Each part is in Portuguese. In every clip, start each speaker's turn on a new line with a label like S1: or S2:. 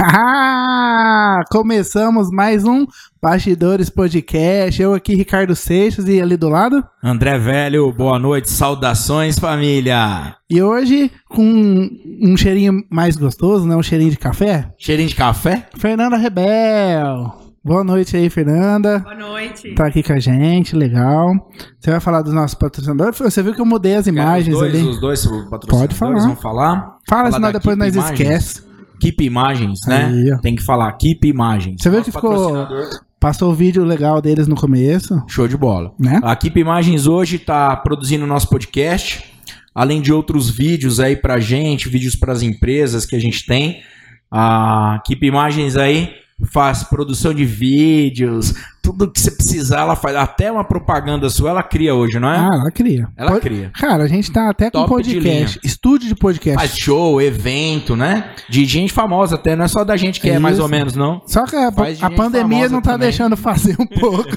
S1: Ah, Começamos mais um Bastidores Podcast. Eu aqui, Ricardo Seixas, e ali do lado.
S2: André Velho, boa noite, saudações família.
S1: E hoje, com um cheirinho mais gostoso, né? Um cheirinho de café.
S2: Cheirinho de café?
S1: Fernanda Rebel. Boa noite aí, Fernanda.
S3: Boa noite.
S1: Tá aqui com a gente, legal. Você vai falar dos nossos patrocinadores? Você viu que eu mudei as imagens
S2: os dois,
S1: ali?
S2: Os dois patrocinadores
S1: Pode falar.
S2: vão falar.
S1: Fala, senão
S2: da
S1: depois
S2: Keep
S1: nós
S2: Imagens.
S1: esquece.
S2: Keep Imagens, né?
S1: Aí, ó.
S2: Tem que falar Keep Imagens.
S1: Você viu
S2: Nosso
S1: que ficou-
S2: patrocinador.
S1: Passou o vídeo legal deles no começo,
S2: Show de bola.
S1: né?
S2: A Equipe Imagens hoje está produzindo o nosso podcast, além de outros vídeos aí pra gente, vídeos para as empresas que a gente tem. A Equipe Imagens aí faz produção de vídeos, tudo que você precisar, ela faz. Até uma propaganda sua, ela cria hoje, não é?
S1: Ah, ela cria.
S2: ela
S1: Pode-
S2: cria.
S1: Cara, a gente tá até com
S2: Top de
S1: podcast. Estúdio de podcast.
S2: Faz show, evento, né? De gente famosa até, não é só da gente que é mais ou
S1: Isso.
S2: menos, não.
S1: Só que a,
S2: Faz de
S1: a
S2: gente
S1: pandemia não
S2: famosa
S1: tá
S2: também.
S1: deixando fazer um pouco.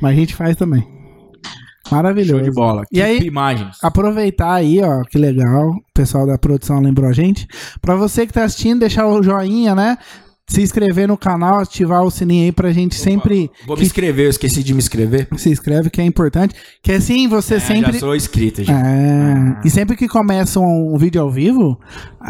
S1: mas a gente faz também.
S2: Show de
S1: Maravilhoso.
S2: bola.
S1: E aí-
S2: Equipe Imagens.
S1: Aproveitar aí, ó, que legal. O pessoal da produção lembrou a gente. Pra você que tá assistindo, deixar o joinha, né? Se inscrever no canal, ativar o sininho aí pra gente sempre.
S2: Vou me inscrever, eu esqueci de me inscrever.
S1: Se inscreve, que é importante. Que assim você
S2: Sempre...
S1: sempre.
S2: Já sou inscrita, gente.
S1: É, E sempre que começa um vídeo ao vivo,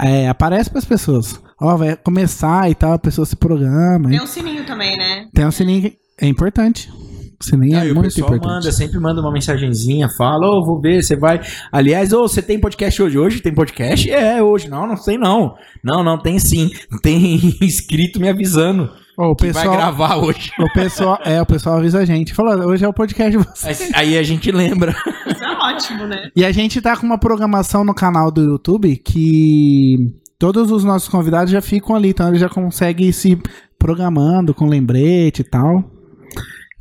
S1: é, aparece pras pessoas. Ó, vai começar e tal, a pessoa se programa.
S3: Tem um sininho também, né?
S1: Tem um sininho que é importante. O sininho
S2: Aí
S1: é
S2: o
S1: muito
S2: pessoal
S1: importante.
S2: manda, sempre manda uma mensagenzinha, fala, ô, vou ver, você vai. Aliás, ô, você tem podcast hoje? Hoje tem podcast? É, hoje. Não, não sei não. Não, não, tem sim. Tem inscrito me avisando
S1: Ó, o,
S2: que vai
S1: pessoal,
S2: gravar hoje.
S1: o pessoal. É, o pessoal avisa a gente. Falou, hoje é o podcast de vocês.
S2: Aí- Aí a gente lembra.
S3: Isso é ótimo, né?
S1: E a gente tá com uma programação no canal do YouTube que todos os nossos convidados já ficam ali, então eles já conseguem ir se programando com lembrete e tal.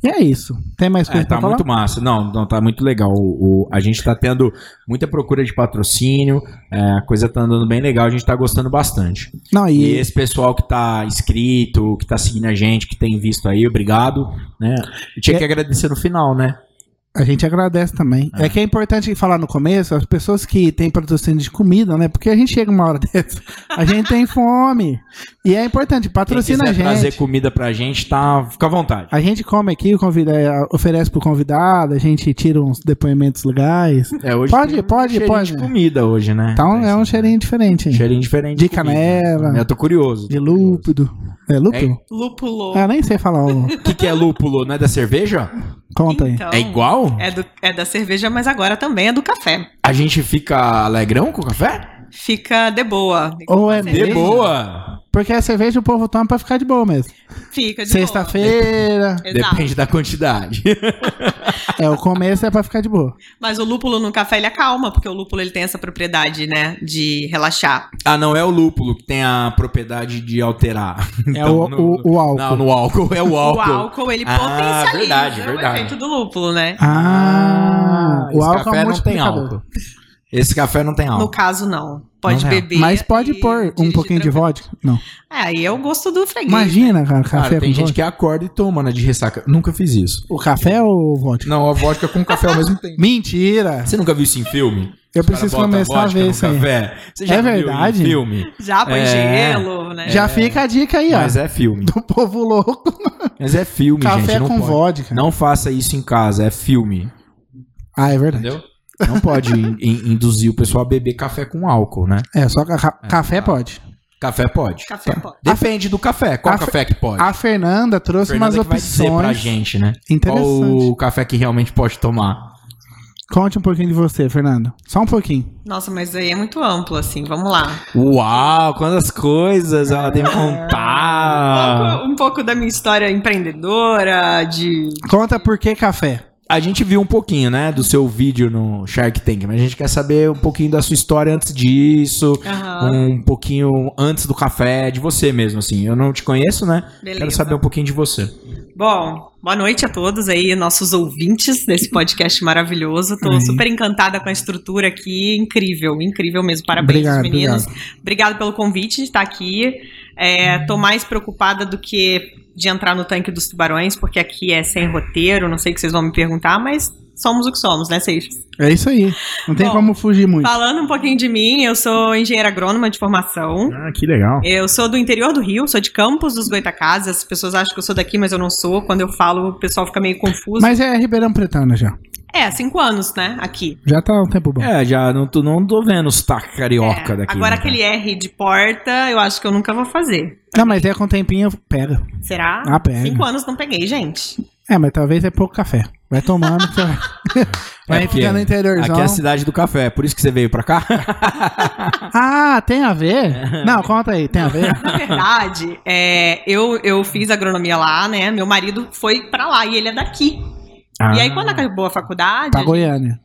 S1: E é isso. Tem mais
S2: É,
S1: coisa pra
S2: tá
S1: falar?
S2: muito massa. Não, não, tá muito legal. O, o- a gente tá tendo muita procura de patrocínio, é, a coisa tá andando bem legal, a gente tá gostando bastante.
S1: Não,
S2: E
S1: e,
S2: esse pessoal que tá inscrito, que tá seguindo a gente, que tem visto aí, obrigado. Né? Eu Tinha
S1: É-
S2: que agradecer no final, né?
S1: a gente agradece também. É. que é importante falar no começo, as pessoas que têm patrocínio de comida, né? Porque a gente chega uma hora dessa, a gente tem fome. E é importante,
S2: Quem
S1: patrocina a
S2: quiser
S1: gente.
S2: trazer comida pra gente, tá, fica à vontade.
S1: A gente come aqui, convida, é, oferece pro convidado, a gente tira uns depoimentos legais.
S2: É, hoje
S1: Pode,
S2: tem um
S1: pode,
S2: cheirinho
S1: pode.
S2: de comida hoje, né?
S1: Então
S2: Tá
S1: é um
S2: assim,
S1: cheirinho diferente.
S2: né? cheirinho diferente.
S1: de
S2: comida.
S1: canela.
S2: Eu tô curioso.
S1: De lúpido. É lúpido?
S3: Lúpulo.
S1: Ah, nem sei falar. o-
S2: O que, que é lúpulo? Não é da cerveja?
S1: Conta aí.
S3: Então,
S2: é igual?
S3: É, do- é da cerveja, mas agora também é do café.
S2: A gente fica alegrão com o café?
S3: Fica de boa.
S1: Ou é
S2: De
S1: mesmo?
S2: boa!
S1: Porque a cerveja o povo toma pra ficar de boa mesmo.
S3: Fica de boa.
S1: Sexta-feira.
S3: Exato.
S2: Depende da quantidade.
S1: É, o começo é pra ficar de boa.
S3: Mas o lúpulo no café ele acalma, porque o lúpulo ele tem essa propriedade, né, de relaxar.
S2: ah, não, é o lúpulo que tem a propriedade de alterar.
S1: É o,
S2: Então, no,
S1: o, o álcool.
S2: Não, no álcool. É o álcool.
S3: O álcool ele
S2: Ah,
S3: potencializa
S2: verdade,
S3: o
S2: verdade.
S3: efeito do lúpulo, né?
S1: Ah, o
S2: esse
S1: álcool
S2: café
S1: é um
S2: não tem
S1: multiplicador.
S2: álcool. Esse café não tem álcool.
S3: No caso não. Pode
S2: Não é.
S3: beber.
S1: Mas pode
S3: e
S1: pôr um
S3: dirigir
S1: pouquinho de
S3: tranquilo.
S1: vodka? Não.
S3: É, aí é o gosto do freguês.
S1: Imagina, cara, café é
S2: Cara, tem
S1: com
S2: gente
S1: vodka.
S2: que acorda e toma, né? De ressaca. Nunca fiz isso.
S1: O café ou o vodka?
S2: Não, a vodka com café ao mesmo tempo.
S1: Mentira!
S2: Você nunca viu isso em filme?
S1: Eu
S2: Os cara
S1: preciso
S2: bota
S1: começar a
S2: vodka
S1: ver
S2: no
S1: isso aí.
S2: café. Você já
S1: É
S2: viu
S1: verdade?
S2: Em filme.
S3: Já põe
S2: É.
S3: gelo, né?
S1: Já fica a dica aí, ó.
S2: Mas é filme.
S1: Do povo louco.
S2: Mas é filme,
S1: Café
S2: gente. Não,
S1: com
S2: pode.
S1: vodka.
S2: não faça isso em casa, é filme.
S1: Ah, é verdade.
S2: Entendeu? Não pode in- in- induzir o pessoal a beber café com álcool, né?
S1: É, só ca- ca- café
S2: Ah,
S1: pode.
S2: Café pode.
S3: Café pode.
S2: Depende do café. Qual
S1: Café-
S2: café que pode?
S1: A Fernanda trouxe
S2: Fernanda
S1: umas
S2: que vai dizer
S1: opções.
S2: pra gente, né? Qual
S1: Interessante.
S2: o café que realmente pode tomar?
S1: Conte um pouquinho de você, Fernanda. Só um pouquinho.
S3: Nossa, mas aí é muito amplo, assim. Vamos lá.
S2: Uau, quantas coisas ela tem que contar.
S3: pouco- um pouco da minha história empreendedora, de.
S1: Conta por que café.
S2: A gente viu um pouquinho, né, do seu vídeo no Shark Tank, mas a gente quer saber um pouquinho da sua história antes disso,
S3: Aham,
S2: um pouquinho antes do café, de você mesmo, assim. Eu não te conheço, né? Quero
S3: beleza.
S2: saber um pouquinho de você.
S3: Bom, boa noite a todos aí, nossos ouvintes desse podcast maravilhoso. Tô
S2: Uhum.
S1: Ai.
S3: super encantada com a estrutura aqui. Incrível, incrível mesmo. Parabéns,
S1: Obrigado,
S3: meninos. Obrigado. pelo convite de estar aqui. É, tô mais preocupada do que de entrar no tanque dos tubarões, porque aqui é sem roteiro, não sei o que vocês vão me perguntar, mas somos o que somos, né, Seixas?
S1: É isso aí. Não tem
S3: Bom,
S1: como fugir muito.
S3: Falando um pouquinho de mim, eu sou engenheira agrônoma de formação.
S1: Ah, que legal.
S3: Eu sou do interior do Rio, sou de Campos dos Goitacazes. As pessoas acham que eu sou daqui, mas eu não sou. Quando eu falo, o pessoal fica meio confuso.
S1: Mas é Ribeirão Pretana já.
S3: É, cinco anos, né, aqui.
S1: Já tá um tempo bom.
S2: É, já não tô, não tô vendo os tac carioca
S3: É,
S2: daqui.
S3: Agora
S2: né?
S3: aquele R de porta, eu acho que eu nunca vou fazer.
S1: Não, mas é com tempinho, pega.
S3: Será?
S1: Ah,
S2: é.
S1: pega.
S3: Cinco anos não peguei, gente.
S1: É, mas talvez é pouco café. Vai tomando, que você vai. vai
S2: É porque
S1: ficar no interiorzão.
S2: Aqui é a cidade do café, por isso que você veio pra cá?
S1: Ah, tem a
S2: É.
S1: ver? Não, conta aí, tem a ver?
S3: Na verdade, é, eu, eu fiz agronomia lá, né? Meu marido foi pra lá e ele é daqui.
S2: Ah.
S3: E aí, quando acabou a faculdade.
S1: Pra
S3: a gente-
S1: Goiânia.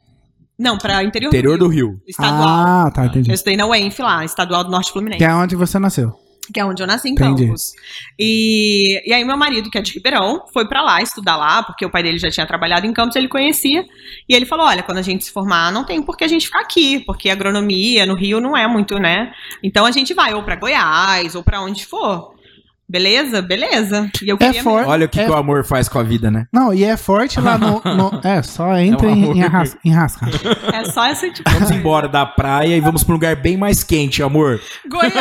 S3: Não, pra interior,
S2: Interior do Rio.
S3: Estadual.
S1: Ah, tá, entendi.
S3: Eu estudei na UENF lá, Estadual do Norte Fluminense.
S1: Que é onde você nasceu.
S3: que é onde eu nasci em
S1: Entendi.
S3: Campos. E, e aí meu marido, que é de Ribeirão, foi pra lá estudar lá, porque o pai dele já tinha trabalhado em Campos, ele conhecia. E ele falou: "Olha, quando a gente se formar, não tem por que a gente ficar aqui, porque agronomia no Rio não é muito, né? Então a gente vai ou pra Goiás ou pra onde for. Beleza? Beleza. E eu queria
S1: forte.
S2: Olha o que,
S1: É.
S2: que o amor faz com a vida, né?
S1: Não, e é forte lá no. no- é, só entra
S2: É um
S1: em,
S2: amor.
S1: em, arras, em rascar.
S3: mesmo- É só esse tipo.
S2: Vamos embora da praia e vamos pra um lugar bem mais quente, amor.
S3: Goiás.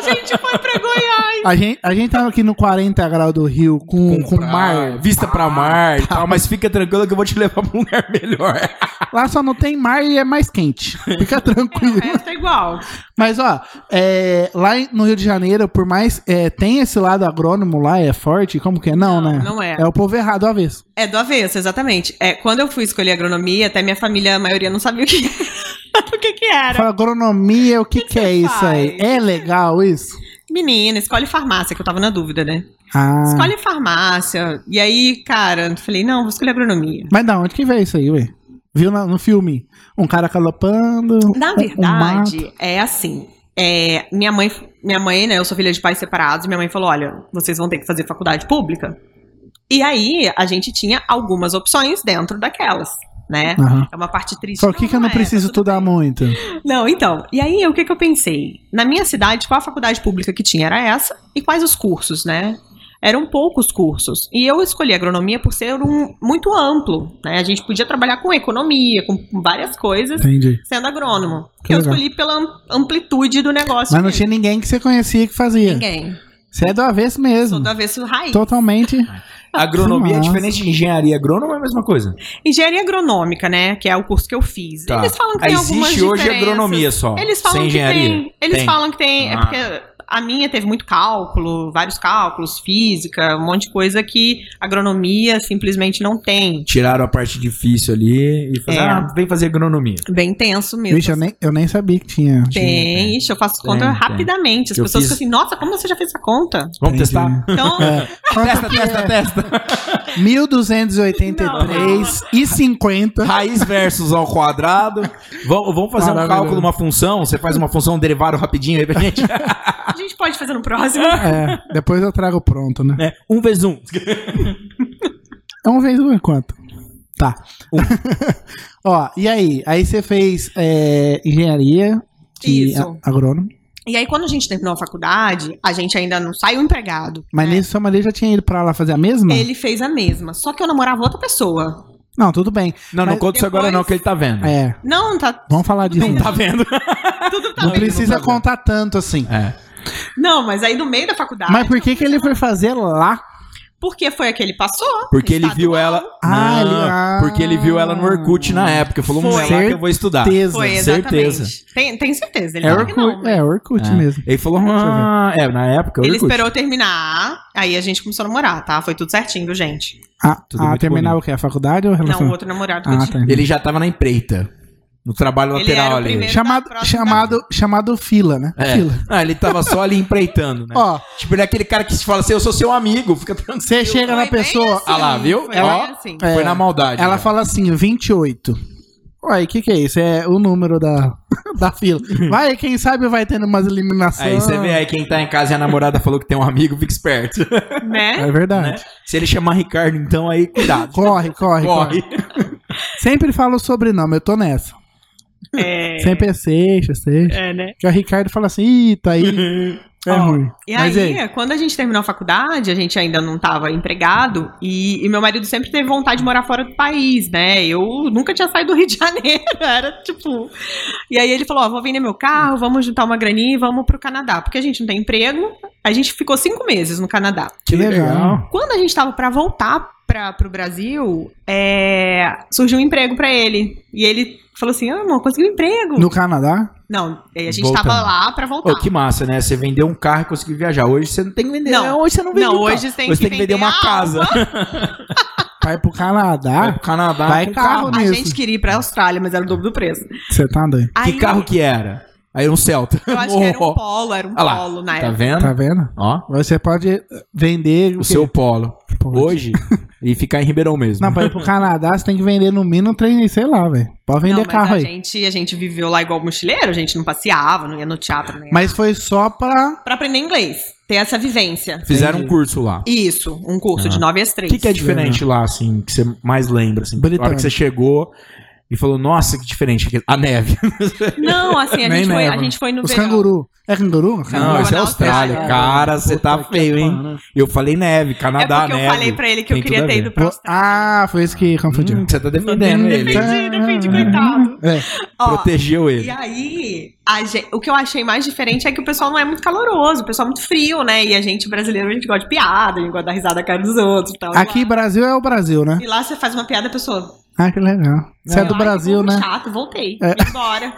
S3: A gente foi pra Goiás.
S1: A gente, a gente tá aqui no 40 graus do Rio com, com,
S2: praia,
S1: mar.
S2: Vista
S3: Ah,
S2: pra mar
S3: tá.
S2: e tal, mas fica tranquilo que eu vou te levar pra um lugar melhor.
S1: Lá só não tem mar e é mais quente. Fica tranquilo.
S3: É, tá igual.
S1: Mas ó, é, lá em- no Rio de Janeiro, por mais. é, tem esse lado agrônomo lá, é forte? Como que é? Não,
S3: Não,
S1: né?
S3: não é.
S1: É o povo errado ao avesso.
S3: É do avesso, exatamente. É, quando eu fui escolher agronomia, até minha família, a maioria não sabia o que, o que, que era.
S1: Fala, agronomia, o que, que, é
S3: você
S1: isso aí?
S3: faz?
S1: É legal isso?
S3: Menina, escolhe farmácia, que eu tava na dúvida, né?
S1: Ah.
S3: Escolhe farmácia. E aí, cara, eu falei, não, vou escolher agronomia.
S1: Mas da onde que veio isso aí, ué? Viu na- no filme? Um cara calopando. um,
S3: Na verdade, é assim. é, minha mãe, minha mãe, né? Eu sou filha de pais separados. Minha mãe falou: olha, vocês vão ter que fazer faculdade pública. E aí, a gente tinha algumas opções dentro daquelas, né?
S1: Aham.
S3: É uma parte triste.
S1: Só que, que eu não
S3: é,
S1: preciso
S3: tá tudo
S1: estudar
S3: bem.
S1: muito.
S3: Não, então. E aí, o que, que eu pensei? Na minha cidade, qual a faculdade pública que tinha era essa? E quais os cursos, né? Eram poucos cursos. E eu escolhi agronomia por ser um muito amplo. Né? A gente podia trabalhar com economia, com com várias coisas,
S1: Entendi.
S3: sendo agrônomo.
S1: Que
S3: eu
S1: legal.
S3: escolhi pela am- amplitude do
S1: Mas
S3: negócio.
S1: não
S3: mesmo.
S1: tinha ninguém que você conhecia que fazia.
S3: ninguém.
S1: Você é do avesso
S3: Sou
S1: mesmo.
S3: do avesso raiz.
S1: Totalmente.
S2: Agronomia é
S1: Nossa.
S2: diferente de engenharia agrônoma, é a mesma coisa.
S3: Engenharia agronômica, né? Que é o curso que eu fiz.
S2: Tá.
S3: Eles falam que tem algumas
S2: Existe hoje
S3: diferenças. né?
S2: agronomia só.
S3: Eles falam
S2: sem
S3: que
S2: engenharia.
S3: tem. Eles
S2: Tem.
S3: falam que tem. É
S2: Ah.
S3: porque a minha teve muito cálculo, vários cálculos, física, um monte de coisa que agronomia simplesmente não tem.
S2: Tiraram a parte difícil ali e falaram,
S3: É.
S2: ah, vem fazer agronomia.
S3: Bem tenso mesmo.
S1: Vixe, eu nem, eu nem sabia que tinha.
S3: Tem, ixi, eu faço
S2: Tem,
S3: conta
S2: tem.
S3: rapidamente. As
S2: Eu
S3: pessoas
S2: fiz-
S3: ficam assim, nossa, como você já fez essa conta?
S2: Vamos
S1: Entendi.
S2: testar?
S3: Então,
S1: É.
S2: Testa, testa, testa.
S1: 1283 e 50.
S2: Raiz versus ao quadrado. Vamos, vamos fazer um
S1: Maravilhoso.
S2: cálculo, uma função. Você faz uma função, um derivado rapidinho aí pra gente.
S3: a gente pode fazer no próximo.
S1: É, depois eu trago pronto, né?
S2: né? Um vezes um.
S1: É um vez um quanto? Tá. Ó, e aí? Aí você fez é, engenharia de
S3: Isso.
S1: a- agrônomo.
S3: E aí, quando a gente terminou a faculdade, a gente ainda não saiu empregado.
S1: Mas
S3: né?
S1: nisso, sua maria já tinha ido pra lá fazer a mesma?
S3: Ele fez a mesma. Só que eu namorava outra pessoa.
S1: Não, tudo bem.
S2: Não, não
S1: Mas
S2: conta isso
S3: depois-
S2: agora não, que ele tá vendo.
S1: É,
S3: Não, tá.
S1: vamos falar disso.
S2: Não tá vendo.
S3: Tudo tá
S1: Não
S3: bem.
S1: precisa contar tanto assim.
S2: É.
S3: Não, mas aí no meio da faculdade.
S1: Mas por que que ele foi fazer lá?
S3: Porque foi a que ele passou.
S2: Porque ele
S3: estadual.
S2: viu ela...
S1: Ah, ele-
S2: Não,
S1: ah.
S2: porque ele viu ela no Orkut na época. Falou,
S3: Foi.
S2: vamos lá que eu vou estudar.
S1: Certeza.
S3: Foi, exatamente.
S2: certeza.
S3: Tem, tem certeza. Ele tá
S1: É
S3: falou que
S1: Orkut,
S3: não. mas
S1: é, Orkut
S2: É.
S1: mesmo.
S2: Ele falou, ah, é, na época,
S3: Ele
S2: Orkut.
S3: esperou terminar, aí a gente começou a namorar, tá? Foi tudo certinho, viu, gente?
S1: Ah,
S2: Tudo
S1: ah,
S2: muito
S1: terminar
S2: bonito.
S1: o quê? A faculdade ou a relação?
S3: Não, o outro namorado que eu
S1: É Ah,
S3: tinha.
S1: tá.
S2: Uhum. Ele já tava na empreita. No trabalho
S3: Ele era
S2: lateral
S3: o
S2: ali.
S3: primeiro.
S1: Chamado,
S3: Próximo
S1: chamado, chamado fila, né?
S2: É.
S1: Fila.
S2: Ah, ele tava só ali empreitando, né?
S1: Ó,
S2: Tipo, ele é aquele cara que se fala assim, eu sou seu amigo, fica tranquilo.
S1: você chega
S3: Foi
S1: na
S3: bem
S1: pessoa.
S3: assim,
S2: Ah lá, viu?
S3: Foi
S2: Ela-
S3: bem assim.
S1: É.
S2: Foi na maldade.
S1: Ela
S2: né?
S1: fala assim, 28. Ué, o que, que é isso? É o número da, da fila. Vai, quem sabe vai tendo umas eliminações.
S2: Aí você vê aí quem tá em casa e a namorada falou que tem um amigo, fica esperto.
S3: Né?
S1: É verdade.
S2: Se ele chamar Ricardo, então aí cuidado.
S1: Corre, corre, corre,
S2: Corre.
S1: Sempre falo o sobrenome, eu tô nessa.
S3: É,
S1: Sempre é Seixas, Seixas.
S3: é, né?
S1: Que o Ricardo fala assim, ih, tá aí. É
S3: Ó,
S1: ruim.
S3: E
S1: Mas
S3: aí,
S1: e
S3: quando a gente terminou a faculdade, a gente ainda não estava empregado, e, e meu marido sempre teve vontade de morar fora do país, né? Eu nunca tinha saído do Rio de Janeiro, era tipo. E aí ele falou: Ó, vou vender meu carro, vamos juntar uma graninha e vamos pro Canadá. Porque a gente não tem emprego, a gente ficou cinco meses no Canadá.
S1: Que legal.
S3: Quando a gente estava para voltar para pro Brasil, é, surgiu um emprego para ele. E ele falou assim: Ah, amor, consegui um emprego.
S1: No Canadá?
S3: Não, a gente
S2: Voltando.
S3: tava lá para voltar.
S2: Ô, que massa, né? Você vendeu um carro e conseguiu viajar. Hoje você não tem que vender.
S3: Não.
S2: hoje você não vende
S3: Não,
S2: um carro.
S3: hoje você tem que vender
S2: uma
S3: a
S2: casa.
S1: Vai pro
S2: Vai
S1: Canadá?
S2: pro Canadá
S1: Vai
S2: com
S1: carro,
S3: A
S1: Isso.
S3: gente queria ir pra Austrália, mas era o dobro do preço.
S1: Você tá doido?
S2: Que
S3: Aí-
S2: carro que era? Aí um Celta.
S3: Eu acho que era
S2: Oh,
S3: um polo, era um
S2: Ah lá,
S3: polo na
S2: Tá
S3: época.
S2: vendo?
S1: Tá vendo?
S2: Ó,
S1: Você pode vender
S2: o seu polo.
S1: Pode.
S2: Hoje, e ficar em Ribeirão mesmo.
S1: Não, pra ir pro Canadá, você tem que vender no mínimo três, sei lá, velho. Pode
S3: Não,
S1: vender
S3: mas
S1: carro
S3: a
S1: aí.
S3: gente, a gente viveu lá igual mochileiro, a gente não passeava, não ia no teatro, né?
S1: Mas foi só pra.
S3: Pra aprender inglês, ter essa vivência.
S2: Fizeram um
S1: Entendi.
S2: curso lá.
S3: Isso, um curso
S2: Ah.
S3: de 9 às 3.
S2: O que, que é diferente lá, assim, que você mais lembra? Assim, na hora que
S1: Britânico.
S2: você chegou e falou, nossa, que diferente. A neve.
S3: Não, assim, a,
S1: Nem
S3: gente foi, a
S1: lembro.
S3: gente foi no
S1: Os
S3: verão.
S1: canguru. É canguru?
S2: Não,
S3: Não,
S2: isso é
S3: na
S2: Austrália.
S3: Austrália.
S2: Cara, você tá
S1: Puta que
S2: feio, hein?
S1: pariu.
S2: Eu falei neve,
S3: É
S2: Canadá,
S3: porque eu
S2: neve.
S3: falei pra ele que
S2: Tem
S3: eu queria
S2: tudo a
S3: ter
S2: ver.
S3: ido pra Austrália.
S1: Ah, foi isso que confundiu.
S2: Hum, você tá defendendo ele.
S3: Defendi, defendi, coitado.
S1: É.
S3: Ó,
S2: Protegeu ele. É
S3: E aí, a gen- o que eu achei mais diferente é que o pessoal não é muito caloroso, o pessoal é muito frio, né? E a gente, brasileiro, a gente gosta de piada, a gente gosta da risada da cara dos outros e tal.
S1: Aqui, Brasil é o Brasil, né?
S3: E lá você faz uma piada, a pessoa.
S1: Ah, que legal. Você é
S3: "Ai,
S1: do
S3: que
S1: Brasil,
S3: povo
S1: né?
S3: Chato, voltei.
S1: É.
S3: Vim embora.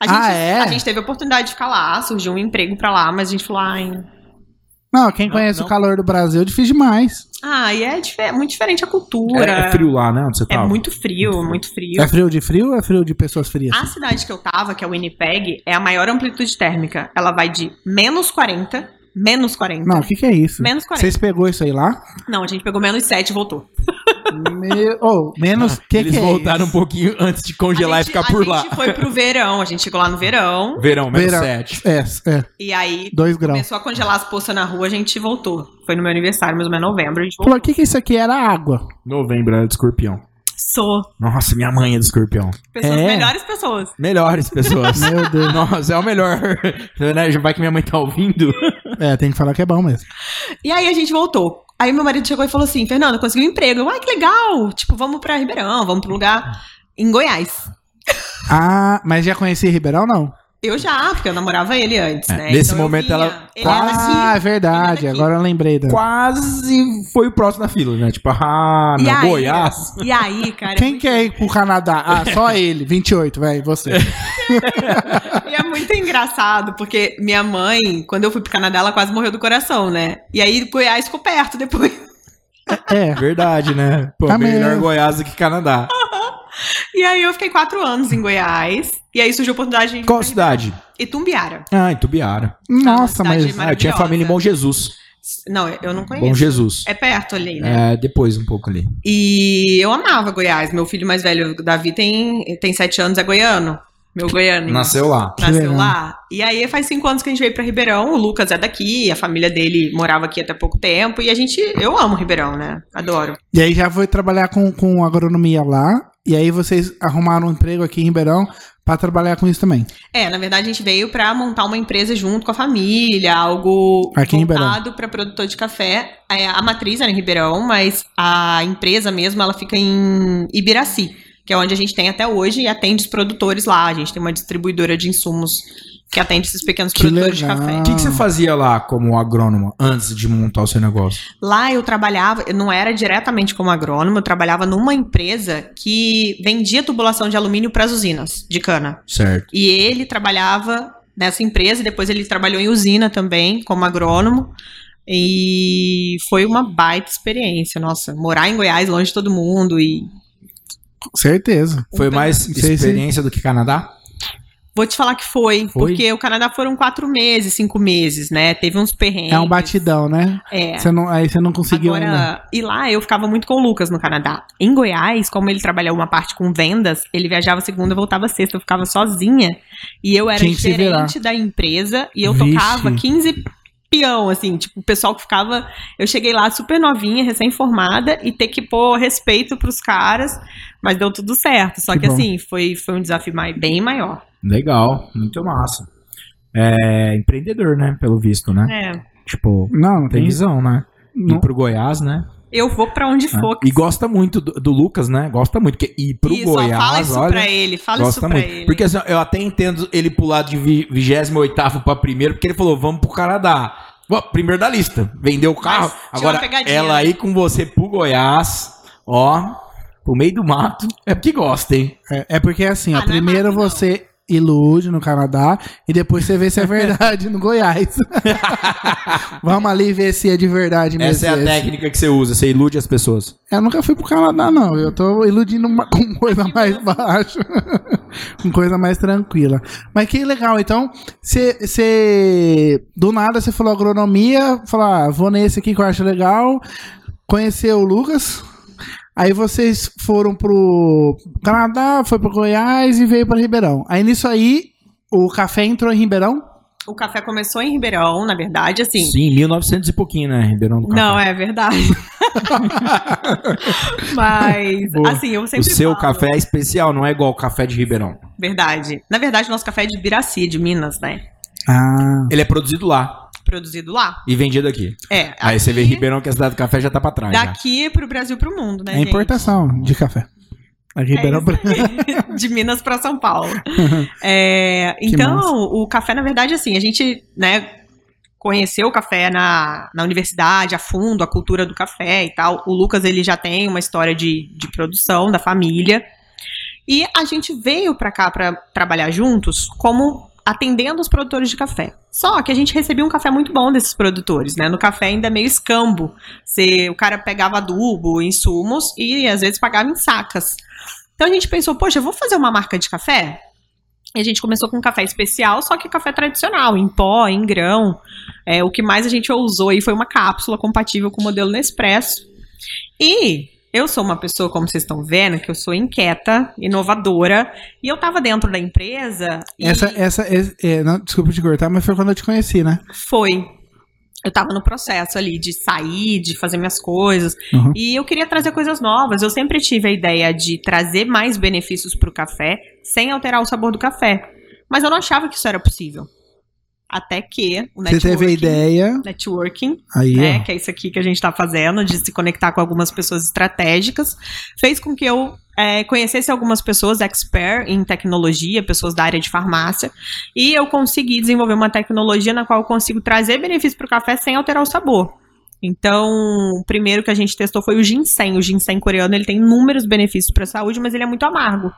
S3: A gente,
S1: Ah, é?
S3: a gente teve a oportunidade de ficar lá, surgiu um emprego pra lá, mas a gente falou, ai.
S1: Não, quem
S2: Não,
S1: conhece
S2: não.
S1: o calor do Brasil é difícil demais.
S3: Ai, é dife- muito diferente a cultura.
S2: É, é frio lá, né? Onde você
S3: É
S2: tava?
S3: muito frio, muito frio.
S1: É frio de frio ou é frio de pessoas frias?
S3: A cidade que eu tava, que é Winnipeg, é a maior amplitude térmica. Ela vai de menos 40, menos 40.
S1: Não, o que, que é isso?
S3: Menos 40.
S1: Vocês pegou isso aí lá?
S3: Não, a gente pegou menos 7 e voltou.
S1: Me... Oh, menos. O que,
S2: Eles
S1: que é
S2: voltaram um
S1: isso?
S2: pouquinho antes de
S3: A
S2: congelar
S3: gente-
S2: e ficar por
S3: A
S2: lá.
S3: gente foi pro verão, a gente chegou lá no verão,
S2: Verão, menos
S1: Verão.
S2: sete.
S1: É, é,
S3: e aí
S1: dois graus.
S3: começou a congelar as poças na rua, a gente voltou. Foi no meu aniversário, mais ou menos novembro, a gente
S1: Falou,
S3: voltou.
S1: o que, que isso aqui era água?
S2: Novembro era do escorpião.
S3: Sou.
S2: Nossa, minha mãe é do escorpião.
S3: Pessoas,
S1: É?
S3: melhores pessoas.
S2: Melhores pessoas.
S1: Meu Deus.
S2: Nossa, é o melhor. Né? Já Vai que minha mãe tá ouvindo.
S1: É, tem que falar que é bom mesmo.
S3: E aí a gente voltou. Aí meu marido chegou e falou assim: Fernanda, consegui um emprego. Eu, ai, que legal! Tipo, vamos pra Ribeirão, vamos pra um lugar em Goiás.
S1: Ah, mas já conheci Ribeirão, não?
S3: Eu já, porque eu namorava ele antes,
S2: É,
S3: né?
S2: nesse
S3: eu
S2: momento
S3: via.
S2: ela
S3: Ele era assim,
S1: ah, é
S3: daqui.
S1: verdade.
S3: ele era daqui.
S1: Agora eu lembrei. Da...
S2: Quase foi o próximo da fila, né? Tipo, ah,
S3: E
S2: não,
S3: aí-
S2: Goiás.
S3: E aí, cara. é
S1: Quem
S3: muito-
S1: quer ir pro Canadá? Ah, só ele. 28, velho. Você.
S3: E é muito engraçado, porque minha mãe, quando eu fui pro Canadá, ela quase morreu do coração, né? E aí Goiás ficou perto depois.
S1: É.
S2: Verdade, né? Pô,
S1: Tá
S2: melhor
S1: mesmo.
S2: Goiás do que Canadá.
S3: E aí eu fiquei quatro anos em Goiás. E aí surgiu a oportunidade de ir
S2: Qual
S3: pra
S2: cidade?
S3: Itumbiara.
S2: Ah, Itubiara.
S1: Nossa,
S3: cidade
S1: mas.
S2: Ah, eu tinha
S3: Maravilhosa.
S2: família em Bom Jesus.
S3: Não, eu não conheço.
S2: Bom Jesus.
S3: É perto ali, né?
S2: É, depois um pouco ali.
S3: E eu amava Goiás. Meu filho mais velho, o Davi, tem, tem sete anos, é goiano. Meu goiano.
S2: Nasceu lá.
S1: Que
S3: Nasceu
S1: legal.
S3: lá. E aí faz cinco anos que a gente veio pra Ribeirão. O Lucas é daqui, a família dele morava aqui até pouco tempo. E a gente. Eu amo Ribeirão, né? Adoro.
S1: E aí já foi trabalhar com, com agronomia lá. E aí vocês arrumaram um emprego aqui em Ribeirão pra trabalhar com isso também.
S3: É, na verdade a gente veio pra montar uma empresa junto com a família, algo
S1: Aqui em Ribeirão.
S3: voltado para produtor de café. É, A matriz era em Ribeirão, mas a empresa mesmo ela fica em Ibiraci, que é onde a gente tem até hoje e atende os produtores lá. A gente tem uma distribuidora de insumos que atende esses pequenos
S1: Que
S3: produtores de
S1: legal.
S3: café.
S2: O que, que você fazia lá como agrônoma antes de montar o seu negócio?
S3: Lá eu trabalhava, eu não era diretamente como agrônomo, eu trabalhava numa empresa que vendia tubulação de alumínio para as usinas de cana.
S2: Certo.
S3: E ele trabalhava nessa empresa, e depois ele trabalhou em usina também, como agrônomo. E foi uma baita experiência, nossa. Morar em Goiás, longe de todo mundo. E
S1: Com certeza.
S2: Foi
S3: Então,
S2: mais
S1: Não sei se-
S2: experiência do que Canadá?
S3: vou te falar que foi,
S2: Foi?
S3: porque o Canadá foram quatro meses, cinco meses, né? Teve uns perrengues.
S1: É um batidão, né?
S3: É.
S1: Você não, aí você não conseguiu ainda.
S3: Agora, e lá eu ficava muito com o Lucas no Canadá. Em Goiás, como ele trabalhou uma parte com vendas, ele viajava segunda, voltava sexta, eu ficava sozinha. E eu era
S1: Tinha que se
S3: gerente da empresa e eu
S1: Vixe.
S3: tocava 15 peão, assim, tipo, o pessoal que ficava. Eu cheguei lá super novinha, recém-formada, e ter que pôr respeito pros caras, mas deu tudo certo. Só
S1: Que
S3: que,
S1: bom.
S3: assim, foi, foi um desafio mai- bem maior.
S2: Legal, muito massa. é, empreendedor, né? Pelo visto, né?
S3: É. Uhum.
S2: Tipo,
S1: Não, não
S2: tem
S1: tem.
S2: visão, né?
S1: Não,
S2: E pro Goiás, né?
S3: Eu vou pra onde
S2: né?
S3: for.
S2: E gosta muito do, do Lucas, né? Gosta muito. Porque, e pro
S3: Isso, ó,
S2: Goiás,
S3: fala isso
S2: olha.
S3: pra ele, fala isso
S2: gosta
S3: pra
S2: muito.
S3: ele.
S2: Porque assim, eu até entendo ele pular de vi- 28 pra primeiro, porque ele falou, vamos pro Canadá. Bom, primeiro da lista. Vendeu o carro.
S3: tinha uma
S2: Agora,
S3: pegadinha. né?
S2: ela aí com você pro Goiás, ó, pro meio do mato. É porque gosta, hein?
S1: é, é porque assim,
S3: Ah,
S1: ó,
S3: não é
S1: primeiro
S3: mato, não.
S1: você ilude no Canadá e depois você vê se é verdade no Goiás. Vamos ali ver se é de verdade mesmo.
S2: Essa é a
S1: esse.
S2: técnica que você usa, você ilude as pessoas.
S1: Eu nunca fui pro Canadá, não. Eu tô iludindo uma- com coisa mais baixa. com coisa mais tranquila. Mas que legal. Então, você. Do nada você falou agronomia. Falou, ah, vou nesse aqui que eu acho legal. Conheceu o Lucas. Aí vocês foram pro Canadá, foi pro Goiás e veio pra Ribeirão. Aí nisso aí, o café entrou em Ribeirão.
S3: O café começou em Ribeirão, na verdade, assim.
S2: Sim, 1900 e pouquinho, né, Ribeirão do Café.
S3: Não, é verdade. Mas,
S1: Boa.
S3: assim, eu
S2: O
S3: sempre
S2: seu
S3: falo.
S2: café é especial, não é igual o café de Ribeirão.
S3: Verdade. Na verdade, nosso café é de Biraci, de Minas, né?
S1: Ah.
S2: Ele é produzido lá
S3: Produzido lá.
S2: e vendido aqui.
S3: É.
S2: Aí você vê
S3: aqui-
S2: Ribeirão que a cidade do café já tá pra trás. já.
S3: Daqui pro Brasil pro mundo, né?
S1: É importação de café. A
S3: gente?
S1: Ribeirão Branco.
S3: É isso aí. de Minas pra São Paulo. É, então,
S1: massa.
S3: o café, na verdade, assim, a gente, né, conheceu o café na, na universidade, a fundo, a cultura do café e tal. O Lucas, ele já tem uma história de, de produção da família. E a gente veio pra cá pra trabalhar juntos como atendendo os produtores de café. Só que a gente recebia um café muito bom desses produtores, né? No café ainda é meio escambo. Você, o cara pegava adubo, insumos e às vezes pagava em sacas. Então a gente pensou, poxa, eu vou fazer uma marca de café? E a gente começou com um café especial, só que café tradicional, em pó, em grão. É, o que mais a gente usou aí foi uma cápsula compatível com o modelo Nespresso. E eu sou uma pessoa, como vocês estão vendo, que eu sou inquieta, inovadora. E eu tava dentro da empresa. e-
S1: Essa, essa, é- é, não, desculpa te cortar, mas foi quando eu te conheci, né?
S3: Foi. Eu tava no processo ali de sair, de fazer minhas coisas.
S1: Uhum.
S3: E eu queria trazer coisas novas. Eu sempre tive a ideia de trazer mais benefícios pro café sem alterar o sabor do café. Mas eu não achava que isso era possível. Até que o
S1: Você
S3: networking,
S1: teve a ideia,
S3: networking
S1: aí,
S3: né,
S1: ó.
S3: que é isso aqui que a gente tá fazendo, de se conectar com algumas pessoas estratégicas, fez com que eu eh, conhecesse algumas pessoas expert em tecnologia, pessoas da área de farmácia, e eu consegui desenvolver uma tecnologia na qual eu consigo trazer benefício para o café sem alterar o sabor. Então, o primeiro que a gente testou foi o ginseng. O ginseng coreano, ele tem inúmeros benefícios para a saúde, mas ele é muito amargo.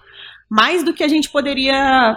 S3: Mais do que a gente poderia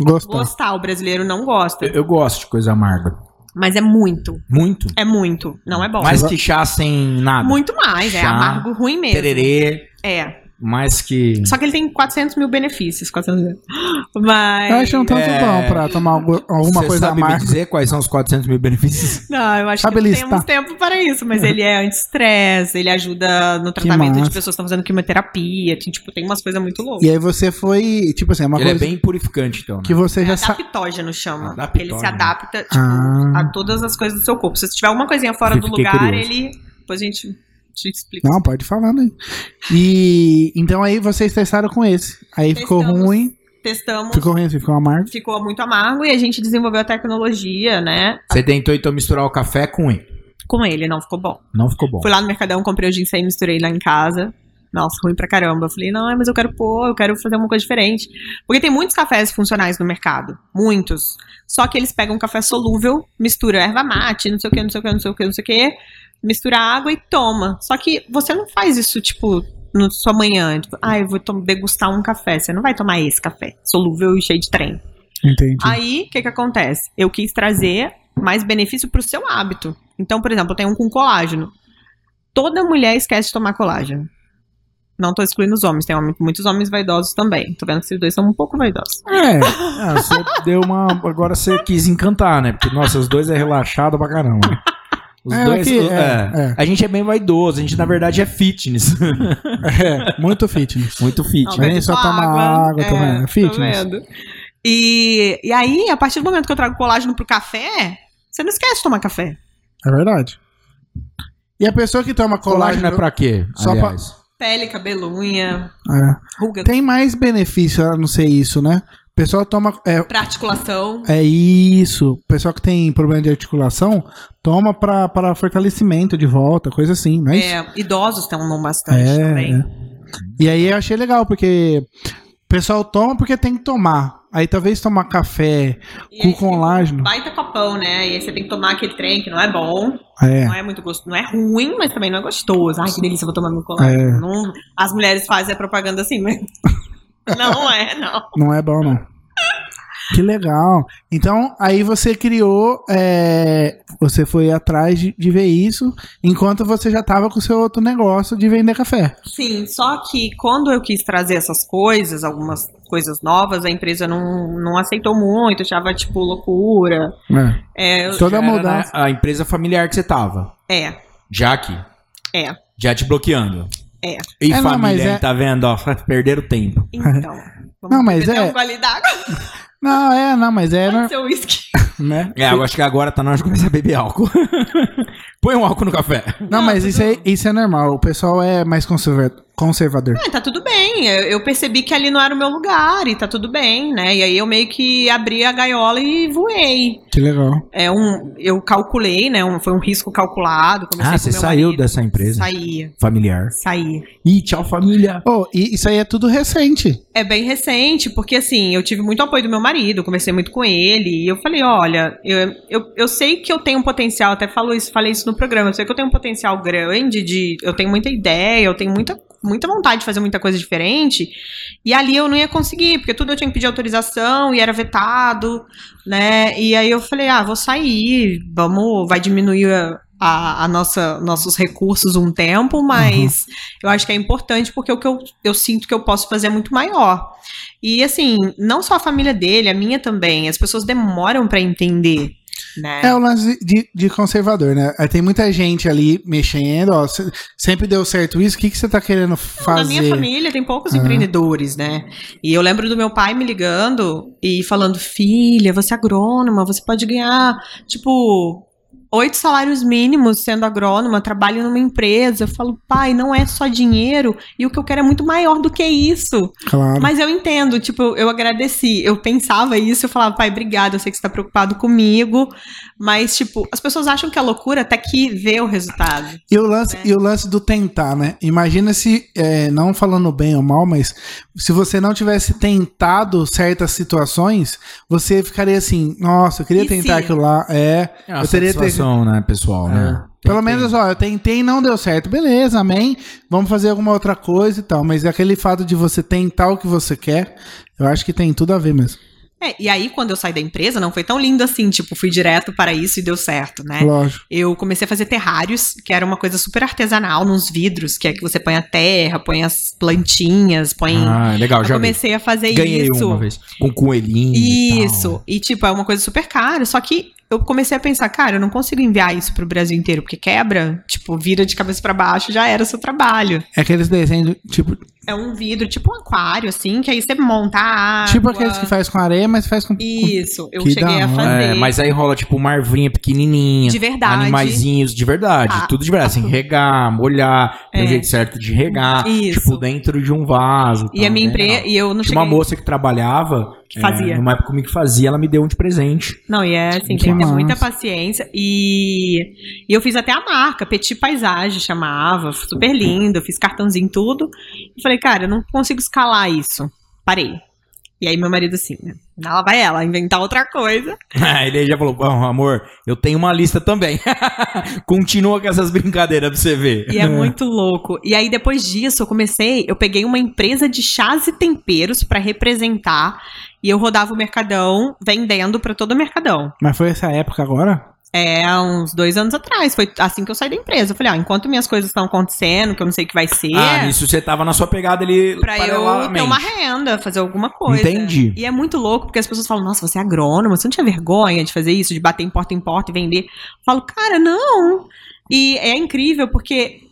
S1: Gostou.
S3: gostar, o brasileiro não gosta.
S2: Eu, eu gosto de coisa amarga.
S3: Mas é muito,
S2: Muito.
S3: é muito, não é bom.
S2: Mais que chá sem nada.
S3: Muito mais, é
S2: Chá,
S3: amargo ruim mesmo.
S2: Tererê,
S3: É.
S2: mais que.
S3: Só que ele tem 400 mil benefícios. 400 mil. Mas.
S1: Eu acho um tanto
S2: É.
S1: bom pra tomar algu- alguma
S2: Você
S1: coisa a
S2: sabe me
S1: mais.
S2: dizer quais são os 400 mil benefícios?
S3: Não, eu acho
S1: Sabe
S3: que
S1: listar?
S3: temos tempo para isso, mas ele é anti-estresse, ele ajuda no tratamento de
S1: massa.
S3: pessoas que estão fazendo quimioterapia, tem, tipo, tem umas coisas muito loucas.
S1: E aí você foi, tipo assim, é uma
S2: Ele é
S1: coisa
S2: bem purificante, então. né?
S1: que você já sabe.
S3: É Adaptógeno chama.
S2: Adaptógeno.
S3: Ele se adapta tipo,
S1: Ah.
S3: a todas as coisas do seu corpo. Se tiver alguma coisinha fora do
S2: Fiquei
S3: lugar,
S2: curioso.
S3: ele. Depois a gente te explica.
S1: Não, pode falar, né? E então aí vocês testaram com esse. Aí ficou
S3: Testamos.
S1: ruim,
S3: Testamos, ficou...
S1: ficou ruim assim, ficou amargo.
S3: muito amargo e a gente desenvolveu a tecnologia, né?
S2: Você tentou então misturar o café com ele.
S3: Com ele, não ficou bom.
S2: Não ficou bom.
S3: Fui lá no Mercadão, comprei o ginseng, misturei lá em casa. Nossa, ruim pra caramba. Eu falei, não, mas eu quero pôr, eu quero fazer uma coisa diferente. Porque tem muitos cafés funcionais no mercado. Muitos. Só que eles pegam um café solúvel, mistura erva mate, não sei o que, não sei o que, não sei o que, não sei o que. Mistura água e toma. Só que você não faz isso, tipo, na sua manhã. Tipo, ah, eu vou tom- degustar um café. Você não vai tomar esse café. Solúvel e cheio de trem.
S1: Entendi.
S3: Aí, o que que acontece? Eu quis trazer mais benefício pro seu hábito. Então, por exemplo, eu tenho um com colágeno. Toda mulher esquece de tomar colágeno. Não tô excluindo os homens, tem homem- muitos homens vaidosos também. Tô vendo que esses dois são um pouco vaidosos.
S2: É, ah, você deu uma. Agora você quis encantar, né? Porque, nossa, os dois é relaxado pra caramba. Os
S1: É,
S2: dois.
S1: aqui,
S2: é.
S1: é, é.
S2: A gente é bem vaidoso, a gente na verdade é fitness.
S1: É, muito fitness.
S2: Muito fitness.
S1: Vem só tomar água,
S3: é,
S1: tomar
S3: tô
S1: fitness.
S3: vendo. E, e aí, a partir do momento que eu trago colágeno pro café, você não esquece de tomar café.
S1: É verdade. E a pessoa que toma colágeno,
S2: Colágeno é pra quê?
S1: Só pra-
S2: aliás?
S3: Pele, cabelunha,
S1: É.
S3: ruga.
S1: Tem mais benefício a não ser isso, né? pessoal toma. É,
S3: Pra articulação.
S1: é isso. Pessoal que tem problema de articulação, toma pra, pra fortalecimento de volta, coisa assim, não é, isso?
S3: É, idosos tomam bastante
S1: É,
S3: também.
S1: E aí eu achei legal, porque o pessoal toma porque tem que tomar. Aí talvez tomar café
S3: E
S1: com
S3: aí fica um
S1: colágeno.
S3: Baita copão, né? E aí você tem que tomar aquele trem que não é bom,
S1: É.
S3: não é muito gostoso, não é ruim, mas também não é gostoso. Ai, que delícia, vou tomar meu colágeno.
S1: É.
S3: Não- as mulheres fazem a propaganda assim, mas não é, não.
S1: Não é bom, não. Que legal. Então, aí você criou, é, você foi atrás de, de ver isso, enquanto você já tava com o seu outro negócio de vender café.
S3: Sim, só que quando eu quis trazer essas coisas, algumas coisas novas, a empresa não, não aceitou muito, achava tipo loucura. É, eu-
S1: né? Toda
S2: Já era
S1: mudança.
S2: na- a empresa familiar que você tava.
S3: é,
S2: Já aqui.
S3: É.
S2: Já te bloqueando.
S3: É.
S2: E
S1: É, não, mas
S2: família,
S1: é-
S2: hein, tá vendo? Ó, perderam tempo.
S3: então. Vamos
S1: Não, mas
S3: beber
S1: é-
S3: um gole d'água, né?
S1: Não, é, não, mas era,
S3: seu uísque.
S1: né?
S2: É, eu acho que agora tá na hora de começar a beber álcool. Põe um álcool no café.
S1: Não, mas isso é, isso é normal. O pessoal é mais conserva- conservador.
S3: Ah, tá tudo bem. Eu, eu percebi que ali não era o meu lugar e tá tudo bem, né? E aí eu meio que abri a gaiola e voei.
S1: Que legal.
S3: É um, eu calculei, né? um- foi um risco calculado. comecei
S2: Ah,
S3: com
S2: você
S3: meu
S2: saiu
S3: marido.
S2: dessa empresa
S3: Saí,
S2: familiar.
S3: saí.
S2: Ih, tchau, família.
S1: Oh, e isso aí é tudo recente.
S3: É bem recente, porque assim, eu tive muito apoio do meu marido, eu conversei muito com ele, e eu falei, olha, eu, eu, eu sei que eu tenho um potencial, até falo isso, falei isso no programa, eu sei que eu tenho um potencial grande de. Eu tenho muita ideia, eu tenho muita, muita vontade de fazer muita coisa diferente. E ali eu não ia conseguir, porque tudo eu tinha que pedir autorização e era vetado, né? E aí eu falei, ah, vou sair, vamos, vai diminuir a. A, a nossa, nossos recursos um tempo, mas eu acho que é importante porque o que eu, eu sinto que eu posso fazer é muito maior. E assim, não só a família dele, a minha também. As pessoas demoram pra entender, né?
S1: É o lance de, de conservador, né? Aí Tem muita gente ali mexendo, ó. se- sempre deu certo isso, o que, que você tá querendo
S3: Na
S1: fazer?
S3: minha família tem poucos
S1: Aham.
S3: empreendedores, né? E eu lembro do meu pai me ligando e falando: filha, você é agrônoma, você pode ganhar, tipo, oito salários mínimos sendo agrônoma, trabalho numa empresa. Eu falo, pai, não é só dinheiro, e o que eu quero é muito maior do que isso.
S1: Claro.
S3: Mas eu entendo, tipo, eu- eu agradeci. Eu pensava isso, eu falava, pai, obrigado, eu sei que você tá preocupado comigo. Mas, tipo, as pessoas acham que é loucura até que vê o resultado.
S1: E o, lance,
S3: é.
S1: e o lance do tentar, né? Imagina se, é, não falando bem ou mal, mas se você não tivesse tentado certas situações, você ficaria assim, nossa, eu queria
S3: E
S1: tentar
S3: se?
S1: aquilo lá. É,
S2: É uma
S1: Eu teria
S2: satisfação, né, pessoal? né?
S1: pelo menos, ó, eu tentei e não deu certo. Beleza, amém. Vamos fazer alguma outra coisa e tal. Mas é aquele fato de você tentar o que você quer, eu acho que tem tudo a ver mesmo.
S3: É, e aí, quando eu saí da empresa, não foi tão lindo assim, tipo, fui direto para isso e deu certo, né?
S1: Lógico.
S3: Eu comecei a fazer terrários, que era uma coisa super artesanal, nos vidros, que é que você põe a terra, põe as plantinhas, põe.
S2: Ah, legal,
S3: eu
S2: já vi.
S3: comecei a fazer
S2: Ganhei
S3: isso.
S2: uma vez. Com coelhinho e
S3: Isso. E, tipo, é uma coisa super cara. Só que eu comecei a pensar, cara, eu não consigo enviar isso pro Brasil inteiro, porque quebra, tipo, vira de cabeça pra baixo, já era o seu trabalho.
S1: É aqueles desenhos, tipo,
S3: É um vidro, tipo um aquário, assim, que aí você monta a água.
S1: tipo aqueles que faz com areia, mas faz com.
S3: Isso, eu
S1: Que
S3: cheguei
S1: da hora.
S3: a
S2: tal.
S3: fazer.
S2: É, mas aí rola, tipo, uma arvinha pequenininha.
S3: de verdade.
S2: Animaizinhos de verdade,
S3: Ah,
S2: tudo de verdade, assim, regar, molhar, tem
S3: É.
S2: um jeito certo de regar,
S3: Isso.
S2: tipo, dentro de um vaso.
S3: E
S2: tal,
S3: a
S2: né?
S3: minha
S2: bem legal.
S3: empresa. E eu não
S2: Tinha
S3: cheguei.
S2: uma moça que trabalhava,
S3: Que fazia.
S2: é, numa época comigo que fazia, ela me deu um de presente.
S3: Não, e é assim,
S1: Que
S3: tem que ter
S1: massa.
S3: muita paciência. E, e eu fiz até a marca, Petit Paisagem chamava, super lindo, eu fiz cartãozinho e tudo. E falei, cara, eu não consigo escalar isso. Parei. E aí meu marido assim, né? Lá vai ela, inventar outra coisa.
S2: Ele já falou: Bom, amor, eu tenho uma lista também. Continua com essas brincadeiras pra você ver.
S3: E é muito louco. E aí depois disso eu comecei, eu peguei uma empresa de chás e temperos pra representar. E eu rodava o Mercadão vendendo pra todo o Mercadão.
S1: Mas foi essa época agora?
S3: É, há uns dois anos atrás. Foi assim que eu saí da empresa. Eu falei, ó, enquanto minhas coisas estão acontecendo, que eu não sei o que vai ser,
S2: Ah, nisso você tava na sua pegada ali.
S3: é. pra eu ter
S2: paralelamente.
S3: uma renda, fazer alguma coisa.
S2: Entendi.
S3: E é muito louco, porque as pessoas falam, nossa, você é agrônoma, você não tinha vergonha de fazer isso, de bater em porta em porta e vender. Eu falo, cara, não. E é incrível, porque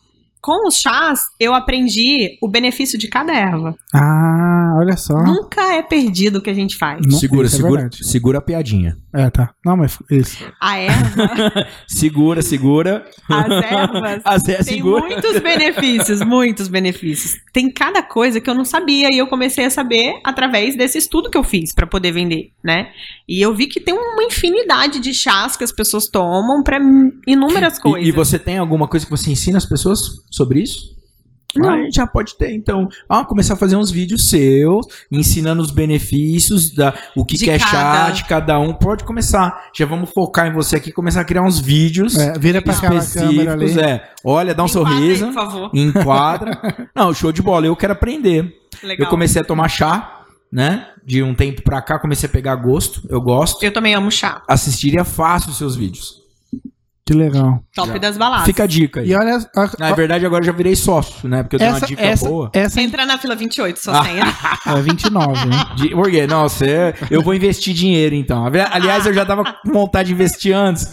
S3: com os chás, eu aprendi o benefício de cada erva.
S1: Ah, Ah, olha só.
S3: Nunca é perdido o que a gente faz.
S1: Não,
S2: segura,
S1: isso é
S2: segura,
S1: verdade.
S2: segura a piadinha.
S1: É, tá. Não, mas isso.
S3: A erva,
S2: Segura, segura.
S3: as ervas.
S2: A Zé
S3: Tem
S2: segura.
S3: muitos benefícios, muitos benefícios. Tem cada coisa que eu não sabia e eu comecei a saber através desse estudo que eu fiz para poder vender, né? E eu vi que tem uma infinidade de chás que as pessoas tomam para inúmeras coisas.
S2: E, e você tem alguma coisa que você ensina as pessoas sobre isso?
S3: Não.
S2: Ah, já pode ter, então. Ah, começar a fazer uns vídeos seus, ensinando os benefícios, da, o que,
S3: De
S2: que é chá
S3: cada.
S2: de cada um. Pode começar. Já vamos focar em você aqui, começar a criar uns vídeos
S1: É, vira pra aquela câmera ali.
S2: específicos. É, olha, dá um
S3: Me enquadra aí,
S2: sorriso,
S3: por favor.
S2: enquadra. Não, show de bola, eu quero aprender.
S3: Legal.
S2: Eu comecei a tomar chá, né? De um tempo pra cá, comecei a pegar gosto, eu gosto.
S3: Eu também amo chá.
S2: Assistiria fácil os seus vídeos.
S1: Que legal.
S3: Top
S2: Já.
S3: das baladas.
S2: Fica a dica aí.
S1: E olha. ó,
S2: Na
S1: ó,
S2: verdade, agora eu já virei sócio, né? Porque eu dei uma
S1: essa,
S2: dica
S1: essa,
S2: boa.
S1: essa
S3: Entra na fila 28,
S2: Ah.
S3: só né? tem.
S1: é 29, né?
S2: De, por quê? Nossa, é- eu vou investir dinheiro então. Aliás, eu já tava com vontade de investir antes.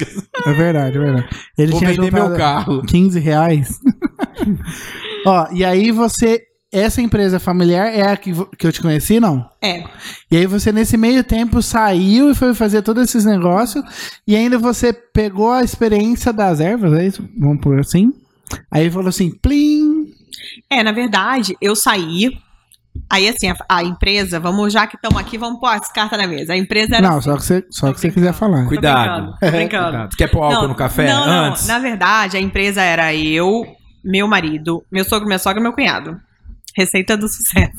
S1: É verdade, é verdade. Ele
S2: Vou
S1: tinha
S2: vender
S1: juntado
S2: meu carro.
S1: 15 reais. Ó, e aí você. Essa empresa familiar é a que, vo- que eu te conheci, não?
S3: É.
S1: E aí você, nesse meio tempo, saiu e foi fazer todos esses negócios. E ainda você pegou a experiência das ervas, é isso? Vamos por assim. Aí falou assim, plim!
S3: É, na verdade, eu saí. Aí, assim, a, a empresa, vamos, já que estamos aqui, vamos pôr as cartas na mesa. A empresa era. assim.
S1: Não, só que você, só
S3: Tô
S1: que você
S3: brincando.
S1: quiser falar.
S3: Tô
S2: Cuidado.
S3: brincando, tô brincando.
S2: Cuidado. Quer pôr álcool no café
S3: não, não.
S2: antes?
S3: Na verdade, a empresa era eu, meu marido, meu sogro, minha sogra e meu cunhado. Receita do sucesso.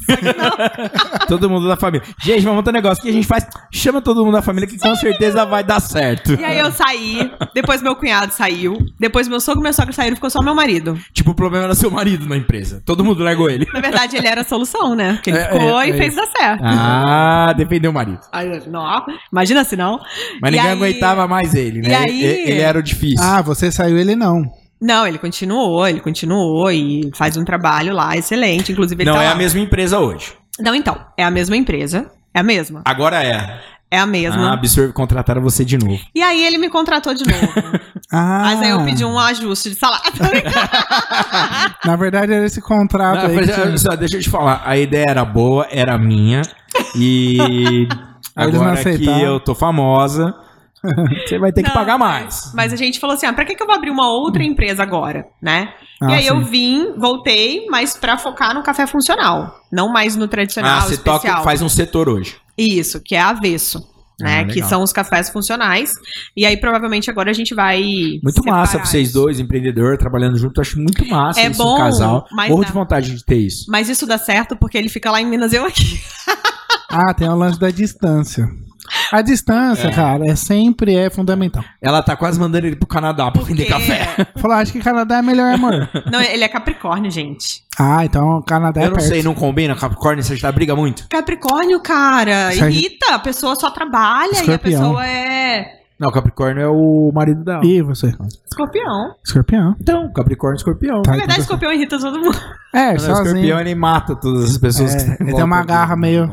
S2: Todo mundo da família. Gente, vamos montar um negócio que a gente faz. Chama todo mundo da família que com certeza vai dar certo.
S3: E aí eu saí, depois meu cunhado saiu, depois meu sogro e minha sogra saíram, ficou só meu marido.
S2: Tipo, o problema era seu marido na empresa. Todo mundo largou ele.
S3: Na verdade, ele era a solução, né? Porque ele
S2: É,
S3: ficou
S2: é,
S3: e
S2: é
S3: fez dar certo.
S2: Ah, defendeu o marido.
S3: Aí eu, não, imagina se não.
S2: Mas
S3: E
S2: ninguém
S3: aí-
S2: aguentava mais ele, né?
S3: E aí-
S2: Ele, ele era o difícil.
S1: Ah, você saiu ele não.
S3: Não, ele continuou, ele continuou e faz um trabalho lá excelente. Inclusive, ele
S2: não
S3: tá
S2: é
S3: lá.
S2: a mesma empresa hoje.
S3: Não, então, é a mesma empresa. É a mesma.
S2: Agora é.
S3: É a
S2: Ah,
S3: mesma.
S2: absorve, contrataram você de novo.
S3: E aí ele me contratou de novo.
S1: Ah,
S3: Mas aí eu pedi um ajuste de salário.
S1: Na verdade, era esse contrato
S2: Não,
S1: aí.
S2: mas,
S1: que tinha-
S2: olha só, deixa eu te falar, a ideia era boa, era minha. E
S1: Aí eles não
S2: agora que
S1: aceitaram.
S2: eu tô famosa, você vai ter que
S3: Não, é
S2: pagar mais.
S3: Mas a gente falou assim: ah, pra que, que eu vou abrir uma outra empresa agora, né?
S1: Ah,
S3: e aí eu
S1: sim.
S3: vim, voltei, mas pra focar no café funcional. Não mais no tradicional,
S2: Ah, você
S3: especial.
S2: toca, faz um setor hoje.
S3: Isso, que é avesso. Né,
S2: Ah,
S3: que
S2: legal.
S3: são os cafés funcionais. E aí, provavelmente, agora a gente vai.
S2: Muito massa
S3: separar
S2: pra vocês
S3: isso.
S2: dois, empreendedor, trabalhando junto. Acho muito massa
S3: É
S2: isso, um
S3: bom,
S2: casal.
S3: mas
S2: Morro
S3: dá.
S2: de vontade de ter isso.
S3: Mas isso dá certo porque ele fica lá em Minas e eu aqui.
S1: Ah, tem o lance da distância. A distância, cara, é sempre é fundamental.
S2: Ela tá quase mandando ele pro Canadá pra vender café.
S1: Falou, acho que Canadá é melhor, amor.
S3: Não, ele é Capricórnio, gente.
S1: Ah, então o Canadá é
S2: eu não
S1: perto.
S2: sei, não combina. Capricórnio, você já briga muito?
S3: Capricórnio, cara,
S1: Sag-
S3: irrita. A pessoa só trabalha
S1: Escorpião.
S3: e a pessoa é
S2: Não, Capricórnio é o marido dela.
S1: E você?
S3: escorpião.
S1: Escorpião.
S2: Então, Capricórnio e Escorpião.
S1: Tá,
S3: Na verdade,
S1: então
S3: escorpião irrita todo mundo.
S1: É,
S2: Não, o escorpião
S1: sozinho.
S2: ele mata todas as pessoas.
S1: É,
S2: que estão em
S1: ele tem
S2: volta
S1: uma
S2: dele.
S1: garra meio-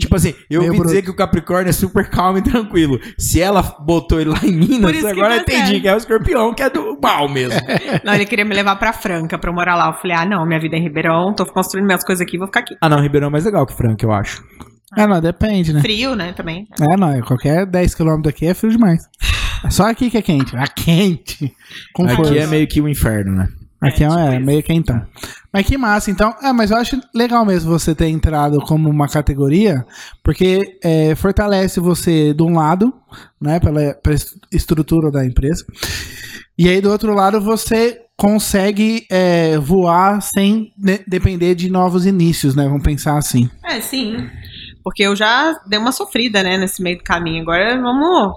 S2: Tipo assim, eu
S1: meio
S2: ouvi
S1: bruto.
S2: dizer que o Capricórnio é super calmo e tranquilo. Se ela botou ele lá em
S3: Por
S2: Minas,
S3: isso que
S2: agora eu
S3: deu
S2: entendi
S3: certo.
S2: que é o escorpião que é do mal mesmo.
S3: Não, ele queria me levar pra Franca pra eu morar lá. Eu falei, ah, não, minha vida é em Ribeirão, tô construindo minhas coisas aqui, vou ficar aqui.
S2: ah, não, Ribeirão é mais legal que Franca, eu acho.
S1: É, não, depende, né?
S3: Frio, né, também.
S1: É, não, é qualquer 10km daqui é frio demais. É só aqui que é quente. É quente. Com
S2: Aqui
S1: força.
S2: é meio que o inferno, né?
S1: Aqui é,
S3: É, tipo
S1: é,
S3: isso.
S1: meio que então. Mas que massa, então. É, mas eu acho legal mesmo você ter entrado como uma categoria, porque é, fortalece você de um lado, né, pela, pela est- estrutura da empresa, e aí do outro lado você consegue é, voar sem de- depender de novos inícios, né? Vamos pensar assim.
S3: É, sim. Porque eu já dei uma sofrida, né, nesse meio do caminho. Agora vamos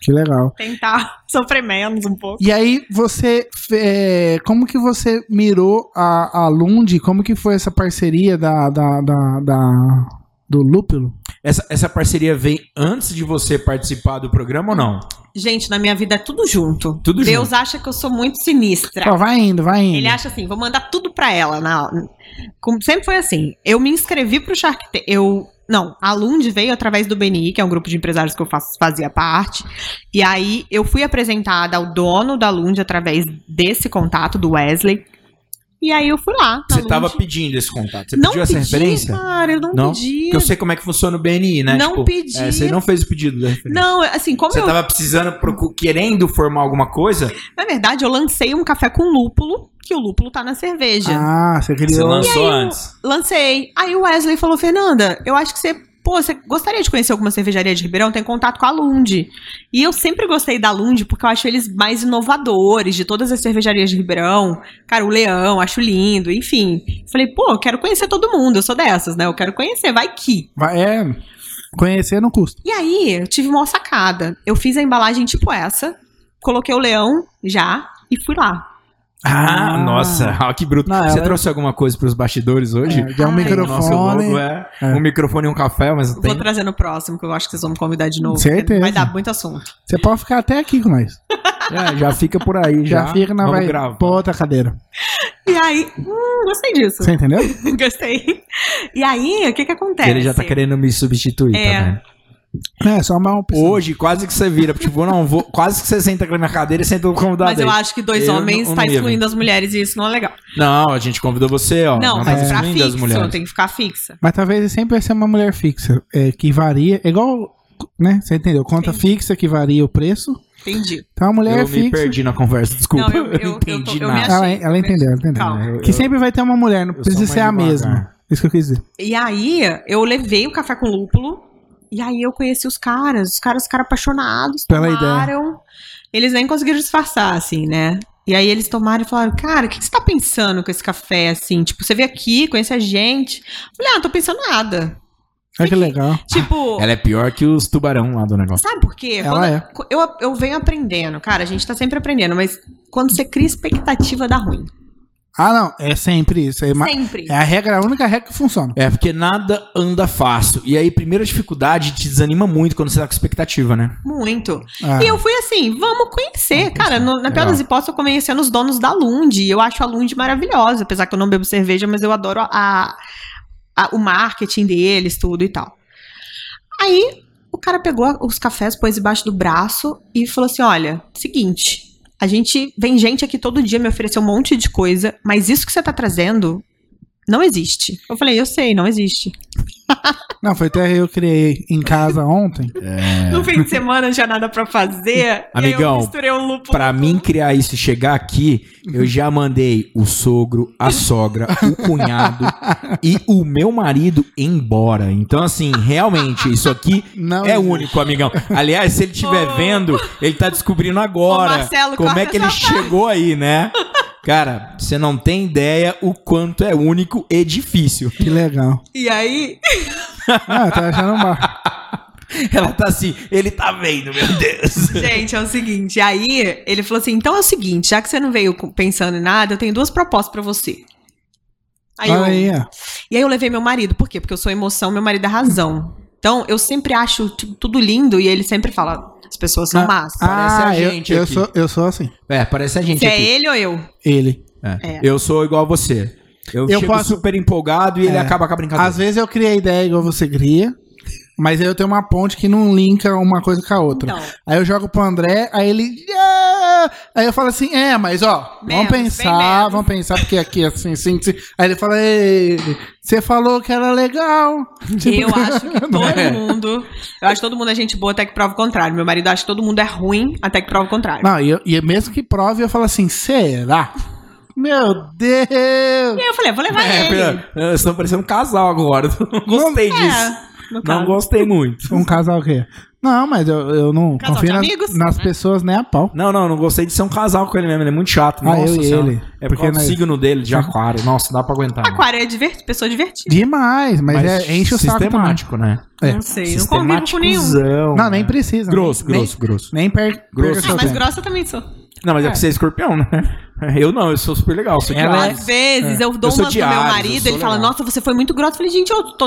S1: Que legal.
S3: tentar sofrer menos um pouco.
S1: E aí você, é, como que você mirou a, a Lund? Como que foi essa parceria da, da, da, da- do Lúpulo?
S2: Essa, essa parceria vem antes de você participar do programa ou não?
S3: Gente, na minha vida é tudo junto.
S2: Tudo
S3: Deus acha que eu sou muito sinistra.
S1: Ó, vai indo, vai indo.
S3: Tá. Ele acha assim, vou mandar tudo pra ela. Na... Como sempre foi assim. Eu me inscrevi pro Shark Tank. Eu. Não, a Lund veio através do BNI, que é um grupo de empresários que eu faço- fazia parte. E aí eu fui apresentada ao dono da Lund através desse contato, do Wesley. E aí eu fui lá. na
S2: Você tava
S3: Lund.
S2: pedindo esse contato. Você
S3: não
S2: pediu essa
S3: pedi,
S2: referência?
S3: Cara, eu não,
S2: Não?
S3: pedi.
S2: Porque eu sei como é que funciona o BNI, né?
S3: Não
S2: Tipo,
S3: pedi.
S2: é, você não fez o pedido da referência.
S3: Não, assim, como
S2: Você
S3: eu.
S2: tava precisando, procu- querendo formar alguma coisa?
S3: Na verdade, eu lancei um café com lúpulo, que o lúpulo tá na cerveja.
S1: Ah, você
S2: Você
S1: criou.
S2: lançou antes.
S3: Lancei. Aí o Wesley falou: Fernanda, eu acho que você. Pô, você gostaria de conhecer alguma cervejaria de Ribeirão? Tem contato com a Lund. E eu sempre gostei da Lund porque eu acho eles mais inovadores de todas as cervejarias de Ribeirão. Cara, o Leão, acho lindo, enfim. Falei, pô, eu quero conhecer todo mundo. Eu sou dessas, né? Eu quero conhecer, vai que.
S1: Vai, é. Conhecer não custa.
S3: E aí, eu tive uma sacada. Eu fiz a embalagem tipo essa, coloquei o leão já e fui lá.
S2: Ah,
S1: Ah.
S2: nossa, ó, que bruto.
S1: Não,
S2: você
S1: ela-
S2: trouxe alguma coisa pros bastidores hoje?
S1: É, já um
S3: Ai,
S2: Tem o nosso logo,
S1: microfone.
S2: é,
S1: É.
S2: Um microfone e um café, mas não
S3: Vou
S2: tem.
S3: trazer no próximo, que eu acho que vocês vão me convidar de novo.
S1: Certeza.
S3: porque Vai dar muito assunto.
S1: Você pode ficar até aqui com nós.
S2: É, já fica por aí, já.
S1: Já, fica na
S2: Vamos
S1: vai.
S2: gravar.
S1: Pô, outra cadeira.
S3: E aí, hum, gostei disso.
S1: Você entendeu?
S3: gostei. E aí, o que que acontece?
S2: Ele já tá querendo me substituir
S3: É.
S2: também.
S1: É, só uma opção.
S2: Hoje, quase que você vira, tipo, não vou. Quase que você senta aqui na minha cadeira e senta no convidado.
S3: Mas eu
S2: aí.
S3: acho que dois
S2: Eu
S3: homens
S2: não-
S3: tá
S2: não ia,
S3: excluindo as mulheres e isso não é legal.
S2: Não, a gente convidou você, ó.
S3: não,
S2: tá
S3: tem que ficar
S2: excluindo as
S3: fixo,
S2: mulheres.
S3: tem que ficar fixa.
S1: Mas talvez sempre vai ser uma mulher fixa, é, que varia. É igual, né? Você entendeu? Conta fixa que varia o preço.
S3: Entendi.
S1: Então a mulher
S2: Eu
S1: fixa.
S2: me perdi na conversa, desculpa.
S3: Não, eu- eu- eu tô-
S2: entendi
S3: eu me
S2: nada.
S3: achei.
S1: Ela, ela entendeu, ela entendeu.
S3: Calma.
S2: Eu-
S1: Que
S2: eu-
S1: sempre vai ter uma mulher, não
S2: eu sou
S1: precisa
S2: mais
S1: ser a
S2: devagar.
S1: mesma. Isso que eu quis dizer.
S3: E aí, eu levei o café com lúpulo. E aí eu conheci os caras. Os caras ficaram apaixonados,
S1: Pela
S3: tomaram. Eles nem conseguiram disfarçar, assim, né? E aí eles tomaram e falaram, cara, o que, que você tá pensando com esse café, assim? Tipo, você veio aqui, conhece a gente. Eu falei, ah, não tô pensando nada.
S1: Olha que legal.
S3: Tipo,
S2: Ela é pior que os tubarão lá do negócio.
S3: sabe por quê?
S1: Ela
S3: Quando-
S1: é.
S3: co- eu, eu venho aprendendo, cara, a gente tá sempre aprendendo, mas quando você cria expectativa, dá ruim.
S1: Ah, não. É sempre isso. É, ma-
S3: Sempre.
S1: é a regra, a única regra que funciona.
S2: É, porque nada anda fácil. E aí, primeira dificuldade te desanima muito quando você tá com expectativa, né?
S3: Muito.
S1: Ah,
S3: E eu fui assim, vamos conhecer. Cara, no- na pior
S2: Legal.
S3: das hipóteses, eu conheci os donos da Lund. E eu acho a Lund maravilhosa. Apesar que eu não bebo cerveja, mas eu adoro a- a- o marketing deles, tudo e tal. Aí, o cara pegou a- os cafés, pôs debaixo do braço e falou assim: olha, seguinte. A gente vem gente aqui todo dia me oferecer um monte de coisa, mas isso que você tá trazendo não existe. Eu falei, eu sei, não existe.
S1: Não, foi até eu criei em casa ontem.
S3: No fim de semana não tinha nada pra fazer. e aí eu
S2: É. Amigão,
S3: misturei um lúpulo
S2: Pra
S3: com-
S2: mim criar isso e chegar aqui, eu já mandei o sogro, a sogra, o cunhado e o meu marido embora. Então, assim, realmente, isso aqui
S1: Não,
S2: é único, amigão. Aliás, se ele estiver
S3: Ô.
S2: vendo, ele tá descobrindo agora
S3: Ô, Marcelo,
S2: como é
S3: corta
S2: que ele
S3: essa
S2: chegou aí, né? Cara, você não tem ideia o quanto é único e difícil.
S1: Que legal.
S3: E aí,
S1: Ah, eu tava achando mal.
S2: Ela tá assim, ele tá vendo, meu Deus.
S3: Gente, é o seguinte. Aí ele falou assim: então é o seguinte, já que você não veio com- pensando em nada, eu tenho duas propostas pra você. Aí eu-
S1: Olha aí, ó.
S3: e aí eu levei meu marido, por quê? Porque eu sou emoção, meu marido é razão. Então eu sempre acho tipo, tudo lindo e ele sempre fala: as pessoas são
S1: Ah,
S3: más.
S2: Parece
S1: Ah,
S2: a
S1: eu,
S2: gente
S1: eu
S2: aqui.
S1: sou, eu sou assim.
S2: É, parece a gente
S3: Se é
S2: aqui.
S3: ele ou eu?
S1: Ele.
S2: É.
S3: É.
S2: Eu sou igual você. Eu,
S1: Eu
S2: chego
S1: posso-
S2: super empolgado e ele
S1: É.
S2: acaba com a brincadeira.
S1: Às vezes eu criei a ideia igual você cria, mas aí eu tenho uma ponte que não linka uma coisa com a outra.
S3: Então.
S1: Aí eu jogo pro André, aí ele. "Ah!" Aí eu falo assim, é, mas ó,
S3: Menos,
S1: vamos
S3: bem
S1: pensar,
S3: menos.
S1: vamos pensar, porque aqui assim, assim, assim. Aí ele fala, "Ei, você falou que era legal. Tipo,
S3: Eu acho que todo
S2: Tipo, É.
S3: mundo. Eu acho que todo mundo é gente boa até que prova o contrário. Meu marido acha que todo mundo é ruim até que prova o contrário.
S1: Não, e, eu- e mesmo que prove, eu falo assim, será? Meu Deus!
S3: E aí eu falei: "Ah, vou levar
S2: É,
S3: ele.
S2: pera- Vocês estão parecendo um casal agora. Eu Não gostei disso.
S3: É, no
S2: Não
S3: caso.
S2: gostei muito.
S1: Um casal que Não, mas eu, eu não
S3: Um Casal
S1: confio
S3: de
S1: nas,
S3: amigos? né?
S1: nas pessoas nem a pau.
S2: Não, não, não gostei de ser um casal com ele mesmo. Ele é muito chato.
S1: Ah,
S2: Nossa
S1: eu e
S2: senhora.
S1: ele.
S2: É
S1: Porque
S2: porque o
S1: nós- Uhum.
S2: signo dele de aquário. Nossa, dá pra aguentar. né?
S3: Aquário é divertido, pessoa divertida.
S1: Demais, mas, é, enche o saco também.
S2: Sistemático, né?
S1: É.
S3: Não sei, não convivo com nenhum.
S2: Sistemáticozão,
S1: Não, nem
S2: né?
S1: precisa.
S2: Grosso,
S1: nem,
S2: grosso, grosso.
S1: Nem, nem per
S2: Grosso.
S1: perca
S3: Ah,
S1: seu
S3: mas
S1: tempo.
S3: grossa eu também sou.
S2: Não, mas é porque você é escorpião, né? Eu não, eu sou super legal. Sou de
S1: Ela é-
S2: Ares.
S3: Às vezes eu
S2: Eu
S3: dou
S2: sou
S3: umas
S2: de
S3: pro meu
S2: Ares, eu
S3: marido,
S2: sou
S3: ele fala,
S2: legal.
S3: nossa, você foi muito grossa. Eu falei, gente, eu tô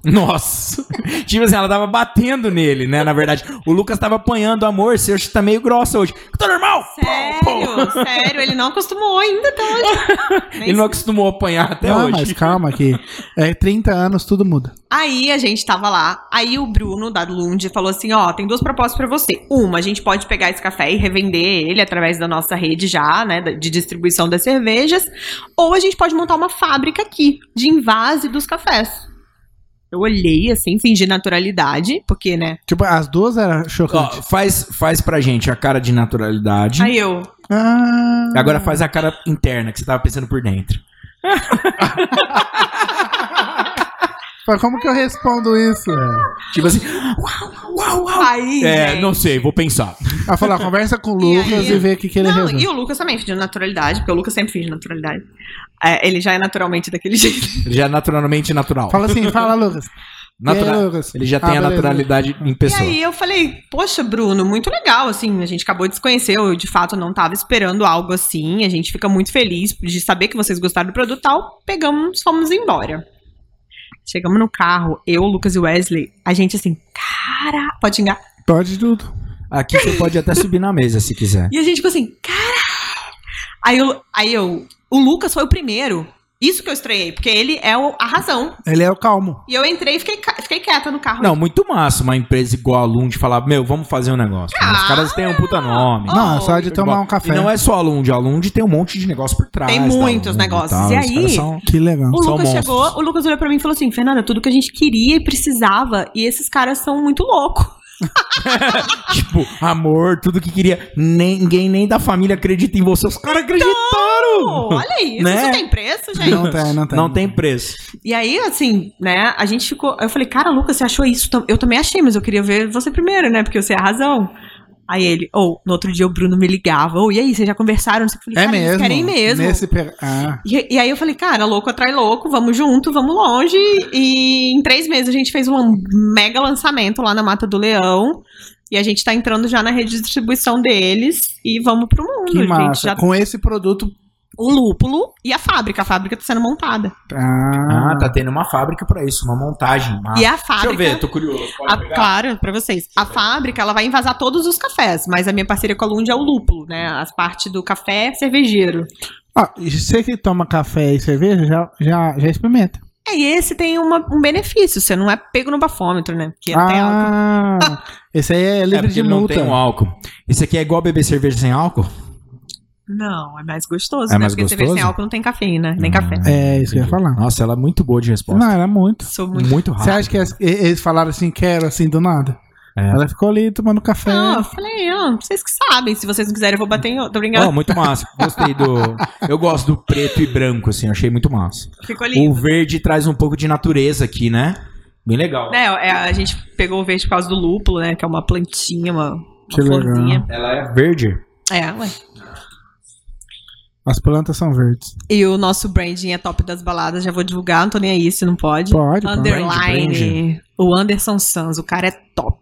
S2: Nossa! Tipo assim, ela tava batendo nele, né? Na verdade, o Lucas tava apanhando amor, seu tá meio grossa hoje. Tá normal!
S3: Sério, sério, ele não acostumou ainda até hoje. Nem
S2: Ele não acostumou a apanhar até
S1: não,
S2: hoje.
S1: mas calma que é 30 anos, tudo muda.
S3: Aí a gente tava lá, aí o Bruno da Lund falou assim: ó, tem duas propostas pra você. Uma, a gente pode pegar esse café e revender ele através da nossa rede já, né, de distribuição das cervejas, ou a gente pode montar uma fábrica aqui de invase dos cafés. Eu olhei assim, fingi naturalidade, porque, né?
S1: Tipo, as duas eram
S2: Ó,
S1: chocantes.
S2: faz, faz pra gente a cara de naturalidade.
S3: Aí eu,
S1: Ah,
S2: Agora faz a cara interna que você tava pensando por dentro.
S1: mas como que eu respondo isso? É.
S2: Tipo assim,
S3: aí, né.
S2: é,
S3: gente.
S2: não sei, vou pensar.
S1: Ela falou, conversa com o
S3: E
S1: Lucas
S3: aí?
S1: e, vê o que, que ele
S3: Não,
S1: resolve.
S3: e o Lucas também fingiu naturalidade, porque o Lucas sempre finge naturalidade. É, ele já é naturalmente daquele jeito.
S2: Já é naturalmente natural.
S1: Fala assim, fala, Lucas. E aí,
S2: Natural.
S1: Lucas?
S2: Ele já
S1: Ah,
S2: tem a
S1: beleza.
S2: naturalidade em
S3: E
S2: pessoa.
S3: aí eu falei, poxa, Bruno, muito legal, assim, a gente acabou de se conhecer, eu de fato não tava esperando algo assim, a gente fica muito feliz de saber que vocês gostaram do produto e tal, pegamos, fomos embora. Chegamos no carro, eu, Lucas e Wesley, a gente assim, cara, pode enganar.
S1: Pode tudo.
S2: Aqui você pode até subir na mesa se quiser.
S3: E a gente ficou assim, cara. Aí eu, aí eu, o Lucas foi o primeiro. Isso que eu estranhei, porque ele é o- a razão.
S1: Ele é o calmo.
S3: E eu entrei e fiquei, ca- fiquei quieta no carro.
S2: Não, muito massa uma empresa igual a Lund falar, meu, vamos fazer um negócio. Os caras têm um puta nome.
S3: Ah,
S1: não, é só
S3: oh,
S1: de tomar um café.
S2: E não é só a Lund, a Lund tem um monte de negócio por trás.
S3: Tem
S2: da
S3: muitos
S2: Lund
S3: negócios.
S2: tal,
S3: E
S2: os
S3: aí-
S2: caras são-
S1: Que legal.
S3: O
S2: São
S3: Lucas
S2: monstros.
S3: chegou, o Lucas olhou pra mim e falou assim: Fernanda, tudo que a gente queria e precisava, e esses caras são muito loucos.
S2: Tipo, amor, tudo que queria. Nem- Ninguém nem da família acredita em você. Os caras acreditaram!
S3: Pô, olha isso,
S2: Né?
S3: isso tem preço, gente.
S1: Não tem, não tem.
S2: Não tem preço.
S3: E aí, assim, né, a gente ficou. Eu falei, cara, Lucas, você achou isso? tam- Eu também achei, mas eu queria ver você primeiro, né? Porque você é a razão. Aí ele, ou, no outro dia o Bruno me ligava, ou, e aí, vocês já conversaram? Eu falei,
S1: É
S3: cara, eles
S1: mesmo.
S3: querem mesmo.
S1: Nesse pe- ah,
S3: E, e aí eu falei, cara, louco atrai louco, vamos junto, vamos longe. E em três meses a gente fez um lan- mega lançamento lá na Mata do Leão. E a gente tá entrando já na rede de distribuição deles e vamos pro mundo.
S1: que
S3: a gente
S1: massa.
S3: já- tá
S1: Com esse produto.
S3: O lúpulo e a fábrica. A fábrica tá sendo montada.
S1: Ah,
S2: Ah, tá tendo uma fábrica pra isso, uma montagem. uma-
S3: E a
S2: Ah, Deixa
S3: fábrica.
S2: eu ver, tô curioso. Pode
S3: a-
S2: pegar? É,
S3: claro, pra vocês. A fábrica, ela vai invasar todos os cafés, mas a minha parceria com a Lund é o lúpulo, né? As partes do café cervejeiro.
S1: Ó, Ah, e você que toma café e cerveja, já, já, já experimenta.
S3: É, e esse tem uma- um benefício, você não é pego no bafômetro, né? Porque até álcool.
S1: Ah, esse aí é
S2: É,
S1: livre
S2: porque
S1: de
S2: ele não
S1: multa.
S2: tem o álcool. Isso aqui é igual beber cerveja sem álcool?
S3: Não, é mais gostoso,
S2: É
S3: né?
S2: mais
S3: Porque cerveja sem
S2: gostoso?
S3: álcool não tem cafeína, nem
S2: Ah.
S3: café.
S1: É, isso que eu ia falar.
S2: Nossa, ela é muito boa de resposta.
S1: Não, era muito.
S3: Sou muito.
S2: Muito
S1: Você
S2: rápido.
S1: acha que as- e- eles falaram assim, quero, assim, do nada?
S2: É. Ah.
S1: Ela ficou ali tomando café.
S3: Não, eu falei, ó, vocês que sabem. Se vocês não quiserem, eu vou bater em outro. Tô brincando.
S2: Ó, muito massa. Gostei do. Eu gosto do preto e branco, assim, eu achei muito massa.
S3: Ficou
S2: O
S3: lindo.
S2: verde traz um pouco de natureza aqui, né? Bem legal.
S3: Né, é, a gente pegou o verde por causa do lúpulo, né? Que é uma plantinha, uma, uma
S1: Que legal.
S3: florzinha.
S2: Ela é verde.
S3: É, ué.
S1: As plantas são verdes.
S3: E o nosso branding é top das baladas. Já vou divulgar, não tô nem aí se não pode.
S1: Pode, pode.
S3: Underline.
S2: brand.
S3: O Anderson Sanz, o cara é top.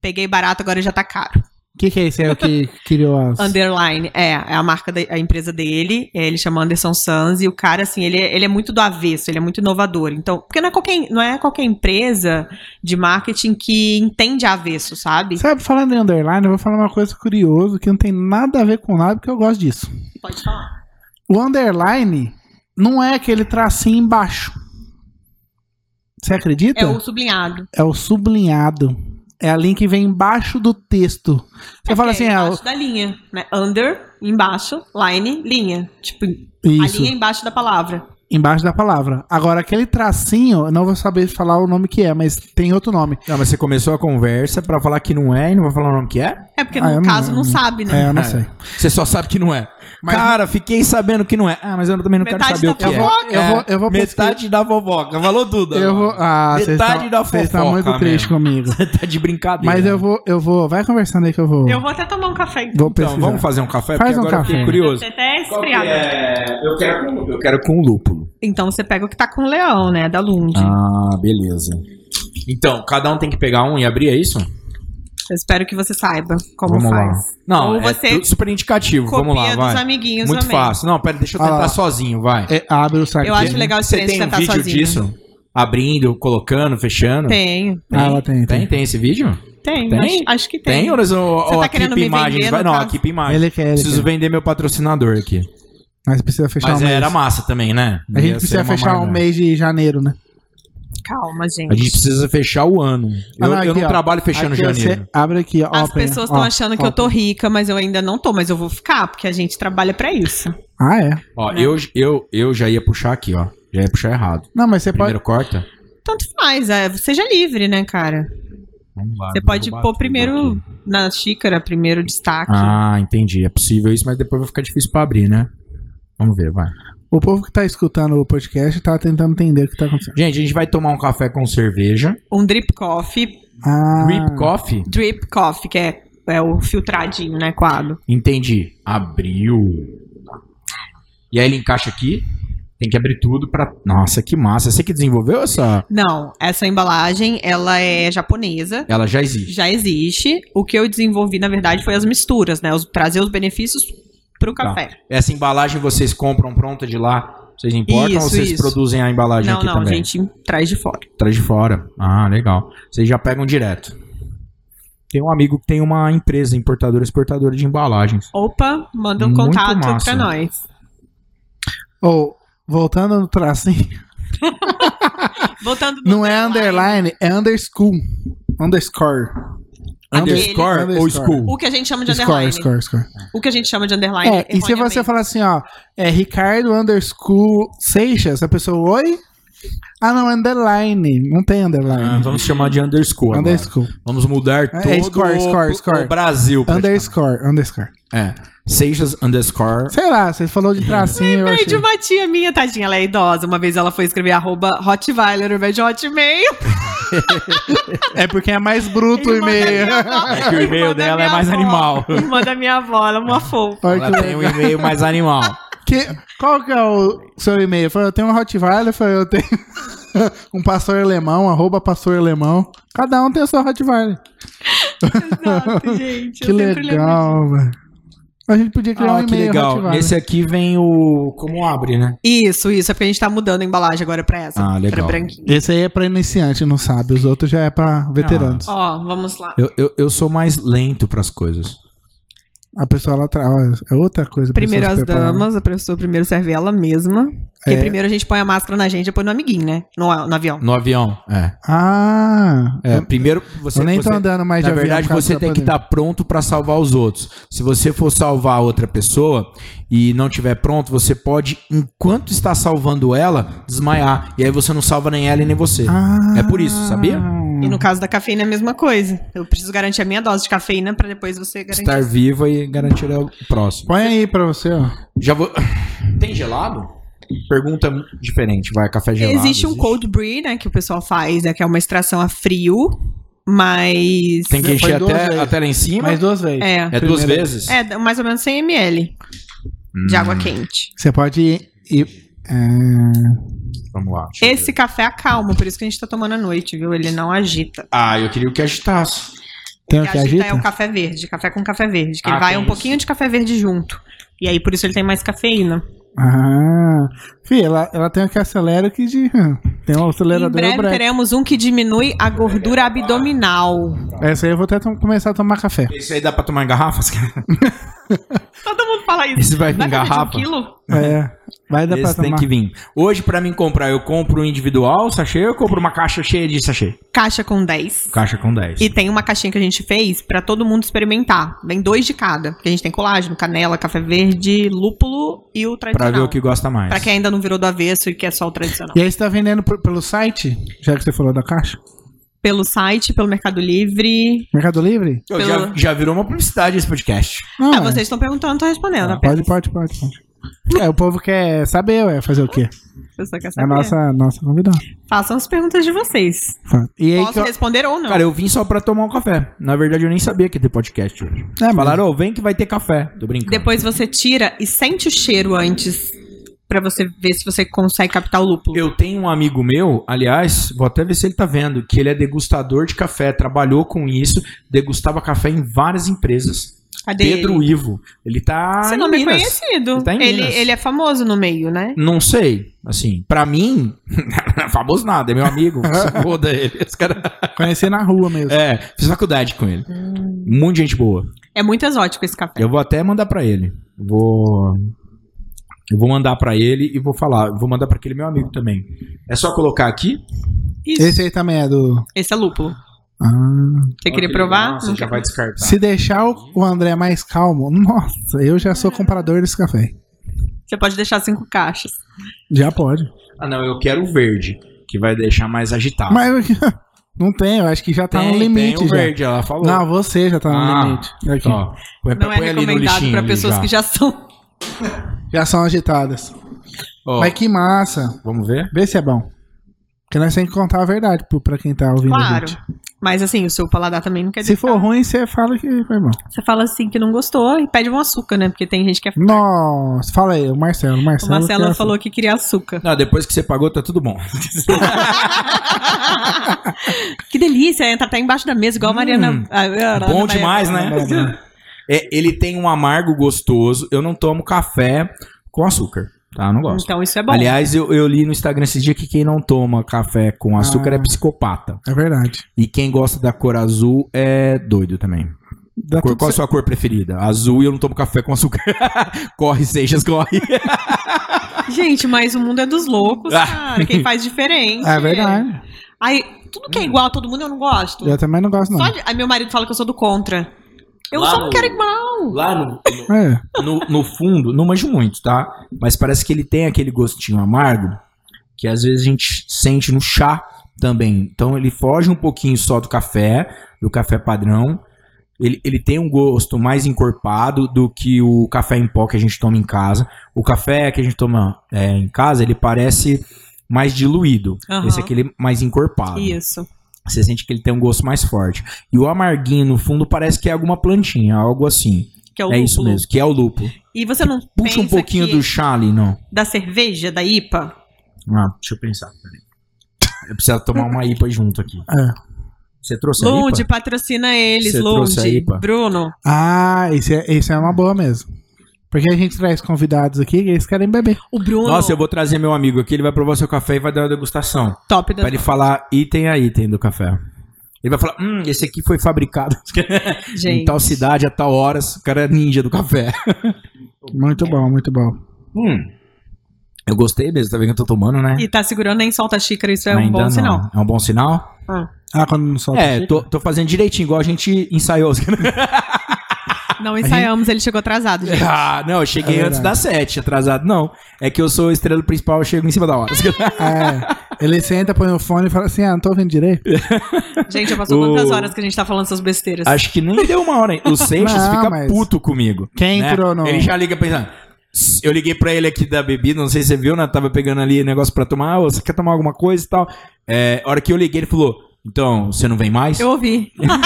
S3: Peguei barato, agora já tá caro.
S1: O que, que é esse aí que criou as...
S3: Underline, é, é a marca, da, a empresa dele, é, ele chama Anderson Sanz, e o cara, assim, ele, é- ele é muito do avesso, ele é muito inovador, então, porque não é qualquer, não é qualquer empresa de marketing que entende avesso, sabe?
S1: Sabe, falando em underline, eu vou falar uma coisa curiosa que não tem nada a ver com nada, porque eu gosto disso.
S3: Pode falar.
S1: O underline não é aquele tracinho embaixo. Você acredita?
S3: É o sublinhado.
S1: É o sublinhado. É a linha que vem embaixo do texto. Você
S3: É
S1: fala
S3: que
S1: assim,
S3: é
S1: é, o-
S3: embaixo da linha, né? Under, embaixo, line, linha. Tipo, a
S1: isso,
S3: linha embaixo da palavra.
S1: embaixo da palavra. Agora, aquele tracinho, eu não vou saber falar o nome que é, mas tem outro nome.
S2: Não, mas você começou a conversa pra falar que não é e não vai falar o nome que é?
S3: É porque
S1: Ah, eu
S3: no
S1: não-
S3: caso não sabe, né?
S1: É, eu não
S2: É.
S1: sei.
S2: Você só sabe que não é.
S1: Mas-
S2: Cara, fiquei sabendo que não é. Ah, mas eu também não quero
S3: Metade
S2: saber
S3: da
S2: o que
S1: Eu
S2: é.
S1: vou, eu
S2: É,
S1: vou, eu vou pesquisar.
S2: Metade da vovoca. Falou tudo.
S1: Eu vou,
S2: agora.
S1: ah, vocês
S2: Metade
S1: tão-
S2: da
S1: vocês tão
S2: fofoca
S1: muito triste
S2: mesmo.
S1: comigo.
S2: Você tá de brincadeira.
S1: Mas eu vou, eu vou, vai conversando aí que eu vou.
S3: Eu vou até tomar um café.
S1: Vou
S2: Então,
S1: pesquisar.
S2: vamos fazer um café?
S1: Faz
S2: Porque
S1: um
S2: agora eu
S1: café.
S2: fiquei curioso.
S3: Você tá até
S2: Qual que
S3: esfriado.
S2: é? Eu quero com lúpulo. Eu quero com lúpulo.
S3: Então você pega o que tá com o leão, né? Da Lund.
S2: Ah, beleza. Então, cada um tem que pegar um e abrir, é isso?
S3: Eu espero que você saiba como
S2: Vamos
S3: faz.
S2: lá. Não,
S3: Ou
S2: é
S3: você
S2: tudo super indicativo.
S3: Copia
S2: Vamos lá,
S3: dos
S2: vai.
S3: amiguinhos
S2: Muito
S3: também.
S2: fácil. Não, pera, deixa eu
S1: Ah lá.
S2: tentar sozinho, vai.
S1: É, abre o site.
S3: Eu acho legal a
S2: Você
S3: experiência
S2: tem um
S3: de tentar
S2: vídeo
S3: sozinho. né?
S2: disso? Abrindo, colocando, fechando?
S3: Tenho,
S1: Ah, ela tem,
S2: Tem,
S1: tem.
S2: tem esse vídeo?
S3: tenho.
S2: Tem?
S3: Acho, acho que
S2: Tem,
S3: tem.
S2: ou, ou
S3: Você tá
S2: ou a
S3: querendo
S2: Keep
S3: me vender,
S2: Imagens?
S3: no
S2: vai? Não, a
S3: caso?
S2: Keep Imagens.
S1: Ele é quer, ele
S2: Preciso
S1: quer.
S2: vender meu patrocinador aqui.
S1: Mas precisa fechar
S2: Mas é,
S1: um mês.
S2: era massa também, né?
S1: A gente
S2: Ia ser
S1: precisa
S2: uma
S1: fechar um
S2: marca.
S1: mês de janeiro, né?
S3: Calma,
S2: A gente
S3: gente.
S2: precisa fechar o ano.
S1: Ah,
S2: Eu,
S1: não,
S2: eu
S1: aqui,
S2: não
S1: ó.
S2: trabalho fechando
S1: Aqui
S2: janeiro.
S1: Você abre aqui, ó.
S3: As
S1: open,
S3: pessoas estão
S1: ó,
S3: achando que eu tô rica, mas eu ainda não tô, mas eu vou ficar, porque a gente trabalha pra isso.
S1: Ah, é.
S2: Ó,
S3: Né?
S2: eu, eu, eu já ia puxar aqui, ó. Já ia puxar errado.
S1: Não, mas você pode.
S2: Primeiro corta?
S3: Tanto faz, é, seja livre, né, cara?
S2: Vamos lá.
S3: Você
S2: vou
S3: pode
S2: derrubar
S3: pôr
S2: tudo
S3: primeiro
S2: Tá aqui. então.
S3: na xícara, primeiro destaque.
S2: Ah, entendi. É possível isso, mas depois vai ficar difícil pra abrir, né? Vamos ver, vai.
S1: O povo que tá escutando o podcast tá tentando entender o que tá acontecendo.
S2: Gente, a gente vai tomar um café com cerveja.
S3: Um drip coffee.
S1: Ah,
S2: Drip coffee?
S3: Drip coffee, que é, é o filtradinho, né, coado.
S2: Entendi. Abriu. E aí ele encaixa aqui. Tem que abrir tudo pra. Nossa, que massa. Você que desenvolveu essa.
S3: Não, essa embalagem, ela é japonesa.
S2: Ela já existe.
S3: Já existe. O que eu desenvolvi, na verdade, foi as misturas, né? Os, trazer os benefícios pro
S2: Tá.
S3: café.
S2: Essa embalagem vocês compram pronta de lá? Vocês importam
S3: Isso,
S2: ou vocês
S3: isso.
S2: produzem a embalagem
S3: Não,
S2: aqui
S3: não,
S2: também?
S3: a gente traz de fora.
S2: Traz de fora. Ah, legal. Vocês já pegam direto. Tem um amigo que tem uma empresa importadora e exportadora de embalagens.
S3: Opa, manda um
S2: Muito
S3: contato
S2: massa.
S3: pra nós.
S1: ou, voltando no tracinho.
S3: Voltando no
S1: Não é underline, é underschool. Underscore.
S3: Aquele.
S2: Underscore ou
S1: Underscore.
S2: school?
S3: O que a gente chama de
S1: Score,
S3: underline.
S1: score, score.
S3: O que a gente chama de underline.
S1: É, e se você
S3: erroneamente.
S1: falar assim, ó, é Ricardo underscore Seixas, a pessoa, oi? Ah, não, underline. Não tem
S2: Ah,
S1: underline.
S2: vamos chamar de underscore. agora.
S1: underscore.
S2: Vamos mudar
S1: É,
S2: todo
S1: score,
S2: o,
S1: score,
S2: o
S1: score.
S2: Brasil.
S1: Underscore, underscore.
S2: É. Seixas underscore.
S1: Sei lá, você falou de tracinho, eu
S3: Lembrei de
S1: achei.
S3: uma tia minha, tadinha, ela é idosa. Uma vez ela foi escrever arroba Rottweiler ao invés de Hotmail.
S1: É porque é mais bruto o
S3: Irmã da
S1: e-mail.
S3: minha avó.
S2: É que o
S3: Irmã
S2: e-mail
S3: da
S2: dela
S3: minha
S2: é mais
S3: avó.
S2: animal.
S3: Irmã da minha avó, ela é uma fofa.
S1: Olha que
S2: Ela tem
S1: legal.
S2: um e-mail mais animal.
S1: Que- qual que é o seu e-mail? Foi, eu tenho um Rottweiler, foi, eu tenho um pastor alemão, arroba pastor alemão. Cada um tem o seu Rottweiler.
S3: Exato, gente.
S1: Que
S3: eu sempre lembro.
S1: legal, velho. A gente podia criar um
S2: Ah, que
S1: e-mail
S2: legal.
S1: Rottweiler.
S2: Nesse aqui vem o. Como abre, né?
S3: Isso, isso. É porque a gente tá mudando a embalagem agora pra essa.
S2: Ah, legal.
S3: Pra branquinha.
S1: Esse aí é pra iniciante, não sabe. Os outros já é pra veteranos.
S2: Ah.
S3: Ó, vamos lá.
S2: Eu, eu, eu sou mais lento pras coisas.
S1: A pessoa lá atrás. É outra coisa. a pessoa
S3: Primeiro
S1: se
S3: as
S1: preparar.
S3: damas, a pessoa primeiro serve ela mesma.
S1: É.
S3: Porque primeiro a gente põe a máscara na gente, depois no amiguinho, né? No, no avião.
S2: No avião. É.
S1: Ah!
S2: É, primeiro você.
S1: eu nem
S2: você
S1: tô andando mais
S2: na
S1: de avião.
S2: verdade,
S1: por causa
S2: você
S1: da
S2: tem que
S1: pandemia.
S2: estar pronto pra salvar os outros. Se você for salvar outra pessoa e não tiver pronto, você pode, enquanto está salvando ela, desmaiar. E aí você não salva nem ela e nem você.
S1: Ah.
S2: É por isso, sabia?
S3: E
S2: Hum.
S3: no caso da cafeína é a mesma coisa. Eu preciso garantir a minha dose de cafeína pra depois você garantir.
S2: Estar viva e garantir o próximo.
S1: Põe aí pra você, ó.
S2: Já vou. Tem gelado? Pergunta diferente, vai, café gelado.
S3: existe um cold brew, né, que o pessoal faz, né, que é uma extração a frio, mas
S2: Tem que
S1: Foi
S2: encher
S1: duas
S2: até,
S1: vezes.
S2: até lá em cima.
S1: Mais duas vezes.
S3: é,
S2: é duas
S1: primeira.
S2: vezes? Hum,
S3: é d- mais ou menos 100 ml de água quente.
S1: Você pode ir. ir- é,
S2: Vamos lá. deixa eu ver.
S3: Esse café acalma, por isso que a gente tá tomando à noite, viu? Ele não agita.
S2: Ah, eu queria o que agitasse.
S1: Tem
S3: O
S1: o que
S3: é
S1: agita?
S3: o café verde, café com café verde, que
S2: Ah,
S3: ele vai
S2: tem
S3: um
S2: isso.
S3: pouquinho de café verde junto. E aí por isso ele tem mais cafeína.
S1: Ah. Fih, ela, ela tem o que acelera o que de. Tem um
S3: Em
S1: acelerador
S3: breve
S1: branco.
S3: teremos um que diminui a gordura abdominal.
S1: Essa aí eu vou até tom- começar a tomar café.
S2: Esse aí dá pra tomar em garrafas?
S3: Todo mundo fala isso.
S2: Esse vai vir em
S3: Vai fazer de um
S2: garrafa?
S3: quilo?
S1: É. Vai dar pra
S2: Uhum. Esse tem
S1: tomar.
S2: que vir. Hoje, pra mim comprar, eu compro um individual sachê ou eu compro uma caixa cheia de sachê?
S3: Caixa com 10.
S2: Caixa com 10.
S3: E tem uma caixinha que a gente fez pra todo mundo experimentar. Vem dois de cada. Porque a gente tem colágeno, canela, café verde, lúpulo e o
S2: Pra
S3: tradicional.
S2: ver o que gosta mais.
S3: Pra quem ainda não virou do avesso e quer só o tradicional.
S1: E aí você tá vendendo por- pelo site? Já que você falou da caixa?
S3: Pelo site, pelo Mercado Livre.
S1: Mercado Livre?
S2: Eu já,
S3: Pelo-
S2: já virou uma publicidade esse podcast.
S1: Não,
S3: Ah,
S1: é.
S3: vocês estão perguntando, tô respondendo. apenas.
S1: Pode, pode, pode, pode. É, o povo quer saber, ué, fazer o quê?
S3: A pessoa quer
S1: É a
S3: saber.
S1: nossa, nossa convidada.
S3: Façam as perguntas de vocês.
S1: Fala. E aí que
S3: Posso
S1: eu...
S3: responder ou não.
S2: Cara, eu vim só pra tomar um café. Na verdade, eu nem sabia que ia ter podcast hoje.
S1: É, mas-
S2: Falaram, ô, vem que vai ter café. Tô brincando.
S3: Depois você tira e sente o cheiro antes. Pra você ver se você consegue captar o lúpulo.
S2: Eu tenho um amigo meu, aliás, vou até ver se ele tá vendo, que ele é degustador de café, trabalhou com isso, degustava café em várias empresas.
S3: Cadê
S2: Pedro
S3: ele?
S2: Ivo. Ele tá.
S3: Você
S2: em
S3: não me
S2: Minas.
S3: conhecido.
S2: Ele tá em
S3: Ele,
S2: Minas.
S3: ele é famoso no meio, né?
S2: Não sei. Assim, pra mim, não é famoso nada, é meu amigo. se Foda ele. Esse cara...
S1: conheci na rua mesmo.
S2: É, fiz faculdade com ele. Muita gente boa.
S3: É muito exótico esse café.
S2: Eu vou até mandar pra ele. Vou. Eu vou mandar pra ele e vou falar. Vou mandar pra aquele meu amigo também. É só colocar aqui.
S3: Isso.
S1: Esse aí também é do.
S3: Esse é lúpulo.
S1: Ah.
S3: Você
S2: Olha
S3: queria
S2: que
S3: provar?
S2: legal, Você
S3: Não
S2: já
S3: quer.
S2: vai descartar.
S1: Se deixar o, o André mais calmo, nossa, eu já sou comprador desse café.
S3: Você pode deixar cinco caixas.
S1: Já pode.
S2: Ah, não, eu quero o verde, que vai deixar mais
S3: Ah.
S2: agitado.
S1: Mas não tem, eu acho que já tá no limite.
S3: um
S2: tem o
S1: já.
S2: verde, ela falou.
S1: Não, você já tá no
S2: Ah,
S1: limite. Aqui.
S2: Ó, põe-
S3: Não é
S2: põe ali no
S3: recomendado
S2: lixinho
S3: para
S2: ali
S3: pessoas
S2: já.
S3: que já são.
S1: Já são agitadas.
S2: Ó,
S1: Mas que massa.
S2: Vamos ver?
S1: Vê se é bom. Porque nós temos que contar a verdade pro- pra quem tá ouvindo
S3: Claro.
S1: a gente.
S3: Mas assim, o seu paladar também não quer dizer. tá.
S1: Se for ruim, você fala que foi bom.
S3: Você fala assim que não gostou e pede um açúcar, né? Porque tem gente que é.
S1: Nossa, fala aí, o Marcelo. O
S3: O
S1: Marcelo, é
S3: Marcelo
S1: quer-
S3: falou que queria açúcar.
S2: Não, depois que você pagou, tá tudo bom.
S3: que delícia, é, tá até embaixo da mesa, igual a Mariana. a- a- a-
S2: Hum, Bom
S3: a-
S2: demais, né?
S1: assim.
S2: É, ele tem um amargo gostoso. Eu não tomo café com açúcar, tá? Eu Não gosto.
S3: Então isso é bom.
S2: Aliás, eu, eu li no Instagram esses dias que quem não toma café com açúcar
S1: Ah.
S2: é psicopata.
S1: É verdade.
S2: E quem gosta da cor azul é doido também.
S1: Dá
S2: Cor-
S1: tudo
S2: qual a sua cor preferida? Azul e eu não tomo café com açúcar. corre, Seixas, corre.
S3: Gente, mas o mundo é dos loucos,
S2: Ah.
S3: cara. Quem faz diferente.
S1: É verdade.
S3: Aí, tudo que é igual a todo mundo, eu não gosto.
S1: Eu também não gosto, não.
S3: Só de- Aí meu marido fala que eu sou do contra. Eu
S2: Lá
S3: só não
S2: no-
S3: quero igual.
S2: Lá no,
S1: É.
S2: no, no fundo, não manjo muito, tá? Mas parece que ele tem aquele gostinho amargo que às vezes a gente sente no chá também. Então ele foge um pouquinho só do café, do café padrão. Ele, ele tem um gosto mais encorpado do que o café em pó que a gente toma em casa. O café que a gente toma é, em casa, ele parece mais diluído.
S3: Aham.
S2: Esse aqui ele é mais encorpado.
S3: Isso.
S2: Você sente que ele tem um gosto mais forte. E o amarguinho no fundo parece que é alguma plantinha, algo assim.
S3: Que é, o
S2: É isso
S3: lúpulo.
S2: mesmo, que é o lúpulo.
S3: E você não
S2: Puxa
S3: pensa
S2: um pouquinho
S3: que
S2: do chá ali, não.
S3: da cerveja, da IPA?
S2: Ah, deixa eu pensar. Peraí. Eu preciso tomar uma IPA junto aqui.
S1: É.
S2: Você trouxe a
S3: Lunde,
S2: é IPA?
S3: patrocina eles,
S2: Você trouxe a
S3: Lunde.
S2: IPA?
S3: Bruno.
S1: Ah, isso é, isso é uma boa mesmo. Porque a gente traz convidados aqui que eles querem beber.
S3: O Bruno,
S2: Nossa, eu vou trazer meu amigo aqui, ele vai provar seu café e vai dar uma degustação.
S3: top da...
S2: Pra ele falar item a item do café. Ele vai falar, hum, esse aqui foi fabricado em
S3: Gente,
S2: tal cidade, a tal horas. O cara é ninja do café.
S1: Muito bom, muito bom.
S2: Hum. Eu gostei mesmo, tá vendo que eu tô tomando, né?
S3: e tá segurando nem solta a xícara, isso é
S2: Mas
S3: um bom
S2: ainda
S3: sinal.
S2: não. É um bom sinal?
S1: Ah, quando não solta.
S2: É, tô, tô fazendo direitinho, igual a gente ensaiou.
S3: Não ensaiamos, ele chegou atrasado. gente.
S2: ah, não, eu cheguei
S1: É
S2: antes
S1: verdade.
S2: das sete, atrasado. Não, é que eu sou a estrela principal, eu chego em cima da hora.
S1: É, ele senta, põe o fone e fala assim: Ah, não tô ouvindo direito.
S3: Gente, já passou
S2: O-
S3: quantas horas que a gente tá falando essas besteiras?
S2: Acho que nem deu uma hora. hein? O Seixas
S1: Não,
S2: fica
S1: mas-
S2: puto comigo.
S1: Quem
S2: né?
S1: entrou no.
S2: Ele já liga pensando. Eu liguei pra ele aqui da bebida, não sei se você viu, né? Tava pegando ali negócio pra tomar. "Ah, você quer tomar alguma coisa e tal? É, a hora que eu liguei, ele falou: Então, você não vem mais?
S3: Eu ouvi.
S1: Então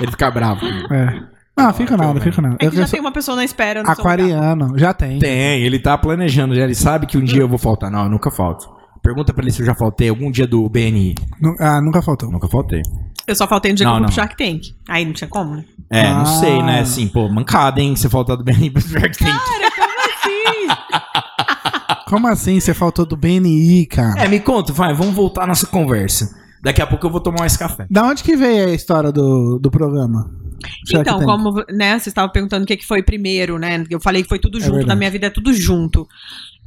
S2: Ele fica bravo.
S1: É. Não, fica nada, fica nada.
S3: É
S1: Eu
S3: que já
S1: sou
S3: tem uma pessoa na espera. no seu lugar.
S1: aquariano, já tem.
S2: Tem, ele tá planejando, já. Ele sabe que um dia eu vou faltar. Não, eu nunca falto. Pergunta pra ele se eu já faltei algum dia do BNI.
S1: Nu- Ah, nunca faltou.
S2: Nunca faltei.
S3: Eu só faltei um dia
S2: Não,
S3: que eu vou
S2: não.
S3: pro Shark Tank. Aí não tinha como, né?
S2: É, não
S1: Ah.
S2: sei, né? Assim, pô, mancada, hein? Você faltar do BNI pro Shark Tank.
S1: Como assim você faltou do BNI, cara?
S2: É, me conta, vai, vamos voltar à nossa conversa. Daqui a pouco eu vou tomar esse café.
S1: Da onde que veio a história do, do programa? Shark
S3: então,
S1: Tank.
S3: como né, você estava perguntando o que, que foi primeiro, né? Eu falei que foi tudo junto,
S1: verdade.
S3: na minha vida é tudo junto.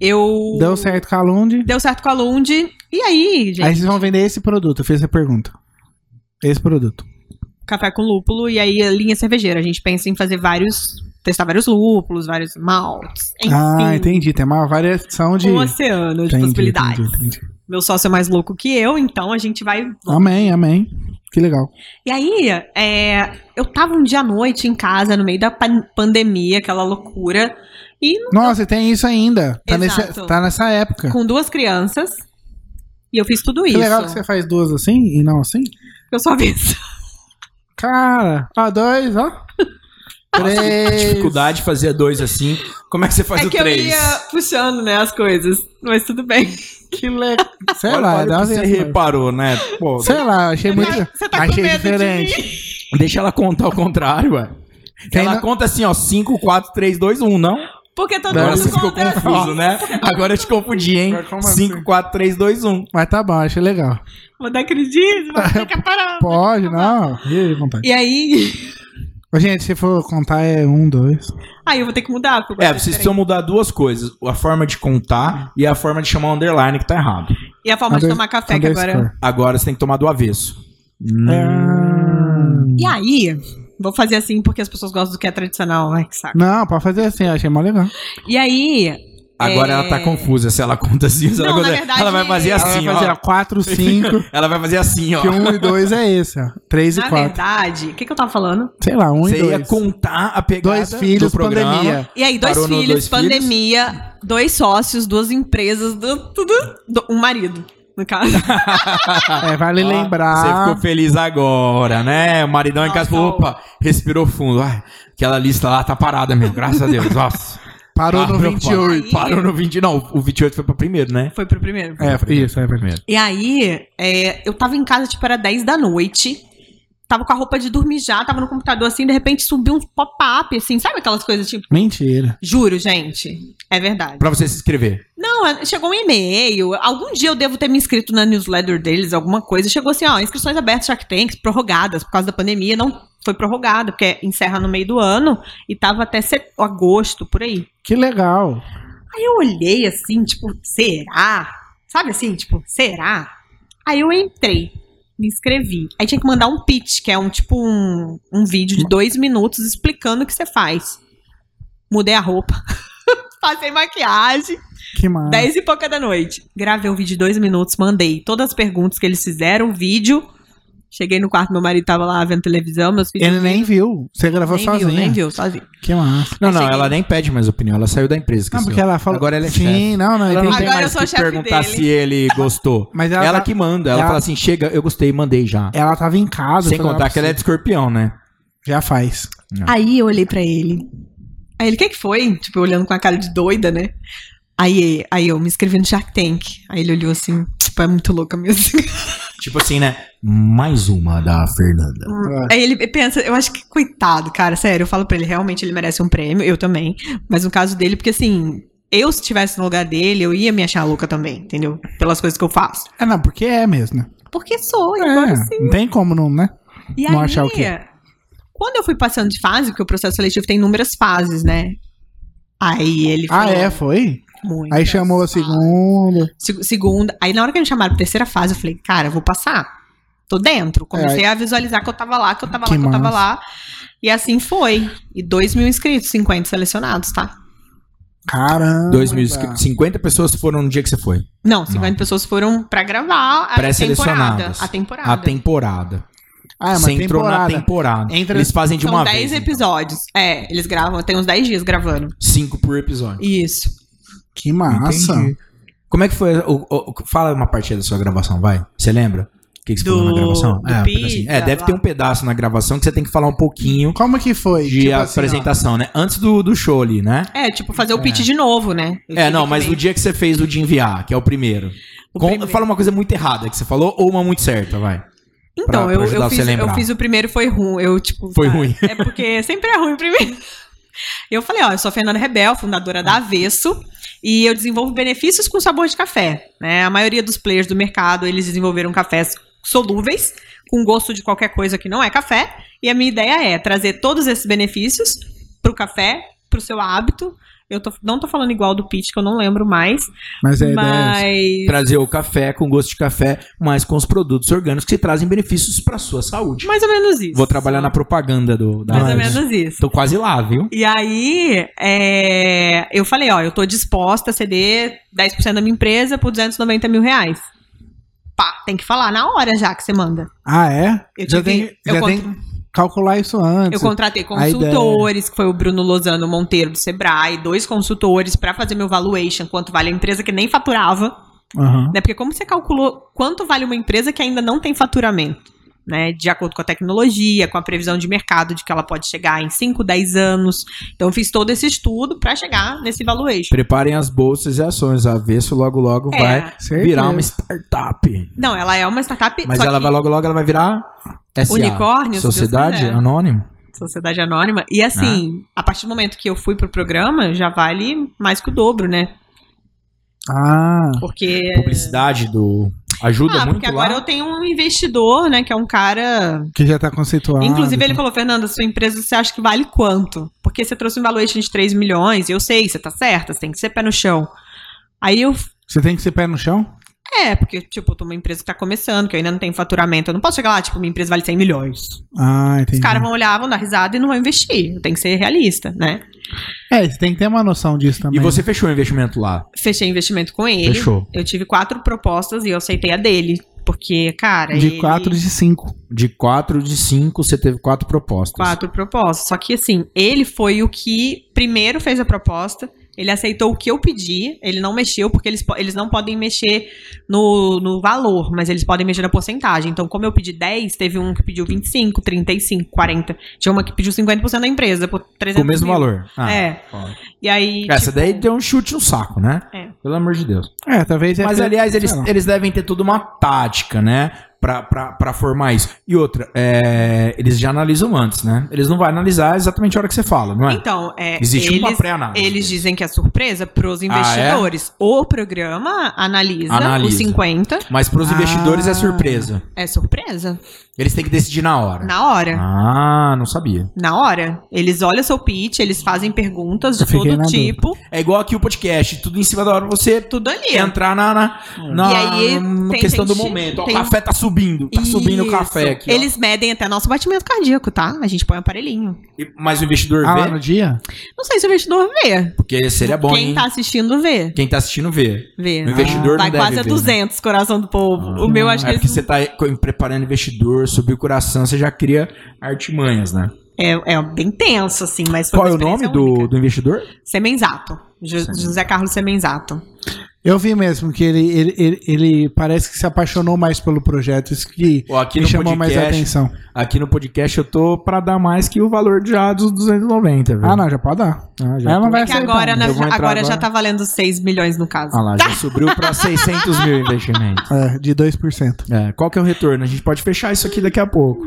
S3: Eu.
S1: Deu certo com a Lund.
S3: Deu certo com a Lund. E aí, gente?
S1: Aí vocês vão vender esse produto, eu fiz essa pergunta. Esse produto.
S3: Café com lúpulo e aí a linha cervejeira. A gente pensa em fazer vários. Testar vários lúpulos, vários maltes. Enfim,
S1: Ah, entendi. Tem uma variação de.
S3: um oceano de
S1: Entendi,
S3: possibilidades.
S1: entendi, entendi.
S3: Meu sócio é mais louco que eu, então a gente vai
S1: Amém, amém. Que legal.
S3: E aí, é, eu tava um dia à noite em casa, no meio da pan- pandemia, aquela loucura, e
S1: Nossa, e tem isso ainda. Tá,
S3: Exato.
S1: nesse- tá nessa época.
S3: com duas crianças. E eu fiz tudo
S1: Que
S3: isso.
S1: legal que você faz duas assim e não assim.
S3: Eu só vi isso.
S1: Cara, ó, dois, ó.
S2: A
S1: Três.
S2: dificuldade de fazer dois assim. Como é que você faz
S3: é
S2: o
S3: que eu
S2: três?
S3: ia puxando, né, as coisas. Mas tudo bem.
S1: Que legal. Sei
S2: Olha-
S1: lá,
S2: olha
S1: dá
S2: o
S1: uma
S2: que você
S1: vez,
S2: reparou, né? Pô,
S1: Sei lá, achei muito.
S3: Você tá com
S1: achei
S3: medo de
S1: diferente.
S3: mim?
S2: deixa ela contar ao contrário, ué.
S1: Quem
S2: ela
S1: não-
S2: conta assim, ó, 5, 4, 3, 2, 1, não?
S3: Porque todo
S1: Não,
S2: Agora
S3: mundo
S2: você ficou
S3: conta
S2: confuso, né? Agora eu te confundi, hein?
S1: Mas como assim?
S2: 5, 4, 3, 2, 1.
S1: Mas tá bom, achei legal.
S3: Vou dar acredito, vou ficar parando.
S1: Pode, não. Ih, vontade.
S3: E aí,
S1: Ô, Gente, se for contar é um, dois.
S3: aí eu vou ter que mudar. porque eu
S2: É,
S3: gosto de
S2: vocês
S3: diferente.
S2: precisam mudar duas coisas: a forma de contar e a forma de chamar o underline, que tá errado.
S3: E a forma de tomar café que agora. é
S2: Agora você tem que tomar do avesso.
S1: Ah.
S3: E aí, vou fazer assim porque as pessoas gostam do que é tradicional, vai que saco.
S1: Não, pode fazer assim, eu achei mó legal.
S3: E aí,
S2: Agora
S3: É.
S2: ela tá confusa se ela conta assim, se ela
S3: Não,
S2: conta-
S3: na verdade, é.
S2: Ela vai fazer
S3: ela
S1: Ela
S2: assim,
S1: vai fazer
S2: ó.
S1: ó, 4, 5,
S2: Ela vai fazer assim, ó.
S1: que 1 e 2 é esse, ó. 3
S3: na
S1: e 4.
S3: verdade, o que, que eu tava falando?
S1: Sei lá, 1 um e
S2: Você ia
S1: 2.
S2: contar a pegada
S1: Dois filhos,
S2: do programa.
S1: pandemia.
S3: E aí, dois
S2: Parou no
S3: filhos,
S2: dois filhos?
S3: pandemia, dois sócios, duas empresas, du- tudo, do- um marido, no caso.
S1: É, vale
S2: Ah. Ó, Você
S1: lembrar.
S2: ficou feliz agora, né? O maridão em casa
S3: Nossa,
S2: falou, opa, respirou fundo. Ai, aquela lista lá tá parada mesmo, graças a Deus. Nossa.
S1: Parou no
S2: Tá preocupado.
S1: 28.
S2: Parou no 20. Não, o 28 foi pra primeiro, né?
S3: Foi pro primeiro.
S1: É, isso, é verdade.
S3: E aí, é, eu tava em casa, tipo, era 10 da noite. Tava com a roupa de dormir já, tava no computador assim, de repente subiu um pop-up, assim, sabe aquelas coisas tipo.
S1: Mentira.
S3: Juro, gente. É verdade.
S2: Pra você se inscrever.
S3: Não, é- chegou um e-mail. Algum dia eu devo ter me inscrito na newsletter deles, alguma coisa. Chegou assim, ó, inscrições abertas Shark Tanks, prorrogadas por causa da pandemia. Não foi prorrogada, porque encerra no meio do ano e tava até set- agosto, por aí.
S1: Que legal.
S3: Aí eu olhei assim, tipo, será? Sabe assim, tipo, será? Aí eu entrei, me inscrevi. Aí tinha que mandar um pitch, que é um tipo um, um vídeo de dois minutos explicando o que você faz. Mudei a roupa, passei maquiagem,
S1: Que massa.
S3: dez e pouca da noite. Gravei um vídeo de dois minutos, mandei todas as perguntas que eles fizeram, o vídeo. Cheguei no quarto, meu marido tava lá vendo televisão, meus filhos.
S1: Ele nem viu. Você gravou
S3: nem
S1: sozinha. Tá.
S3: viu, nem viu, sozinho.
S1: Que massa.
S2: Não,
S3: Aí
S2: não,
S3: cheguei.
S2: ela nem pede mais opinião, ela saiu da empresa. que
S1: Não,
S2: senhor.
S1: porque ela falou.
S2: Agora ela é
S1: Sim,
S2: chefe.
S1: não, não.
S2: Ela
S1: entendi.
S2: não tem
S3: Agora eu
S2: mais
S3: sou a
S2: que
S3: chefe
S2: perguntar
S3: dele.
S2: se ele gostou.
S1: Mas ela,
S2: Ela,
S1: tá-
S2: que manda, ela
S1: ela-
S2: fala assim: chega, eu gostei, mandei já.
S1: ela tava em casa.
S2: Sem
S1: foi lá
S2: contar
S1: pra
S2: que ela é
S1: Ah, você.
S2: de escorpião, né?
S1: Já faz.
S3: Aí eu olhei pra ele. Aí ele, o que que foi? Tipo, eu olhando com a cara de doida, né? Aí, aí eu me inscrevi no Shark Tank. Aí ele olhou assim, tipo, é muito louca mesmo.
S2: Tipo assim, né? Mais uma da Fernanda.
S1: Ah,
S3: aí ele pensa, eu acho que, coitado, cara, sério, eu falo pra ele, realmente ele merece um prêmio, eu também. Mas no caso dele, porque assim, eu se estivesse no lugar dele, eu ia me achar louca também, entendeu? Pelas coisas que eu faço.
S1: É, não, porque é mesmo. né?
S3: Porque sou,
S1: É,
S3: agora sim.
S1: não tem como não, né?
S3: E
S1: Não
S3: aí,
S1: achar o quê?
S3: quando eu fui passando de fase, porque o processo seletivo tem inúmeras fases, né? Aí ele
S1: Ah,
S3: falou
S1: é, foi?
S3: muito.
S1: Aí chamou a segunda.
S3: Se- Segunda. Aí na hora que me chamaram pra terceira fase, eu falei, cara, eu vou passar. Tô dentro. Comecei a visualizar que eu tava lá, que eu tava
S1: É. Que
S3: lá, que eu tava
S1: massa.
S3: lá. E assim foi. E 2 mil inscritos, 50 selecionados, tá?
S1: Caramba.
S2: 2050 pessoas foram no dia que você foi.
S3: Não, 50 pessoas foram pra gravar a temporada.
S2: Pré-selecionadas.
S3: A temporada.
S2: A temporada.
S1: Ah, é uma
S2: você entrou
S1: temporada.
S2: na temporada.
S1: Entra-
S2: Eles fazem de
S3: São
S2: uma
S3: 10
S2: vez. então.
S3: episódios. É, eles gravam, tem uns 10 dias gravando.
S2: Cinco por episódio.
S3: Isso.
S1: Que massa.
S2: Entendi. Como é que foi? o- o- o- fala uma partida da sua gravação, vai. Você lembra? O que, que você
S3: Do-
S2: falou na gravação?
S3: do
S2: é, um pedacinho. É,
S3: pizza,
S2: deve
S3: lá.
S2: ter um pedaço na gravação que você tem que falar um pouquinho
S1: Como que foi?
S2: de
S1: Tipo assim, ó.
S2: apresentação, né? Antes do, do show ali, né?
S3: É, tipo, fazer o pitch de novo, né? Eu
S2: É,
S3: tive
S2: não,
S3: que
S2: mas
S3: meio-
S2: o dia que você fez o de enviar, que é o primeiro.
S3: O
S2: Con-
S3: primeiro.
S2: Fala uma coisa muito errada que você falou ou uma muito certa, vai. pra-
S3: Então,
S2: pra
S3: eu,
S2: ajudar
S3: eu,
S2: você
S3: fiz,
S2: a lembrar.
S3: eu fiz o primeiro foi ruim. Eu, tipo,
S2: Foi ruim.
S3: É porque sempre é ruim primeiro. Eu falei, ó, eu sou a Fernanda Rebel, fundadora da Avesso, e eu desenvolvo benefícios com sabor de café. Né? A maioria dos players do mercado, eles desenvolveram cafés solúveis, com gosto de qualquer coisa que não é café. E a minha ideia é trazer todos esses benefícios pro café, pro seu hábito. Eu tô- não tô falando igual do pitch, que eu não lembro mais,
S1: Mas
S2: né,
S1: é ideia.
S3: mas...
S2: Trazer o café com gosto de café, mas com os produtos orgânicos que trazem benefícios pra sua saúde.
S3: Mais ou menos isso. é
S2: Vou trabalhar na propaganda do, da
S3: Mais ou
S2: live.
S3: menos isso.
S2: Tô quase lá, viu?
S3: E aí, é, eu falei, ó, eu tô disposta a ceder 10% da minha empresa por 290 mil reais. Pá, tem que falar na hora já que você manda.
S1: Ah, é?
S3: Eu
S1: já
S3: tive-
S1: tem,
S3: eu
S1: já
S3: contra-
S1: tem que calcular isso antes.
S3: Eu
S1: A
S3: contratei
S1: ideia- é-
S3: consultores, que foi o Bruno Lozano Monteiro do Sebrae, dois consultores pra fazer meu valuation, quanto vale a empresa que nem faturava,
S1: Aham.
S3: né? Porque como você calculou quanto vale uma empresa que ainda não tem faturamento, né? De acordo com a tecnologia, com a previsão de mercado de que ela pode chegar em 5, 10 anos. Então eu fiz todo esse estudo pra chegar nesse valuation.
S2: Preparem as bolsas e ações. A Avesso logo logo
S3: É.
S2: Então vai
S1: Certeza.
S2: virar uma startup.
S3: Não, ela é uma startup.
S2: Mas
S3: só
S2: ela
S3: que
S2: vai logo logo ela vai virar SA.
S3: Unicórnio, se Deus
S2: Sociedade
S3: quiser.
S2: Anônima. Né?
S3: Sociedade Anônima. E assim, a partir do momento que eu fui pro programa, já vale mais que o dobro, né?
S1: Ah,
S3: Porque.
S2: Publicidade do ajuda
S3: É. Ah,
S2: é muito
S3: porque
S2: lá.
S3: agora eu tenho um investidor, né? Que é um cara.
S1: que já tá conceituado.
S3: Inclusive, ele falou, Fernanda, sua empresa você acha que vale quanto? Porque você trouxe um valuation de 3 milhões, eu sei, você tá certa, você tem que ser pé no chão. Aí eu.
S1: Você tem que ser pé no chão?
S3: É, porque, tipo, eu tô uma empresa que tá começando, que eu ainda não tenho faturamento. Eu não posso chegar lá, tipo, minha empresa vale 100 milhões.
S1: Ah, entendi.
S3: Os caras vão olhar, vão dar risada e não vão investir. Tem que ser realista, né?
S1: É, você tem que ter uma noção disso também.
S2: E você fechou o investimento lá.
S3: Fechei investimento com ele.
S2: Fechou.
S3: Eu tive quatro propostas e eu aceitei a dele. Porque, cara.
S1: De
S3: ele-
S1: 4 de 5.
S2: De quatro de cinco, você teve quatro propostas.
S3: Quatro propostas. Só que, assim, ele foi o que primeiro fez a proposta. Ele aceitou o que eu pedi. Ele não mexeu, porque eles, po- eles não podem mexer no, no valor, mas eles podem mexer na porcentagem. Então, como eu pedi 10, teve um que pediu 25, 35, 40. Tinha uma que pediu 50% da empresa, por 300
S2: Com o mesmo
S3: mil.
S2: valor. Ah,
S3: É.
S2: ó.
S3: E aí.
S2: Essa
S3: tipo,
S2: daí deu um chute no saco, né?
S3: É.
S2: Pelo amor de Deus.
S1: É, talvez.
S2: Mas,
S1: é-
S2: aliás, eles,
S1: sei lá.
S2: eles devem ter toda uma tática, né? Pra, pra, pra formar isso. E outra, é, eles já analisam antes, né? Eles não vão analisar exatamente a hora que você fala, não é?
S3: Então, é,
S2: Existe uma
S3: eles,
S2: pré-análise.
S3: eles dizem que é surpresa pros
S2: é?
S3: investidores. O programa analisa,
S2: Analisa.
S3: os 50.
S2: Mas pros
S1: Ah.
S2: investidores é surpresa.
S3: É surpresa.
S2: Eles têm que decidir na hora.
S3: Na hora.
S2: Ah, não sabia.
S3: Na hora. Eles olham seu pitch, eles fazem perguntas de
S1: Eu fiquei
S3: todo
S1: na
S3: tipo.
S2: É igual aqui o podcast, tudo em cima da hora você
S3: Tudo ali.
S2: entrar na, na, na-
S3: Hum. E aí,
S2: na
S3: tem
S2: questão do
S3: gente-
S2: momento. Ó, O
S3: tem-
S2: café tá subindo, tá subindo o
S3: Isso.
S2: café aqui. ó.
S3: Eles medem até nosso batimento cardíaco, tá? A gente põe um aparelhinho.
S2: E- Mas o investidor
S1: Ah,
S2: vê,
S1: lá no dia?
S3: Não sei se o investidor vê.
S2: porque seria bom,
S3: Quem
S2: hein?
S3: tá assistindo vê.
S2: Quem tá assistindo vê.
S3: Vê.
S2: O investidor
S3: Vai
S2: não
S3: quase
S2: deve
S3: a
S2: ver,
S3: 200, coração do povo. o meu, acho
S2: é
S3: que
S2: porque
S3: eles
S2: você tá co- preparando investidor, subiu o coração, você já cria artimanhas, né?
S3: É, é bem tenso, assim, mas foi
S2: Qual é
S3: uma
S2: o nome
S3: experiência
S2: do,
S3: única.
S2: do investidor?
S3: Semenzato. Jo- José Carlos Semenzato.
S1: Eu vi mesmo que ele, ele, ele, ele parece que se apaixonou mais pelo projeto. Isso que
S2: Ó, aqui
S1: me
S2: no
S1: chamou mais a
S2: podcast-
S1: atenção.
S2: Aqui no podcast eu tô pra dar mais que o valor já dos 290, velho.
S1: Ah, não, já pode dar.
S2: Ah, já
S1: Ela não
S2: tô-
S1: vai
S3: É que agora,
S1: né?
S3: né,
S2: eu vou entrar
S3: agora já
S2: agora.
S3: tá valendo 6 milhões no caso.
S2: Ah lá, já subiu pra 600 mil investimento.
S1: É, de 2%.
S2: É, qual que é o retorno? A gente pode fechar isso aqui daqui a pouco.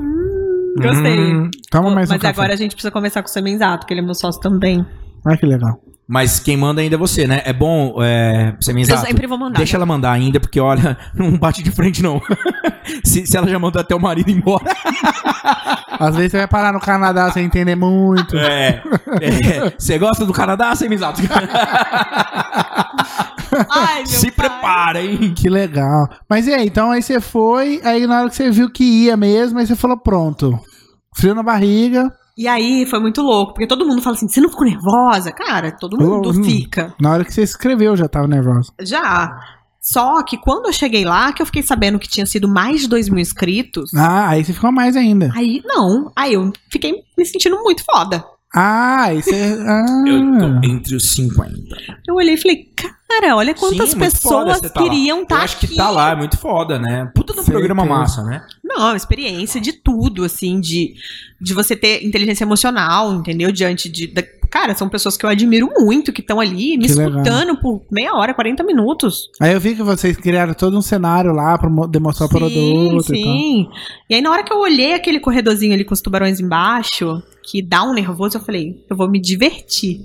S3: Gostei.
S2: Hum,
S1: Toma mais
S3: mas
S1: um café.
S3: agora a gente precisa conversar com o Semenzato, que ele é meu sócio também.
S1: Olha que legal.
S2: mas quem manda ainda é você, né? É bom, é, você me
S3: Eu sempre vou mandar.
S2: Deixa ela mandar ainda, porque olha, não bate de frente não. se, se ela já mandou até o marido embora.
S1: Às vezes você vai parar no Canadá sem entender muito.
S2: É. Você gosta do Canadá, Semizato?
S3: Ai, meu
S2: Se
S3: pai.
S2: prepara, hein?
S1: Que legal. Mas e aí, então aí você foi, aí na hora que você viu que ia mesmo, aí você falou, pronto. Frio na barriga.
S3: E aí foi muito louco, porque todo mundo fala assim: você não ficou nervosa? Cara, todo mundo
S1: Eu, hum.
S3: fica.
S1: Na hora que você escreveu, já tava nervosa.
S3: Já. Só que quando eu cheguei lá, que eu fiquei sabendo que tinha sido mais de 2 mil inscritos.
S1: Ah, aí você ficou mais ainda.
S3: Aí, não. Aí eu fiquei me sentindo muito foda.
S1: Ah, aí você. Ah.
S2: entre os 50.
S3: Eu olhei e falei, cara, olha quantas
S2: Sim, muito
S3: pessoas
S2: foda você tá lá.
S3: queriam
S2: Eu
S3: estar
S2: acho
S3: aqui.
S2: que tá lá, é muito foda, né? Puta de um
S1: Certeza.
S2: programa massa, né?
S3: Não, experiência de tudo, assim, de, de você ter inteligência emocional, entendeu? Diante de. da- Cara, são pessoas que eu admiro muito, que estão ali me
S1: Que legal.
S3: escutando por meia hora, 40 minutos.
S1: Aí eu vi que vocês criaram todo um cenário lá pra mo- demonstrar o produto e tal.
S3: sim. E aí, na hora que eu olhei aquele corredorzinho ali com os tubarões embaixo, que dá um nervoso, eu falei, eu vou me divertir.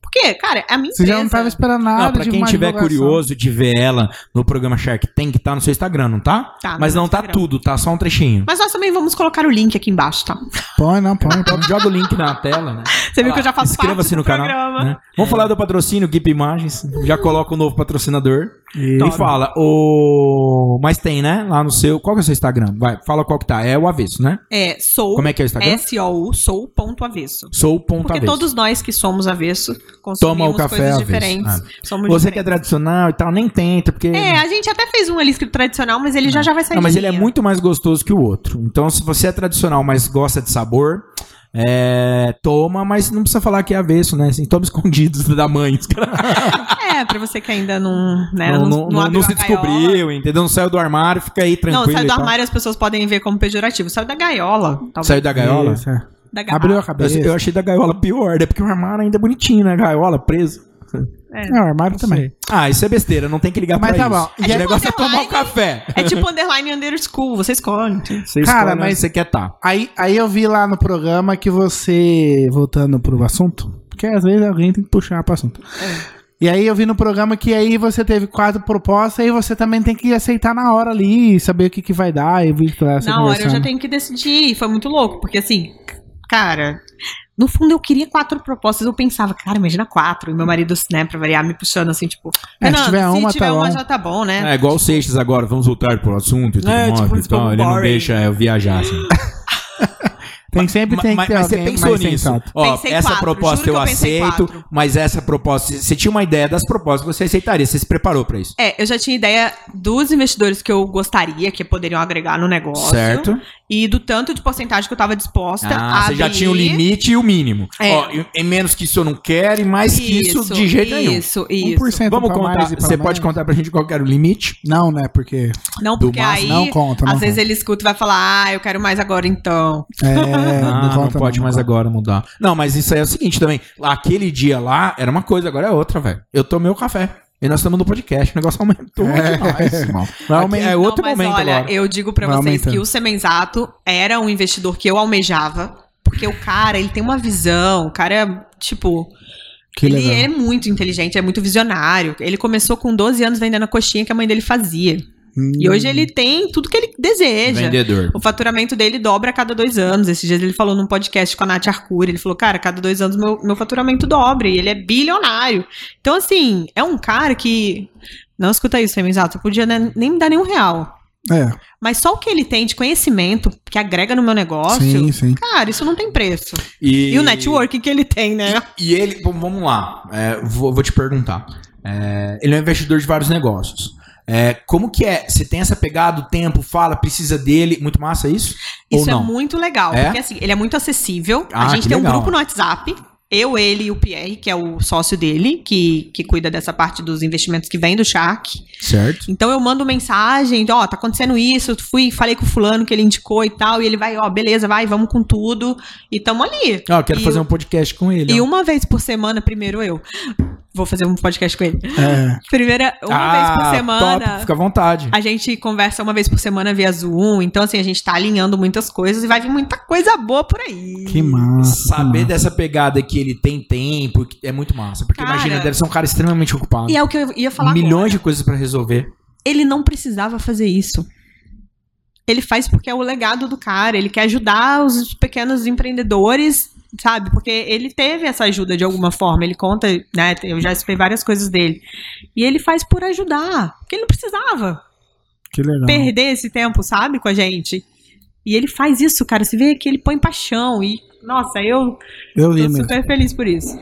S3: Porque, cara, é a minha
S1: Você
S3: empresa...
S1: já não tava esperando nada
S2: Não, pra
S1: de
S2: quem
S1: uma
S2: tiver
S1: divulgação.
S2: curioso de ver ela no programa Shark Tank, tá no seu Instagram, não tá?
S3: Tá, no
S2: Mas
S3: meu
S2: não tá
S3: Instagram.
S2: tudo, tá só um trechinho.
S3: Mas nós também vamos colocar o link aqui embaixo, tá?
S1: Põe, não, põe, põe.
S2: Joga o link na tela, né?
S3: Você viu que eu já faço
S2: Inscreva-se
S3: parte
S2: no
S3: do
S2: canal.
S3: programa.
S2: né? Vamos falar do patrocínio, Keep Imagens. Já coloca o novo patrocinador. E
S1: Isso.
S2: fala, o. Mas tem, né? Lá no seu. Qual que é o seu Instagram? Vai, fala qual que tá. É o avesso, né?
S3: É, sou...
S2: Como é que é o Instagram?
S3: S-O-U, sou ponto avesso.
S2: Sou o ponto
S3: Porque
S2: avesso.
S3: todos nós que somos avesso consumimos
S2: Toma o café
S3: coisas
S2: avesso.
S3: diferentes. Somos
S2: Você que é
S3: diferentes.
S2: tradicional e tal, nem tenta, porque.
S3: É, a gente até fez um ali escrito tradicional, mas ele já já vai sair
S2: Não, mas
S3: de
S2: ele é
S3: linha.
S2: muito mais gostoso que o outro. Então, se você é tradicional, mas gosta de sabor, é, toma, mas não precisa falar que é avesso, né? Assim, toma escondidos da mãe. Os caras
S3: É, pra você que ainda não, né,
S2: não, não-
S3: não, não
S2: não-
S3: abriu
S2: não se
S3: a gaiola.
S2: descobriu, entendeu? Não saiu do armário, fica aí tranquilo.
S3: Não, saiu
S2: e
S3: do
S2: tal.
S3: armário as pessoas podem ver como pejorativo. Saiu da gaiola, talvez.
S2: Saiu da gaiola?
S1: Isso, é.
S3: da garrafa.
S1: Abriu a
S2: Eu,
S1: cabeça.
S2: eu achei da gaiola pior, né? Porque o armário ainda é bonitinho, né? Gaiola preso.
S1: É, o armário também.
S2: Ah, isso é besteira, não tem que ligar
S1: Mas
S2: pra
S1: tá
S2: isso.
S1: bom. E
S2: o
S1: aí-
S2: negócio é tomar o café.
S3: É tipo underline under school, você escolhe.
S2: Você
S1: Cara,
S2: escolhe onde
S1: mas-
S2: você quer tá.
S1: Aí, aí eu vi lá no programa que você. Voltando pro assunto. Porque às vezes alguém tem que puxar pro assunto. E aí eu vi no programa que aí você teve quatro propostas e você também tem que aceitar na hora ali e saber o que, que vai
S2: É assim
S1: dar. Eu vi que tá lá você
S3: Na hora eu já
S1: conversando.
S3: tenho que decidir. e Foi muito louco, porque assim, cara, No fundo, eu queria quatro propostas. Eu pensava, cara, imagina quatro. E meu marido, né, pra variar, me puxando assim, tipo,
S1: É, se
S3: "Fernando,
S1: tiver uma, tá bom."
S3: já tá bom, né?
S2: É igual o Seixas agora, vamos voltar pro assunto e tudo
S4: É,
S2: mais.
S4: tipo, isso
S2: então,
S4: ficou
S2: ele não
S4: boring.
S2: deixa eu viajar assim.
S1: Tem sempre tem que
S2: mas,
S1: ter
S2: mas
S1: alguém
S2: você pensou
S1: mais
S2: nisso.
S1: sensato.
S2: Ó,
S3: Pensei
S2: essa
S3: quatro, juro
S2: proposta
S3: que
S2: eu,
S3: eu pensei
S2: aceito,
S3: quatro.
S2: mas essa proposta. Você tinha uma ideia das propostas que você aceitaria, você se preparou pra isso.
S3: É, eu já tinha ideia dos investidores que eu gostaria, que poderiam agregar no negócio.
S2: Certo?
S3: E do tanto de porcentagem que eu tava disposta a
S2: Ah, você já
S3: abrir.
S2: tinha o limite e o mínimo.
S3: É.
S2: Ó, e- e menos que isso eu não quero, e mais que isso de jeito nenhum.
S3: Isso, isso.
S1: 1%
S2: Vamos
S1: pra
S2: contar.
S1: mais e pra
S2: Você
S1: menos.
S2: pode contar pra gente qual que era o limite?
S1: Não, né? Porque
S3: Não,
S2: Do
S3: porque
S2: máximo,
S3: aí,
S1: não conta, não
S3: às vezes
S1: conta.
S3: ele escuta e vai falar, ah, eu quero mais agora então.
S1: é,
S2: ah,
S1: não,
S2: não,
S1: conta,
S2: pode mais agora mudar. Não, mas isso aí é o seguinte também. Lá, Aquele dia lá era uma coisa, agora é outra, velho. Eu tomei o café. E nós estamos no podcast. O negócio aumentou
S1: É.
S2: demais, irmão.
S1: Vai
S2: Aqui
S1: aumentar.
S2: é outro
S3: Não, mas
S2: momento
S3: olha,
S2: agora.
S3: eu digo pra
S1: Vai
S3: vocês
S1: aumentando.
S3: que o Semenzato era um investidor que eu almejava, porque o cara, ele tem uma visão, o cara, tipo,
S1: Que
S3: ele
S1: legal.
S3: é muito inteligente, é muito visionário. Ele começou com 12 anos vendendo a coxinha que a mãe dele fazia. é.
S1: Hum.
S3: E hoje ele tem tudo que ele deseja.
S2: Vendedor.
S3: O faturamento dele dobra a cada dois anos. Esses dias ele falou num podcast com a Nath Arcuri. Ele falou, cara, cada dois anos meu, meu faturamento dobra. E ele é bilionário. Então, assim, é um cara que... Não escuta isso, Remisato. Eu podia né, nem me dar nenhum real.
S1: É,
S3: Mas só o que ele tem de conhecimento que agrega no meu negócio...
S1: sim, sim.
S3: Cara, isso não tem preço. E, o networking que ele tem, né?
S2: E ele, bom, vamos lá, é, vou, vou te perguntar. É, ele é um investidor de vários negócios. É, como que é? Você tem essa pegada, o tempo, fala, precisa dele, muito massa isso? Ou
S3: Isso é
S2: não?
S3: muito legal.
S2: É?
S3: Porque, assim, ele é muito acessível.
S2: Ah,
S3: a gente
S2: que
S3: tem um
S2: legal.
S3: grupo no WhatsApp. Eu, ele e o Pierre, que é o sócio dele, que, que cuida dessa parte dos investimentos que vem do Shark.
S2: Certo.
S3: Então eu mando mensagem, ó, tá acontecendo isso, eu fui, falei com o fulano que ele indicou e tal, e ele vai, ó, beleza, vai, vamos com tudo. E tamo ali.
S2: Ah, eu quero
S3: E
S2: fazer
S3: o-
S2: um podcast com ele.
S3: E
S2: ó.
S3: uma vez por semana, primeiro eu. Vou fazer um podcast com ele.
S1: É,
S3: Primeira, um, uma
S2: Ah,
S3: vez por semana.
S2: Top, fica à vontade.
S3: A gente conversa uma vez por semana via Zoom, então assim, a gente tá alinhando muitas coisas e vai vir muita coisa boa por aí.
S1: que massa.
S2: Saber dessa pegada que ele tem tempo que é muito massa. Porque
S3: Cara.
S2: imagina, deve ser um cara extremamente ocupado.
S3: E é o que eu ia falar
S2: Milhões
S3: agora.
S2: de coisas pra resolver.
S3: ele não precisava fazer isso. Ele faz porque é o legado do cara, ele quer ajudar os pequenos empreendedores, sabe? Porque ele teve essa ajuda de alguma forma, ele conta, né? Eu já escutei várias coisas dele. E ele faz por ajudar, porque ele não precisava
S1: Que legal.
S3: perder esse tempo, sabe, com a gente. E ele faz isso, cara, você vê que ele põe paixão e nossa, eu
S1: Eu
S3: tô
S1: li mesmo.
S3: super feliz por isso.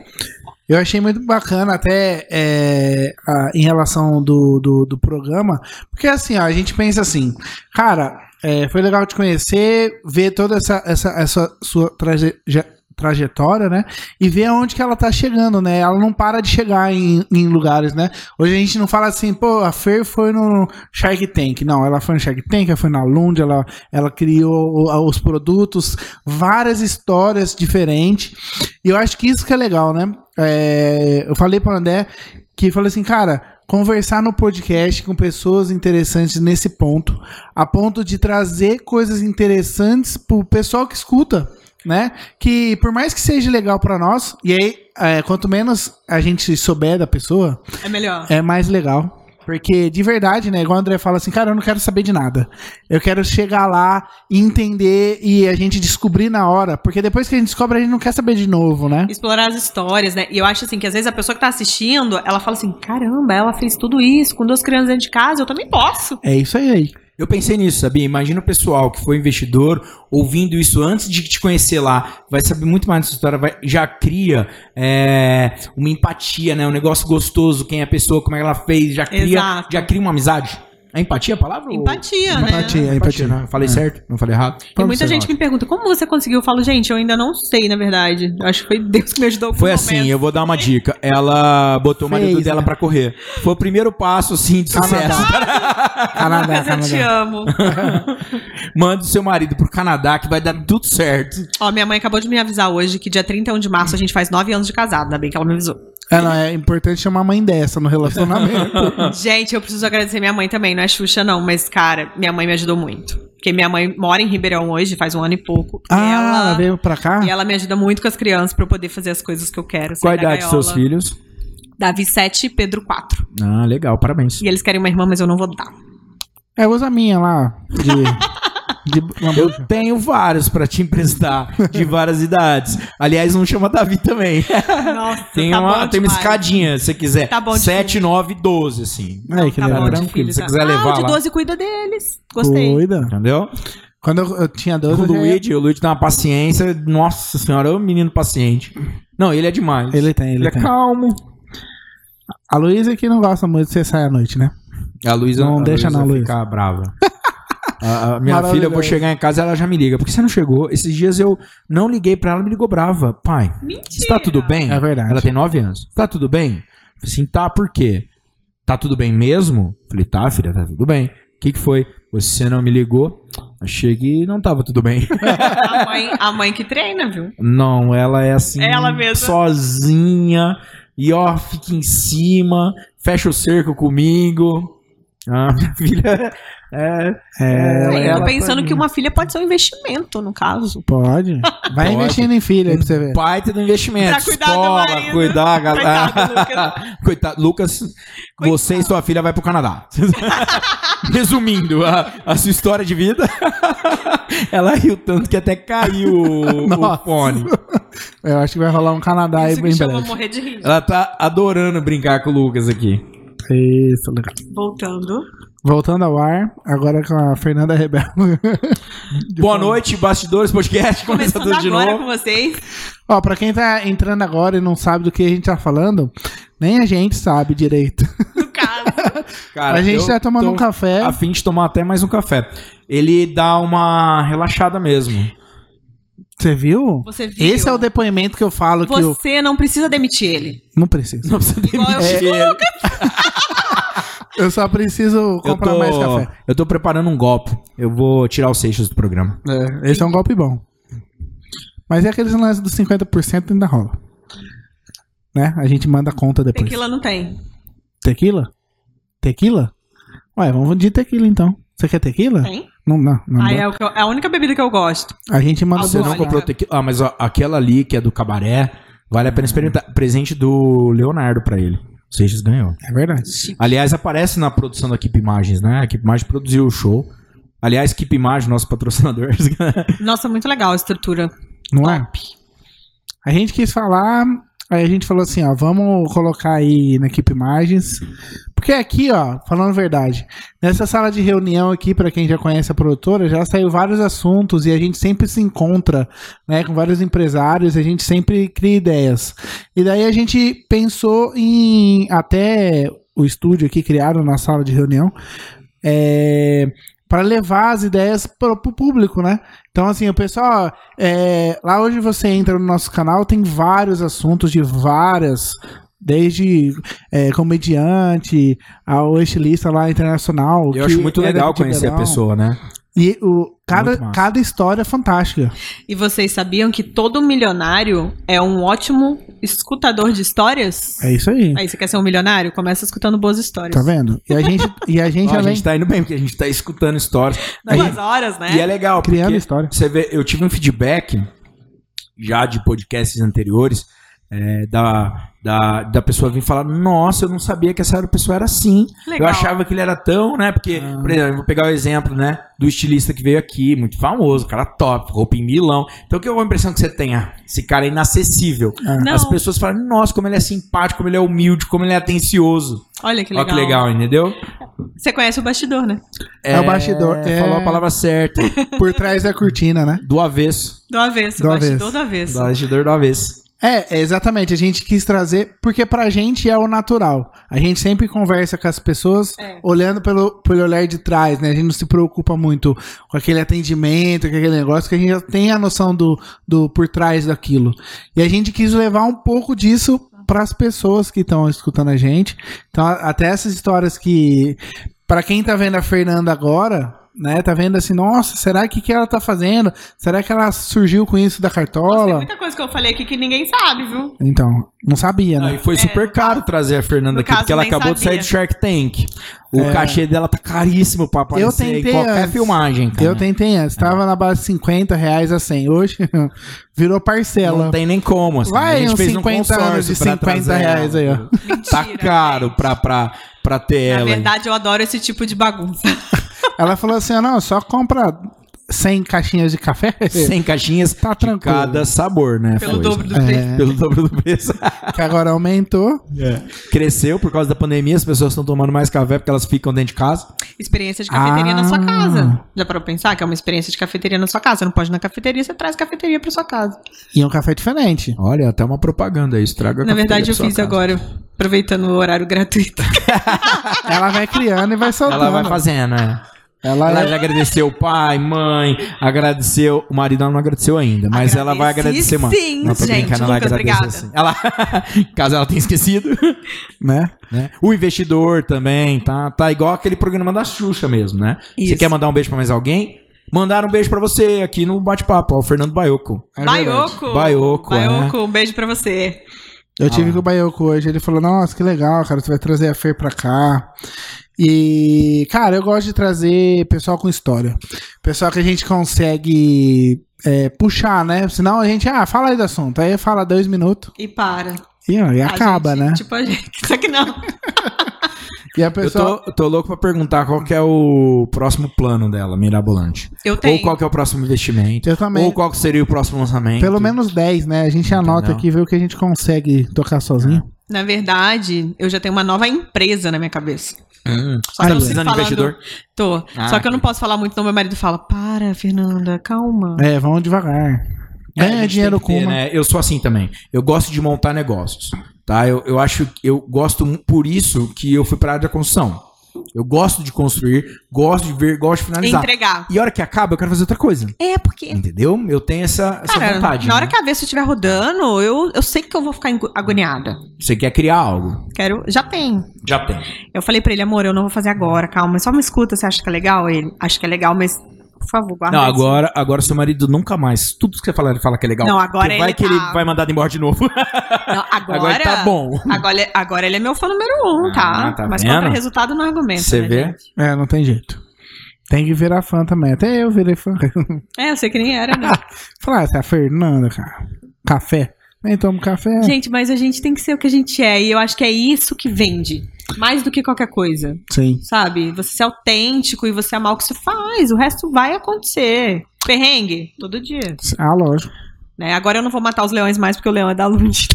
S1: Eu achei muito bacana até é, a- em relação do, do, do programa, porque assim, ó, a gente pensa assim, cara, é, foi legal te conhecer, ver toda essa, essa, essa sua traje- ja- trajetória, né? E ver aonde que ela tá chegando, né? Ela não para de chegar em, em lugares, né? Hoje a gente não fala assim, pô, a Fer foi no Shark Tank. Não, ela foi no Shark Tank, ela foi na Lund, ela, ela criou o- os produtos, várias histórias diferentes. E eu acho que isso que é legal, né? É, eu falei para André que falei assim, cara, conversar no podcast com pessoas interessantes nesse ponto, a ponto de trazer coisas interessantes pro pessoal que escuta, né? Que por mais que seja legal para nós, e aí é, quanto menos a gente souber da pessoa,
S3: É melhor.
S1: é mais legal. Porque, de verdade, né? Igual o André fala assim, cara, eu não quero saber de nada. Eu quero chegar lá, entender e a gente descobrir na hora. Porque depois que a gente descobre, a gente não quer saber de novo, né?
S3: explorar as histórias, né? E eu acho assim que às vezes a pessoa que tá assistindo, ela fala assim: caramba, ela fez tudo isso com duas crianças dentro de casa, eu também posso.
S1: É isso aí.
S2: Eu pensei nisso, sabia? Imagina o pessoal que foi investidor, ouvindo isso antes de te conhecer lá, vai saber muito mais dessa história, vai- já cria é, uma empatia, né? Um negócio gostoso, quem é a pessoa, como é que ela fez, já cria,
S3: Exato.
S2: já cria uma amizade. É empatia a palavra? ou-
S3: Empatia, né?
S1: Empatia, empatia.
S2: né? Eu Falei certo? Não falei errado?
S3: E
S2: Vamos,
S3: muita
S2: você
S3: gente
S2: vai.
S3: me pergunta, como você conseguiu? Eu falo, gente, eu ainda não sei, na verdade. Eu acho que foi Deus que me ajudou com
S2: Foi
S3: o
S2: assim,
S3: momento.
S2: eu vou dar uma dica. Ela botou o
S1: Fez,
S2: marido dela
S1: né?
S2: pra correr. Foi o primeiro passo, assim, de sucesso.
S1: Canadá,
S3: Ah, Mas eu te
S1: Canadá.
S3: amo.
S2: Manda o seu marido pro Canadá que vai dar tudo certo.
S3: Ó, minha mãe acabou de me avisar hoje que dia 31 de março a gente faz nove anos de casado, ainda bem que ela me avisou.
S1: É, não, é importante chamar a mãe dessa no relacionamento.
S3: Gente, eu preciso agradecer minha mãe também, não é Xuxa não, mas cara, minha mãe me ajudou muito. Porque minha mãe mora em Ribeirão hoje, faz um ano e pouco.
S1: ah,
S3: e
S1: ela...
S3: ela
S1: veio pra cá?
S3: E ela me ajuda muito com as crianças pra eu poder fazer as coisas que eu quero.
S2: Ah. Qual a
S3: sair da
S2: idade dos seus
S3: gaiola.
S2: filhos?
S3: Davi 7 e Pedro 4.
S2: Ah, legal, parabéns.
S3: E eles querem uma irmã, mas eu não vou dar.
S1: É, usa a minha lá. De... De
S2: Eu
S1: lambuja.
S2: tenho vários pra te emprestar, de várias idades. Aliás, um chama Davi também.
S3: Nossa,
S2: Tem,
S3: tá
S2: uma,
S3: bom
S2: tem uma
S3: demais.
S2: escadinha, se você quiser.
S3: Tá bom de
S2: 7, 9, 12, assim.
S1: Aí, que é
S3: Tá
S1: legal.
S3: bom, de
S2: tranquilo,
S3: filho,
S2: se
S3: tá.
S2: quiser levar
S3: Ah, o de
S2: lá.
S3: 12 cuida deles. Gostei.
S1: Cuida.
S2: Entendeu?
S1: Quando eu, eu tinha
S2: O
S1: 12, eu já ia-
S2: Luigi, o Luigi tem uma paciência. Nossa senhora, é um menino paciente. Não, ele é demais.
S1: ele tem, ele,
S2: Ele é
S1: tem.
S2: calmo.
S1: A Luísa que não gosta muito de você sair à noite, né?
S2: A Luísa
S1: Não
S2: a
S1: deixa não, Luísa.
S2: ficar brava. A, a minha
S1: Maravilhoso.
S2: filha, eu vou chegar em casa ela já me liga. Por que você não chegou? Esses dias eu não liguei pra ela, me ligou brava. Pai,
S3: Mentira.
S2: está Tá tudo bem?
S1: É verdade.
S2: Ela tem 9 anos. Tá tudo bem? Falei assim, tá, por quê? Tá tudo bem mesmo? Falei, tá, filha, tá tudo bem. O que, que foi? Você não me ligou? Achei que não tava tudo bem.
S3: A mãe, a mãe que treina, viu?
S2: não, ela é assim,
S3: Ela mesma.
S2: sozinha. E ó, fica em cima, fecha o cerco comigo. Ah, minha filha é.
S1: É,
S3: eu tô
S2: ela-
S3: pensando que uma filha pode ser um investimento, no caso.
S1: Pode. Vai
S2: Pode.
S1: investindo em filha aí pra você ver.
S2: Baita do investimento.
S3: Pra cuidar do
S2: Escola,
S3: marido.
S2: cuidar, galera.
S3: Coitado, Lucas.
S2: Coitado, Lucas, você e sua filha vai pro Canadá. Resumindo a, a sua história de vida, ela riu tanto que até caiu o, o
S1: Nossa.
S2: fone.
S1: Eu acho que vai rolar um Canadá
S2: Tá,
S1: aí
S3: Isso
S1: em
S3: que chama
S1: breve.
S3: morrer de rir.
S2: Ela tá adorando brincar com o Lucas aqui.
S1: Isso, legal.
S3: Voltando.
S1: Voltando ao ar, agora com a Fernanda Rebelo.
S2: Boa noite, bastidores, podcast. Começa
S3: Começando
S2: tudo de
S3: agora
S2: novo.
S3: com vocês.
S1: Ó, pra quem tá entrando agora e não sabe do que a gente tá falando, nem a gente sabe direito.
S3: No caso.
S2: Cara,
S1: a gente
S2: eu
S1: tá tomando
S2: tô
S1: um café.
S2: A fim de tomar até mais um café. Ele dá uma relaxada mesmo.
S1: Você viu?
S3: Você viu.
S1: Esse é o depoimento que eu falo que eu
S3: Você não precisa demitir ele.
S1: não preciso.
S2: Não precisa
S3: Igual eu
S2: demitir
S3: fiz
S2: ele.
S1: Eu só preciso
S2: Eu
S1: comprar
S2: tô,
S1: mais café.
S2: eu tô preparando um golpe. Eu vou tirar os Seixas do programa.
S1: É, esse é um golpe bom. Mas é aqueles lances dos 50% ainda rola. Né? A gente manda a conta depois.
S3: Tequila não tem.
S1: Tequila? Tequila? Ué, vamos de tequila então. Você quer
S2: Ah,
S1: tequila?
S3: Tem?
S1: Não, não. não
S3: Ah,
S1: dá.
S3: é, o que eu- é a única bebida que eu gosto.
S1: A gente manda
S3: Você
S2: Você não
S3: Olha.
S2: comprou tequila. Ah, mas ó, aquela ali que é do cabaré, vale a pena experimentar. Presente do Leonardo pra ele. O Seixas ganhou.
S1: É verdade.
S2: Aliás, aparece na produção da Equipe Imagens, né? A Equipe Imagens produziu o show. Aliás, Equipe Imagem, nosso patrocinador.
S3: Nossa, muito legal a estrutura.
S1: Não é? A gente quis falar, aí a gente falou assim, ó, vamos colocar aí na equipe imagens. Porque aqui, ó, falando a verdade, nessa sala de reunião aqui, pra quem já conhece a produtora, já saiu vários assuntos e a gente sempre se encontra, né, com vários empresários, a gente sempre cria ideias. E daí a gente pensou em até o estúdio aqui criaram na sala de reunião, é, para levar as ideias pro, pro público, né? Então, assim, o pessoal, é, lá hoje você entra no nosso canal, tem vários assuntos de várias, desde é, comediante ao estilista lá internacional.
S2: Eu
S1: que é
S2: acho muito
S1: era
S2: legal
S1: de
S2: conhecer a
S1: Ribeirão.
S2: pessoa, né?
S1: E o,
S2: Muito
S1: cada,
S2: massa.
S1: cada história é fantástica.
S3: E vocês sabiam que todo milionário é um ótimo escutador de histórias?
S1: É isso aí.
S3: Aí você quer ser um milionário? Começa escutando boas histórias.
S1: Tá vendo? E a gente, e a gente
S2: Ó, a
S1: além
S2: gente tá indo bem, porque a gente tá escutando histórias.
S3: Duas horas, né?
S2: E é legal, porque
S1: criando história.
S2: Você vê, eu tive um feedback já de podcasts anteriores é, da, da, da pessoa vir falar: Nossa, eu não sabia que essa pessoa era assim.
S3: Legal.
S2: Eu achava que ele era tão, né? Porque,
S1: Ah.
S2: por exemplo, eu vou pegar o exemplo, né? Do estilista que veio aqui, muito famoso, cara top, roupa em Milão. Então, que é a impressão que você tem? Ah, esse cara é inacessível.
S3: Não,
S2: As pessoas falam: Nossa, como ele é simpático, como ele é humilde, como ele é atencioso.
S3: olha que
S2: Olha
S3: legal.
S2: que legal, entendeu?
S3: Você conhece o bastidor, né?
S1: É, o bastidor. É,
S2: Falou a palavra certa,
S1: Por trás da cortina, né?
S2: do avesso.
S3: Do avesso,
S1: Do
S3: o bastidor
S1: avesso.
S3: do avesso.
S2: Do bastidor do avesso.
S1: É, exatamente. A gente quis trazer, porque pra gente é o natural. A gente sempre conversa com as pessoas
S3: É.
S1: olhando pelo, pelo olhar de trás, né? A gente não se preocupa muito com aquele atendimento, com aquele negócio, que a gente já tem a noção do, do por trás daquilo. E a gente quis levar um pouco disso para as pessoas que estão escutando a gente. Então, a- até essas histórias que. Pra quem tá vendo a Fernanda agora, né? Tá vendo assim, nossa, será que que ela tá fazendo? Será que ela surgiu com isso da
S3: Nossa, Tem
S1: cartola?
S3: muita coisa que eu falei aqui que ninguém sabe, viu?
S1: Então, não sabia,
S2: Não,
S1: né?
S2: e foi super caro trazer a Fernanda
S3: É. No
S2: aqui,
S3: caso,
S2: porque ela
S3: nem
S2: acabou de sair
S3: sabia.
S2: do Shark Tank. O cachê dela tá caríssimo pra aparecer
S1: É. Eu tentei
S2: em qualquer
S1: antes.
S2: filmagem, cara.
S1: Eu tentei antes, tava na base de 50 reais a 100. Hoje virou
S2: Não
S1: parcela.
S2: tem nem como, assim.
S1: Vai
S2: a gente
S1: uns
S2: fez
S1: 50
S2: um consórcio
S1: anos de
S2: pra
S1: 50
S2: trazer ela.
S1: reais aí, ó.
S2: Tá
S3: Mentira. né?
S2: caro pra, pra, pra ter
S3: Na
S2: ela. é.
S3: verdade, eu adoro esse tipo de bagunça.
S1: Ela falou assim: ó, não, só "Ah, compra 100 caixinhas de café?
S2: 100 caixinhas
S1: Tá
S2: de
S1: tranquilo.
S2: cada sabor, né?
S3: Pelo
S2: Foi,
S3: dobro do
S2: né?
S3: preço.
S1: É.
S2: Pelo dobro do preço.
S1: Que agora aumentou.
S2: Cresceu por causa da pandemia, as pessoas estão tomando mais café porque elas ficam dentro de casa.
S3: Experiência de cafeteria na sua
S1: Ah.
S3: casa. Já para pensar que é uma experiência de cafeteria na sua casa. Você não pode ir na cafeteria, você traz cafeteria para sua casa.
S1: E é um café diferente.
S2: Olha, até uma propaganda aí, estraga a
S3: na
S2: cafeteria
S3: verdade,
S2: pra
S3: eu
S2: sua
S3: fiz
S2: casa.
S3: agora, aproveitando o horário gratuito.
S1: Ela vai criando e vai soltando.
S2: Ela vai fazendo, né?
S1: Ela,
S2: Ela já agradeceu o pai, mãe, agradeceu. O marido ela não agradeceu ainda, mas ela vai
S3: Agradeci
S2: agradecer, mano.
S3: sim,
S2: não, tô
S3: gente,
S2: brincando, ela vai
S3: Lucas,
S2: agradecer
S3: obrigada.
S2: sim. Ela, caso ela tenha esquecido,
S1: né?
S2: né? O investidor também, tá? Tá igual aquele programa da Xuxa mesmo, né? Você
S3: Isso.
S2: quer mandar um beijo pra mais alguém? Mandar um beijo pra você aqui no bate-papo, ó, o Fernando Baioco.
S1: É
S3: Baioco!
S2: Baioco, um é.
S3: Baioco, um beijo para você.
S1: Eu tive
S2: Ah.
S1: com o Baioco hoje, ele falou, nossa, que legal, cara, você vai trazer a Fer pra cá. E, cara, eu gosto de trazer pessoal com história. Pessoal que a gente consegue é, puxar, né? Senão a gente, ah, fala aí do assunto. Aí fala dois minutos
S3: E para.
S1: e, ó, e acaba,
S3: A gente,
S1: né?
S3: Tipo a gente. Só que não.
S1: E a
S2: Eu
S1: pessoa...
S2: tô, eu tô louco pra perguntar qual que é o próximo plano dela, Mirabolante.
S3: Eu tenho.
S2: Ou qual que é o próximo investimento.
S1: Eu também.
S2: Ou qual que seria o próximo lançamento.
S1: Pelo menos 10, né? A gente anota
S2: Entendeu?
S1: aqui e vê o que a gente consegue tocar sozinho.
S3: Na verdade, eu já tenho uma nova empresa na minha cabeça.
S2: Hum.
S3: Só que
S1: Ah,
S3: eu não
S2: precisando
S3: sei
S2: de
S3: falar
S2: investidor?
S3: do- Tô.
S2: Ah,
S3: Só que eu não posso falar muito, então meu marido fala: Para, Fernanda, calma.
S1: É, vamos devagar.
S2: a gente
S1: Ganha
S2: tem
S1: É, dinheiro
S2: que ter,
S1: com uma.
S2: né? Eu sou assim também. Eu gosto de montar negócios, tá? Eu, eu acho que eu gosto mu- por isso que eu fui para área da construção. Eu gosto de construir, gosto de ver, gosto de finalizar.
S3: Entregar.
S2: E a hora que acaba, eu quero fazer outra coisa.
S3: É, porque.
S2: Entendeu? Eu tenho essa, essa
S3: Cara,
S2: vontade.
S3: na hora
S2: né?
S3: que a cabeça estiver rodando, eu, eu sei que eu vou ficar engo- agoniada.
S2: Você quer criar algo?
S3: Quero. Já tem.
S2: Já tem.
S3: Eu falei pra ele, amor, eu não vou fazer agora, calma. Só me escuta, você acha que é legal? Ele, acho que é legal, mas, por favor, guarda.
S2: Não,
S3: isso."
S2: agora, agora seu marido nunca mais. Tudo que você falar, ele fala que é legal.
S3: Não, agora
S2: Porque vai
S3: ele
S2: que
S3: tá-
S2: ele vai mandar embora de novo.
S3: Não, agora,
S2: agora tá bom.
S3: Agora, agora ele é meu fã número um, tá?
S2: Ah, tá
S3: mas
S2: vendo?
S3: quanto é resultado não é argumento.
S2: Você
S3: né,
S2: vê?
S3: gente?
S1: É, não tem jeito. Tem que virar fã também. Até eu virei fã. "Ah,
S3: É, eu sei que nem era, né?
S1: Falar, essa é Fernanda, cara. Café. Nem tomo café.
S3: gente, mas a gente tem que ser o que a gente é. E eu acho que é isso que vende. Mais do que qualquer coisa.
S1: Sim.
S3: Sabe? Você ser autêntico e você amar o que você faz. O resto vai acontecer. Perrengue, todo dia.
S1: Ah, lógico.
S3: Né? Agora eu não vou matar os leões mais porque o leão é da luz.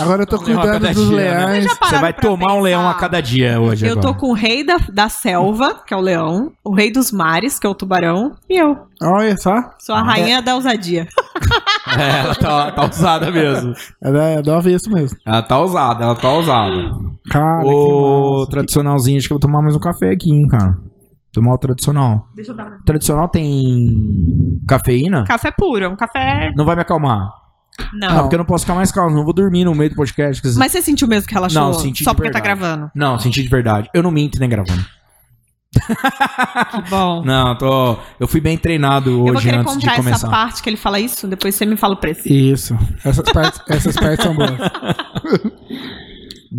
S1: Agora eu tô
S2: Leão a
S1: cuidando
S2: cada
S1: dos
S2: dia, né?
S1: leões.
S3: Já
S2: Você
S3: pararam
S2: vai
S3: pra
S2: tomar um
S3: pensar?
S2: leão a cada dia hoje.
S3: Eu
S2: agora.
S3: tô com o rei da, da selva, que é o leão, o rei dos mares, que é o tubarão, e eu.
S1: Olha só.
S3: Sou a
S2: Ah,
S3: rainha da ousadia.
S2: É, ela tá, tá usada mesmo.
S1: É do avesso mesmo.
S2: Ela tá ousada, ela tá ousada.
S1: Cara,
S2: Ô,
S1: que massa.
S2: tradicionalzinho, acho que eu vou tomar mais um café aqui, hein, cara. Tomar o tradicional.
S3: Deixa eu dar.
S2: Tradicional tem cafeína?
S3: Café puro, é um café.
S2: Não vai me acalmar. Ah,
S3: Não.
S2: porque eu não posso ficar mais calmo, não vou dormir no meio do podcast. quer dizer-
S3: Mas você sentiu mesmo que relaxou?
S2: Não, senti
S3: Só
S2: de
S3: porque tá
S2: verdade.
S3: gravando.
S2: Não, senti de verdade. Eu não minto nem gravando.
S3: Que bom.
S2: Não, tô. Eu fui bem treinado
S3: eu vou
S2: hoje
S3: querer
S2: antes de
S3: comprar essa
S2: começar.
S3: parte que ele fala isso, depois você me fala o preço.
S1: Isso. Essas partes, essas partes são boas.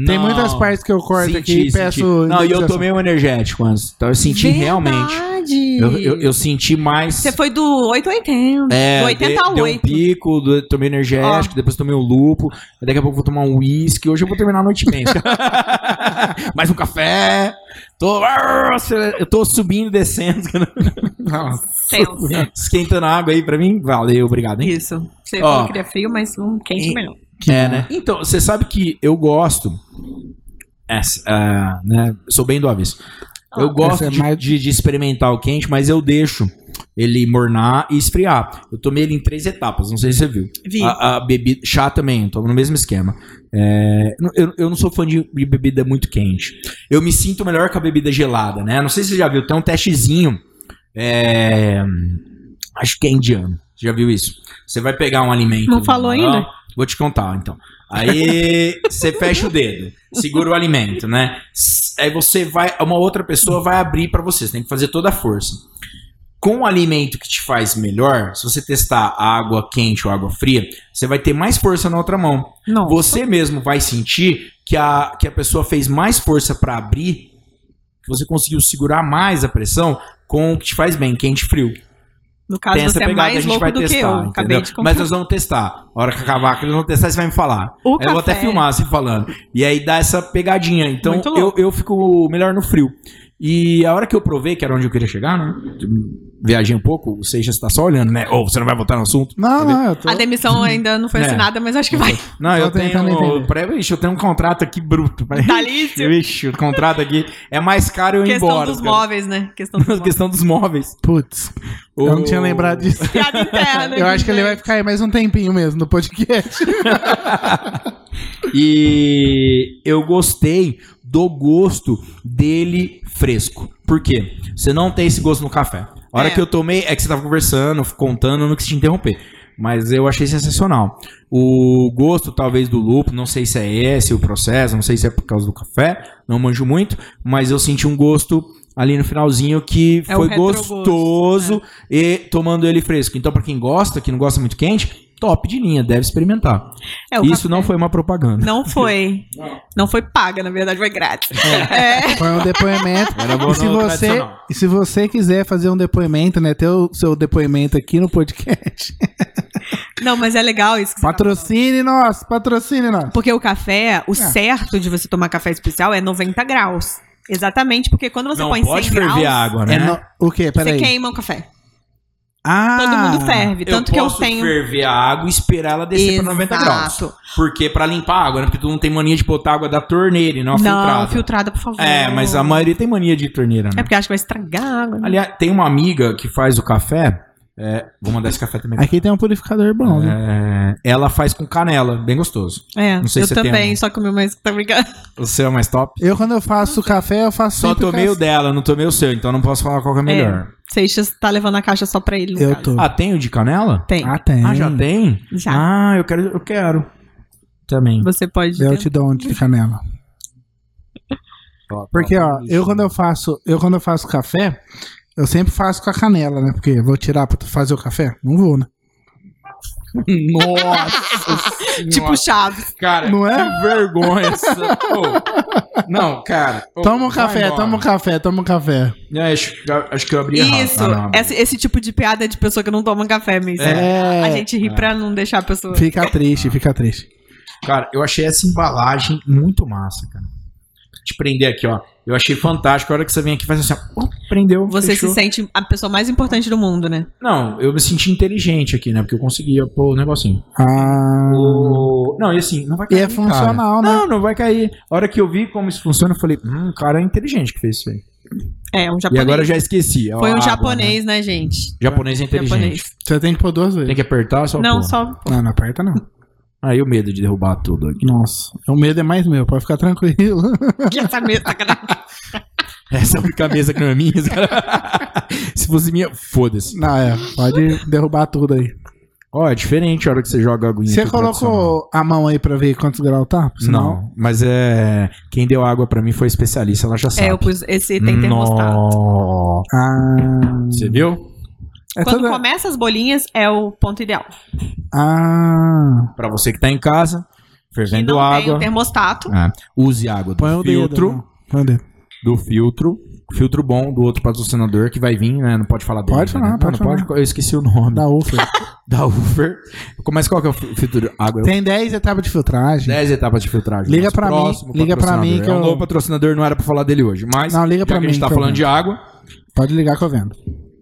S1: Tem
S2: Não,
S1: muitas partes que eu corto
S2: senti,
S1: aqui e
S2: senti.
S1: peço.
S2: Não, e eu
S1: indenização.
S2: tomei um energético antes. Então eu senti realmente.
S3: Verdade.
S2: Eu, eu- eu senti mais.
S3: Você foi do 8 a 80.
S2: É,
S3: do
S2: de-
S3: 80 a
S2: Deu um
S3: 8.
S2: pico, do- tomei energético, depois tomei o lupo. Daqui a pouco eu vou tomar um uísque. Hoje eu vou terminar a noite bem. Mais um café. Tô, eu tô subindo, descendo.
S3: Tenso.
S2: Esquentando água aí pra mim. Valeu, obrigado, hein?
S3: Isso. Você
S2: Ó.
S3: falou que ele é frio, mas um quente é melhor.
S2: É, né? Então, você sabe que eu gosto. É, s- ah, né? Sou bem do avesso. Eu
S3: Ó,
S2: gosto
S1: essa é
S2: de,
S1: mais-
S2: de- de experimentar o quente, mas eu deixo ele mornar e esfriar. Eu tomei ele em três etapas, não sei se você viu.
S3: Vi.
S2: A, a bebida, chá também, eu tomo no mesmo esquema. É, não- eu, eu não sou fã de, de bebida muito quente. Eu me sinto melhor com a bebida gelada, né? Não sei se você já viu, tem um testezinho. é, acho que é indiano. Você já viu isso? Você vai pegar um alimento.
S3: Não falou ainda?
S2: Vou te contar, então. Aí você fecha o dedo, segura o alimento, né? S- Aí você vai, uma outra pessoa vai abrir pra você, você tem que fazer toda a força. Com o alimento que te faz melhor, se você testar a água quente ou água fria, você vai ter mais força na outra mão.
S3: Não.
S2: Você mesmo vai sentir que a, que a pessoa fez mais força pra abrir, que você conseguiu segurar mais a pressão com o que te faz bem, quente e frio.
S3: No caso, você é mais louco do que eu. Acabei
S2: entendeu?
S3: de
S2: Mas
S3: comprar.
S2: nós vamos testar. A hora que acabar, que eles vão testar, você vai me falar.
S3: O
S2: eu vou até
S3: café-
S2: filmar você falando. E aí dá essa pegadinha. Então
S3: Muito
S2: eu,
S3: louco.
S2: eu fico melhor no frio. E a hora que eu provei, que era onde eu queria chegar, né? viajei um pouco, o Seixas tá só olhando, né? Ou você não vai voltar no assunto?
S1: Não, não, eu tô.
S3: A demissão ainda não foi
S2: É.
S3: assinada, mas acho que vai.
S2: Não, eu
S1: Tô
S2: tenho,
S1: tentando entender.
S2: pré- Ixi, eu tenho um contrato aqui bruto. mas-
S3: Tá Vitalício.
S2: Ixi, o contrato aqui é mais caro eu ir
S3: Questão
S2: embora.
S3: dos
S2: cara.
S3: móveis, né? Questão dos móveis.
S2: Questão dos móveis.
S1: Putz, eu não tinha
S2: O-
S1: lembrado disso.
S3: Piada interna. né?
S1: Eu acho que ele vai
S3: gente.
S1: ficar aí mais um tempinho mesmo no podcast.
S2: E eu gostei do gosto dele fresco. Por quê? Você não tem esse gosto no café. A hora
S3: É.
S2: que eu tomei, é que você tava conversando, contando, eu não quis te interromper. Mas eu achei sensacional. O gosto, talvez, do lúpulo, não sei se é esse o processo, não sei se é por causa do café, não manjo muito, mas eu senti um gosto ali no finalzinho que
S3: É o
S2: foi
S3: retrogosto, né?
S2: gostoso e tomando ele fresco. Então, pra quem gosta, que não gosta muito quente, top de linha, deve experimentar.
S3: É, o
S2: Isso
S3: café-
S2: não foi uma propaganda.
S3: Não foi. Não foi paga, na verdade, foi grátis. É.
S1: Foi um depoimento.
S2: Era bom
S1: E se,
S2: no
S1: você,
S2: tradicional.
S1: e se você quiser fazer um depoimento, né? Ter o seu depoimento aqui no podcast.
S3: Não, mas é legal isso que você tá
S1: Patrocine nós, patrocine nós.
S3: Porque o café,
S1: É.
S3: o certo de você tomar café especial é 90 graus. Exatamente, porque quando você
S2: não
S3: põe
S2: pode
S3: 100 graus,
S2: ferver a água, né?
S1: É no- o quê?
S3: você
S1: Peraí.
S3: queima o café.
S1: Ah,
S3: é Todo mundo ferve. Tanto que eu tenho.
S2: ferver a água e esperar ela descer para 90 graus.
S3: Exato.
S2: Porque para limpar a água, né? Porque tu não tem mania de botar água da torneira e não a
S3: Não,
S2: filtrada.
S3: filtrada, por favor.
S2: É, mas a maioria tem mania de torneira,
S3: É
S2: né?
S3: porque acho que vai estragar a água. né?
S2: Aliás, tem uma amiga que faz o café. é, vou mandar esse café também.
S1: Aqui tem um purificador bom, viu?
S2: É, ela faz com canela, bem gostoso.
S3: É,
S2: Não sei
S3: eu
S2: se você tem
S3: também,
S2: algum.
S3: só que o meu mais tá brincando.
S2: O seu é mais top?
S1: Eu, quando eu faço café, eu faço.
S2: Só
S1: sempre
S2: tomei o
S1: café.
S2: dela, não tomei o seu, então não posso falar qual que é melhor.
S3: Seixas tá levando a caixa só pra ele. no
S1: Eu
S3: caso.
S1: tô.
S2: Ah, tem o de canela?
S3: É. Tem.
S1: Ah, tem.
S2: Ah, já tem?
S3: Já.
S2: Ah, eu quero, eu quero. Também.
S3: Você pode.
S1: Eu te dou um de canela.
S3: tá
S1: Porque, ó, eu quando eu faço, eu quando eu faço café, eu sempre faço com a canela, né? Porque eu vou tirar pra tu fazer o café? Não vou, né?
S2: Nossa
S3: Tipo Chaves.
S2: Cara,
S1: Não é?
S2: que vergonha. essa- Ô, Não, cara. ô,
S1: toma um
S2: vai
S1: café,
S2: embora.
S1: toma um café, toma um café.
S2: É, acho, que- acho que eu abri errado.
S3: Isso.
S2: Ah, não, abri.
S3: esse, esse tipo de piada é de pessoa que não toma café mesmo.
S1: É.
S3: A gente ri pra não deixar a pessoa.
S1: Fica triste, fica triste.
S2: Cara, eu achei essa embalagem muito massa, cara. Te prender aqui, ó. Eu achei fantástico. A hora que você vem aqui, faz assim, ó. Ó, Prendeu.
S3: Você
S2: fechou.
S3: se sente a pessoa mais importante do mundo, né?
S2: Não, eu me senti inteligente aqui, né? Porque eu conseguia pôr o negocinho.
S1: Ah.
S2: O- Não, e assim, não vai
S1: E
S2: cair.
S1: é
S2: cara.
S1: funcional, né?
S2: Não, não vai cair. A hora que eu vi como isso funciona, eu falei, hum, o cara é inteligente que fez isso aí.
S3: É, um
S2: E
S3: japonês.
S2: agora eu já esqueci. É
S3: Foi um
S2: água,
S3: japonês, né, gente?
S2: né? Japonês é inteligente.
S3: Japonês.
S1: Você tem que pôr duas vezes.
S2: Tem que apertar só
S3: Não,
S2: pôr.
S3: só.
S1: Não, não aperta não.
S2: Aí o medo de derrubar tudo aqui.
S1: Nossa, o medo é mais meu, pode ficar tranquilo.
S3: Que essa mesa, cara.
S2: Essa é a única mesa que não é minha. cara. Se fosse minha, foda-se.
S1: não, é, pode derrubar tudo aí.
S2: Ó, é diferente a hora que você joga a aguinha.
S1: Você
S2: aqui tradicional.
S1: colocou a mão aí pra ver quantos graus tá? Senão-
S2: Não, mas é... Quem deu água pra mim foi especialista, ela já sabe.
S3: É, eu pus. Esse tem termostato.
S2: Nó.
S1: Ah.
S2: Você viu?
S1: É
S3: Quando
S1: toda...
S3: começa as bolinhas, é o ponto ideal.
S1: Ah.
S2: Pra você que tá em casa,
S3: E
S2: fervendo
S3: não tem
S2: água.
S3: o termostato.
S2: É, use água do
S1: Põe o
S2: filtro.
S1: dedo. né? Põe o dedo.
S2: do filtro. Filtro bom do outro patrocinador que vai vir, né? Não pode falar dele.
S1: Pode falar,
S2: né?
S1: pode
S2: não, não
S1: falar.
S2: pode. Eu esqueci o nome.
S1: Da UFA.
S2: Da Uber. Mas qual que é o fi- filtro? Água.
S1: Tem 10 etapas de filtragem.
S2: 10 etapas de filtragem.
S1: Liga
S2: Nosso
S1: pra mim,
S2: próximo
S1: liga pra mim
S2: patrocinador.
S1: que
S2: É um
S1: eu-
S2: novo patrocinador, não era pra falar dele hoje. Mas
S1: Não, liga
S2: já
S1: pra
S2: que a
S1: mim
S2: gente tá
S1: que eu
S2: falando
S1: vendo.
S2: de água.
S1: Pode ligar que eu vendo.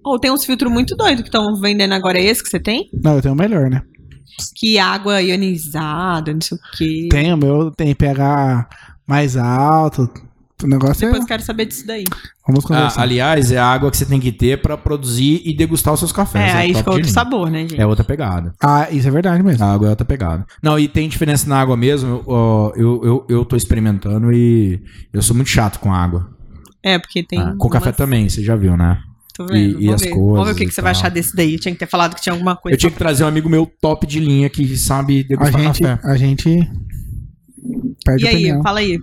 S3: Ou tem uns filtros muito doidos que estão vendendo agora. Esse que você tem?
S1: Não, eu tenho o melhor, né?
S3: Que água ionizada, não sei o quê.
S1: Tem o meu, tem pH mais alto. O negócio
S3: Depois
S1: é.
S3: quero saber disso daí.
S1: Vamos
S2: Ah,
S1: conversar.
S2: aliás, é a água que você tem que ter pra produzir e degustar os seus
S3: É,
S2: cafés.
S3: aí
S2: top
S3: fica
S2: de
S3: outro
S2: linha.
S3: sabor, né, gente?
S2: É outra pegada.
S1: Ah, isso é verdade mesmo.
S2: A água é outra pegada. Não, e tem diferença na água mesmo. Eu, ó, eu, eu, eu tô experimentando e eu sou muito chato com água.
S3: É, porque tem.
S2: Ah, com café
S3: umas-
S2: também, você já viu, né?
S3: Tô vendo.
S2: e- e
S3: Vamos
S2: as
S3: ver.
S2: coisas
S3: Vamos ver o que,
S2: e
S3: que você vai
S2: tal.
S3: achar desse daí. Eu tinha que ter falado que tinha alguma coisa.
S2: Eu tinha que trazer um amigo meu top de linha que sabe
S1: A
S2: degustar
S1: gente,
S2: café.
S1: a gente. Pede
S3: E aí,
S1: opinião.
S3: fala aí.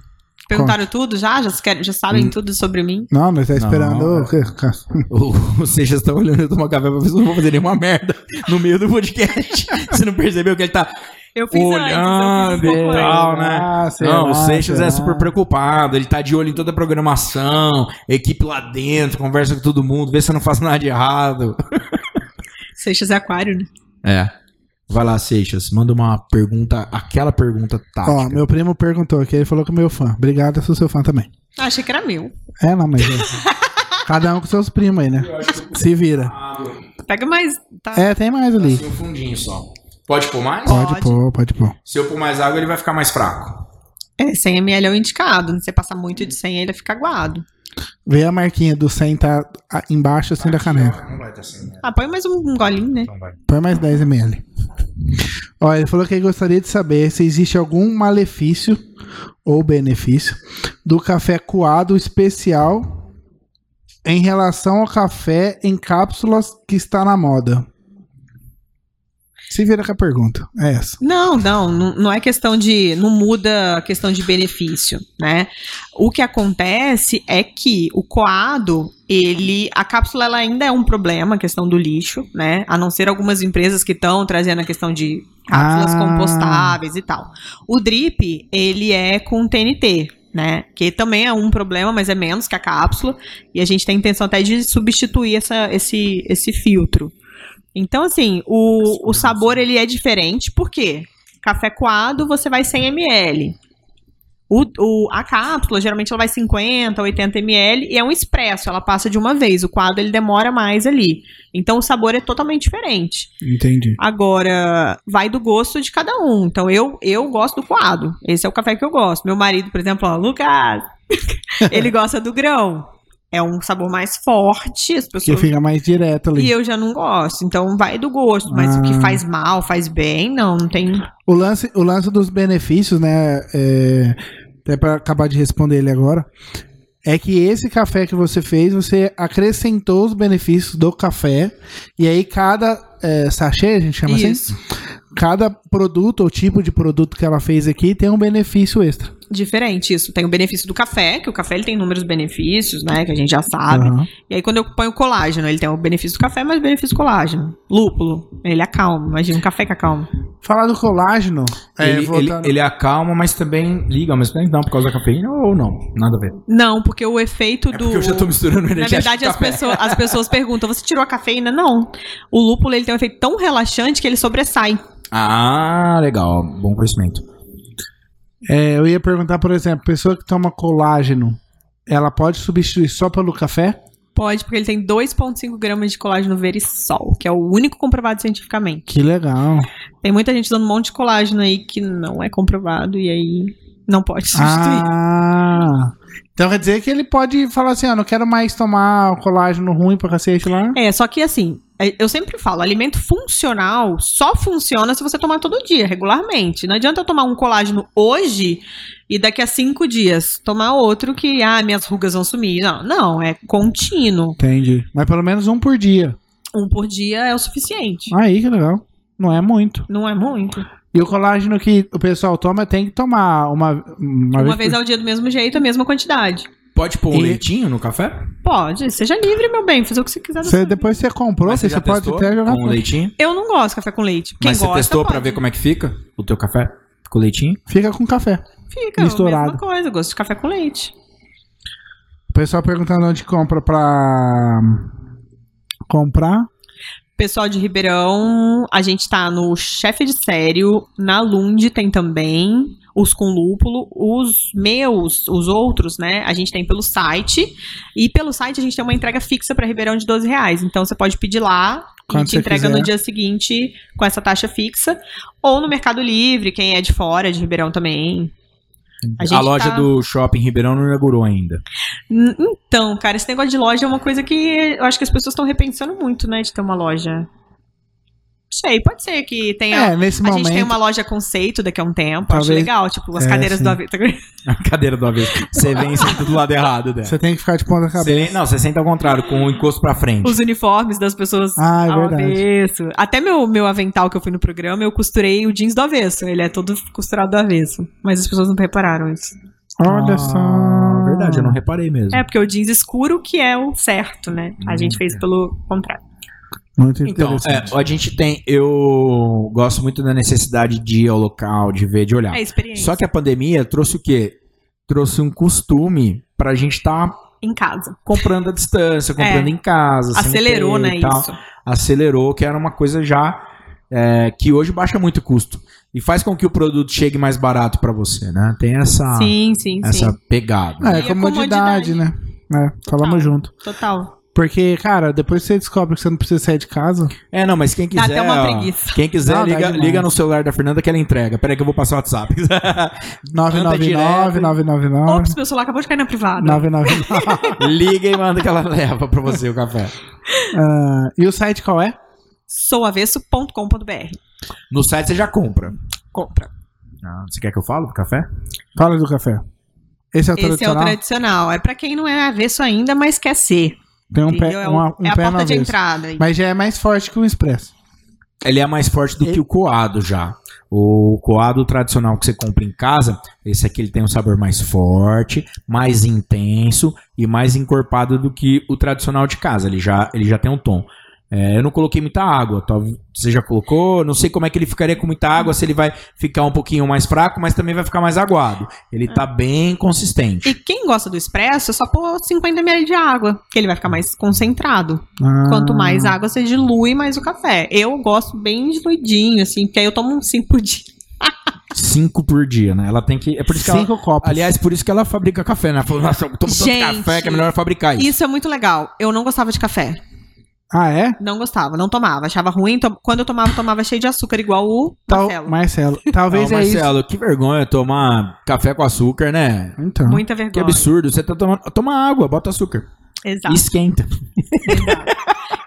S3: Perguntaram tudo já? Já, se querem- já sabem
S2: Hum.
S3: tudo sobre mim?
S1: Não, nós tá esperando.
S2: Não,
S1: o quê? Ca-
S2: O, o Seixas tá olhando eu tomar café pra ver se eu não vou fazer nenhuma merda no meio do podcast. você não percebeu que ele tá
S3: Eu fiz antes,
S2: olhando
S3: eu fiz um
S2: e
S3: pouco
S2: tal,
S1: antes.
S2: né?
S1: Ah, será,
S2: não, o Seixas
S1: será?
S2: é super preocupado. Ele tá de olho em toda a programação, equipe lá dentro, conversa com todo mundo, vê se eu não faço nada de errado.
S3: antes. Seixas é aquário, né?
S2: É. Vai lá, Seixas, manda uma pergunta, aquela pergunta tática.
S1: Ó, meu primo perguntou aqui, ele falou que é meu fã. Obrigado, eu sou seu fã também.
S3: Ah, achei que era meu.
S1: É, não, mas. é. Cada um com seus primos aí, né? Se vira.
S2: Ah, por
S3: Pega mais. Tá.
S1: É, tem mais ali.
S2: assim, um fundinho só. Pode pôr mais?
S1: Pode,
S3: Pode.
S1: pôr, pode pôr.
S2: Se eu pôr mais água, ele vai ficar mais fraco.
S3: É, 100 ml é o indicado. Se você passar muito de 100, ele fica aguado.
S1: Vê a marquinha do 100 tá a- embaixo assim da caneta.
S2: Não vai estar sem né?
S3: Ah, põe mais um, um golinho, né?
S2: Então vai.
S1: Põe mais 10 ml. Ó, ele falou que ele gostaria de saber se existe algum malefício ou benefício do café coado especial em relação ao café em cápsulas que está na moda. Se vira com a pergunta. É essa.
S3: Não, não, não não é questão de. Não muda a questão de benefício, né? O que acontece é que o coado, ele. A cápsula ela ainda é um problema, a questão do lixo, né? A não ser algumas empresas que estão trazendo a questão de cápsulas
S1: Ah.
S3: compostáveis e tal. O drip, ele é com TNT. Né? Que também é um problema, mas é menos que a cápsula. E a gente tem a intenção até de substituir essa, esse, esse filtro. Então, assim, o, o sabor ele é diferente, por quê? Café coado, você vai 100 ml. O, o- a cápsula, geralmente, ela vai 50, 80 ml e é um expresso, ela passa de uma vez. O coado, ele demora mais ali. Então, o sabor é totalmente diferente.
S1: Entendi.
S3: Agora, vai do gosto de cada um. Então, eu, eu gosto do coado. Esse é o café que eu gosto. Meu marido, por exemplo, ó, Lucas, ele gosta do grão. É um sabor mais forte, as
S1: Que
S3: pessoas
S1: fica mais direto ali.
S3: e eu já não gosto. Então vai do gosto. Mas o que
S1: Ah.
S3: faz mal, faz bem, não, não tem.
S1: O lance, o lance dos benefícios, né? É, até pra acabar de responder ele agora. É que esse café que você fez, você acrescentou os benefícios do café. E aí cada é, sachê, a gente chama
S3: Isso.
S1: assim? Cada produto ou tipo de produto que ela fez aqui tem um benefício extra.
S3: Diferente isso. Tem o benefício do café, que o café ele tem inúmeros benefícios, né? Que a gente já sabe.
S1: Aham.
S3: E aí, quando eu ponho colágeno, ele tem o benefício do café, mas o benefício do colágeno. Lúpulo, ele acalma. Imagina, um café que acalma.
S1: Falar do colágeno. é,
S2: ele, ele,
S1: voltando-
S2: ele acalma, mas também liga, mas também não, por causa da cafeína ou não. Nada a ver.
S3: Não, porque o efeito
S2: É
S3: do.
S2: porque eu já tô misturando
S3: Na
S2: energético
S3: verdade,
S2: com
S3: as
S2: café.
S3: pessoas, as pessoas perguntam: você tirou a cafeína? Não. O lúpulo ele tem um efeito tão relaxante que ele sobressai.
S2: Ah, legal. Bom conhecimento.
S1: é, eu ia perguntar, por exemplo, pessoa que toma colágeno, ela pode substituir só pelo café?
S3: Pode, porque ele tem 2,5 gramas de colágeno verisol, que é o único comprovado cientificamente.
S1: Que legal.
S3: Tem muita gente usando um monte de colágeno aí que não é comprovado e aí não pode substituir.
S1: Ah, então quer dizer que ele pode falar assim, ó, não quero mais tomar o colágeno ruim pra cacete lá.
S3: É, só que assim, é, eu sempre falo, alimento funcional só funciona se você tomar todo dia, regularmente. Não adianta eu tomar um colágeno hoje e daqui a cinco dias tomar outro que, ah, minhas rugas vão sumir. Não, não, é contínuo.
S1: Entendi. Mas pelo menos um por dia.
S3: Um por dia é o suficiente.
S1: Aí, que legal. Não é muito.
S3: Não é muito.
S1: E o colágeno que o pessoal toma tem que tomar uma, uma,
S3: Uma
S1: vez.
S3: vez ao dia do mesmo jeito, a mesma quantidade.
S2: Pode pôr um
S1: E-
S2: leitinho no café?
S3: Pode, seja livre, meu bem, fazer o que você quiser. da
S1: Você,
S3: sua
S1: depois você comprou,
S2: Mas
S1: você,
S2: já
S1: pode
S2: testou
S1: até jogar.
S2: com
S1: fora.
S2: leitinho?
S3: vida. Eu não gosto de café com leite. Quem
S2: Mas você
S3: gosta,
S2: testou
S3: pode.
S2: pra ver como é que fica o teu café? Com leitinho?
S1: Fica com café.
S3: Fica,
S1: misturado.
S3: misturado. mesma coisa, eu gosto de café com leite.
S1: O pessoal perguntando onde compra pra comprar.
S3: Pessoal de Ribeirão, a gente tá no Chefe de Sério, na Lund tem também, os com lúpulo, os meus, os outros, né, a gente tem pelo site, e pelo site a gente tem uma entrega fixa pra Ribeirão de 12 reais, então você pode pedir lá,
S1: Quando
S3: e te
S1: você
S3: entrega
S1: quiser.
S3: no dia seguinte com essa taxa fixa, ou no Mercado Livre, quem é de fora, de Ribeirão também.
S2: A,
S3: gente
S2: loja
S3: tá-
S2: do shopping Ribeirão não inaugurou ainda.
S3: N- Então, cara, esse negócio de loja é uma coisa que eu acho que as pessoas estão repensando muito, né? De ter uma loja. Não sei, pode ser que tenha.
S1: É, nesse
S3: a
S1: momento.
S3: gente tem uma loja conceito daqui a um tempo,
S1: Talvez-
S3: acho legal. Tipo, as
S1: É,
S3: cadeiras
S1: sim.
S3: do avesso.
S2: A cadeira do avesso. Você vem e senta do lado errado dela.
S1: Você tem que ficar de ponta cabeça.
S2: Você vem- não, você senta ao contrário, com o encosto pra frente.
S3: Os uniformes das pessoas
S1: Ah, é
S3: ao
S1: verdade.
S3: avesso. Até meu, meu avental que eu fui no programa, eu costurei o jeans do avesso. Ele é todo costurado do avesso. Mas as pessoas não repararam isso.
S1: Olha
S2: Ah,
S1: só.
S2: Verdade, eu não reparei mesmo.
S3: É, porque o jeans escuro que é o certo, né?
S1: Hum,
S3: A gente
S1: é.
S3: fez pelo contrário.
S1: Muito
S2: Então,
S1: interessante.
S2: é, a gente tem. Eu gosto muito da necessidade de ir ao local, de ver, de
S1: Tá.
S2: olhar.
S3: É a experiência.
S2: Só que a pandemia trouxe o quê? Trouxe um costume pra gente estar
S3: Em casa.
S2: comprando à distância, comprando em casa. sem
S3: É. Acelerou,
S2: ter e
S3: né?
S2: tal.
S3: Isso.
S2: Acelerou, que era uma coisa já é, que hoje baixa muito o custo. E faz com que o produto chegue mais barato pra você, né? Tem essa,
S3: sim, sim, sim.
S2: essa pegada.
S1: Ah, é
S3: E a
S1: comodidade,
S3: comodidade. Tá.
S1: né? É, falamos junto.
S3: Total.
S1: Porque, cara, depois você descobre que você não precisa sair de casa.
S2: É, não, mas quem
S3: Dá
S2: quiser.
S3: até uma
S2: ó,
S3: preguiça.
S2: Quem quiser,
S1: Não, dá
S2: liga,
S1: demais.
S2: liga no celular da Fernanda que ela entrega. Peraí que eu vou passar o WhatsApp.
S1: 999,
S2: direto.
S1: 999,
S3: Ops, meu celular acabou de cair na privada.
S1: 999.
S2: liga e manda que ela leva pra você o café.
S1: Ah, e o site qual é?
S3: Souavesso.com.br.
S2: No site você já compra.
S3: Compra.
S2: você quer que eu fale do café?
S1: Fala do café. Esse é o
S3: Esse é o
S1: tradicional?
S3: tradicional. É pra quem não é avesso ainda, mas quer ser.
S1: Tem um
S3: entendeu?
S1: pé,
S3: é, o-
S1: uma, um
S3: é a
S1: pé no
S3: porta de
S1: avesso.
S3: entrada. aí.
S1: Mas já é mais forte que o expresso.
S2: Ele é mais forte do que o coado já. O coado tradicional que você compra em casa, esse aqui ele tem um sabor mais forte, mais intenso e mais encorpado do que o tradicional de casa. Ele já, ele já tem um tom. É, eu não coloquei muita água, talvez você já colocou. Não sei como é que ele ficaria com muita água, se ele vai ficar um pouquinho mais fraco, mas também vai ficar mais aguado. Ele tá bem consistente.
S3: E quem gosta do expresso, é só pôr 50 ml de água, que ele vai ficar mais concentrado.
S1: Ah,
S3: Quanto mais água, você dilui mais o café. Eu gosto bem diluidinho, assim, porque aí eu tomo um 5 por dia.
S2: Cinco por dia, né? Ela tem que. É por isso que ela,
S1: cinco copos.
S2: aliás, por isso que ela fabrica café, né? Ela falou, nossa, eu tomo tanto
S3: Gente,
S2: café que é melhor fabricar isso.
S3: Isso é muito legal. Eu não gostava de café.
S1: ah, é?
S3: Não gostava, não tomava. Achava ruim. to- Quando eu tomava, eu tomava cheio de açúcar, igual o
S1: Tal-
S3: Marcelo.
S1: Marcelo. Talvez
S2: Não,
S1: é isso.
S2: Marcelo, que vergonha tomar café com açúcar, né?
S1: Então.
S3: Muita
S2: Que
S3: vergonha.
S2: absurdo. Você tá tomando. Toma água, bota açúcar.
S3: Exato.
S1: Tá.
S2: E esquenta.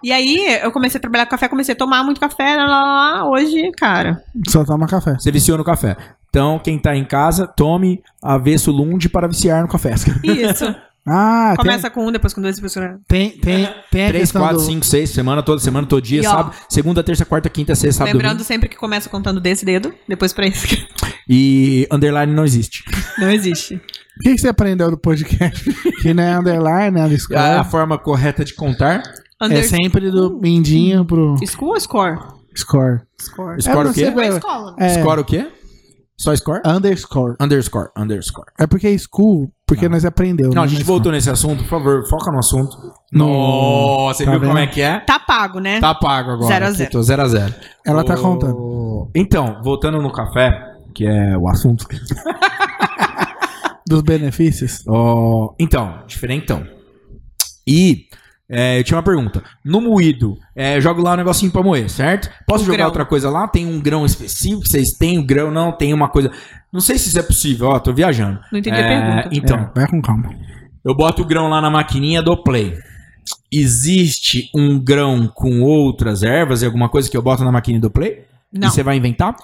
S3: E aí, eu comecei a trabalhar com café, comecei a tomar muito café, lá, lá, lá. hoje, cara.
S1: Só toma café.
S2: Você viciou no café. Então, quem tá em casa, tome avesso lunde para viciar no café.
S1: É
S3: Isso.
S1: Ah, tem-
S3: Começa com um, depois com dois, depois com três.
S1: tem, tem, tem, a
S2: 3,
S1: questão
S2: 4,
S1: do-
S2: 5, 6, semana toda, semana todo dia,
S3: E, ó,
S2: sábado, segunda, terça, quarta, quinta, sexta, sábado,
S3: Lembrando
S2: domingo.
S3: sempre que começa contando desse dedo, depois pra esse.
S2: E underline não existe.
S3: Não existe.
S1: O que, que você aprendeu do podcast? que não é underline, né?
S2: A, a
S1: Score.
S2: forma correta de contar.
S1: É
S3: Under...
S1: sempre do mindinho pro
S3: School ou score?
S1: score.
S3: Score.
S2: Score o
S1: É, você
S2: quê?
S1: vai-
S3: Pra escola.
S1: É, Ah.
S2: Score o quê? Só score?
S1: underscore.
S2: Underscore, underscore.
S1: É porque é school, porque nós aprendeu.
S2: Não, a
S1: né,
S2: gente
S1: mas-
S2: voltou nesse assunto, por favor, foca no assunto.
S1: Não,
S2: Nossa, você
S1: Hum, tá
S2: viu como
S1: vendo?
S2: é que é?
S3: Tá pago, né?
S2: Tá pago agora.
S3: Zero a zero.
S2: Tô zero a zero.
S1: Ela tá
S2: Ô,
S1: contando.
S2: Então, voltando no café, que é o assunto.
S1: Dos benefícios.
S2: Ó, então, diferentão. E é, eu tinha uma pergunta. No moído, é, eu jogo lá um negocinho pra moer, certo? Posso
S3: O
S2: jogar
S3: Um grão.
S2: outra coisa lá? Tem um grão específico? que Vocês têm um grão? Não, tem uma coisa. Não sei se isso é possível, ó, tô viajando.
S3: Não entendi a
S2: É,
S3: pergunta.
S2: Então,
S1: É, vai com calma.
S2: Eu boto o grão lá na maquininha do play. Existe um grão com outras ervas e alguma coisa que eu boto na maquininha do play?
S3: Não.
S2: E você vai inventar?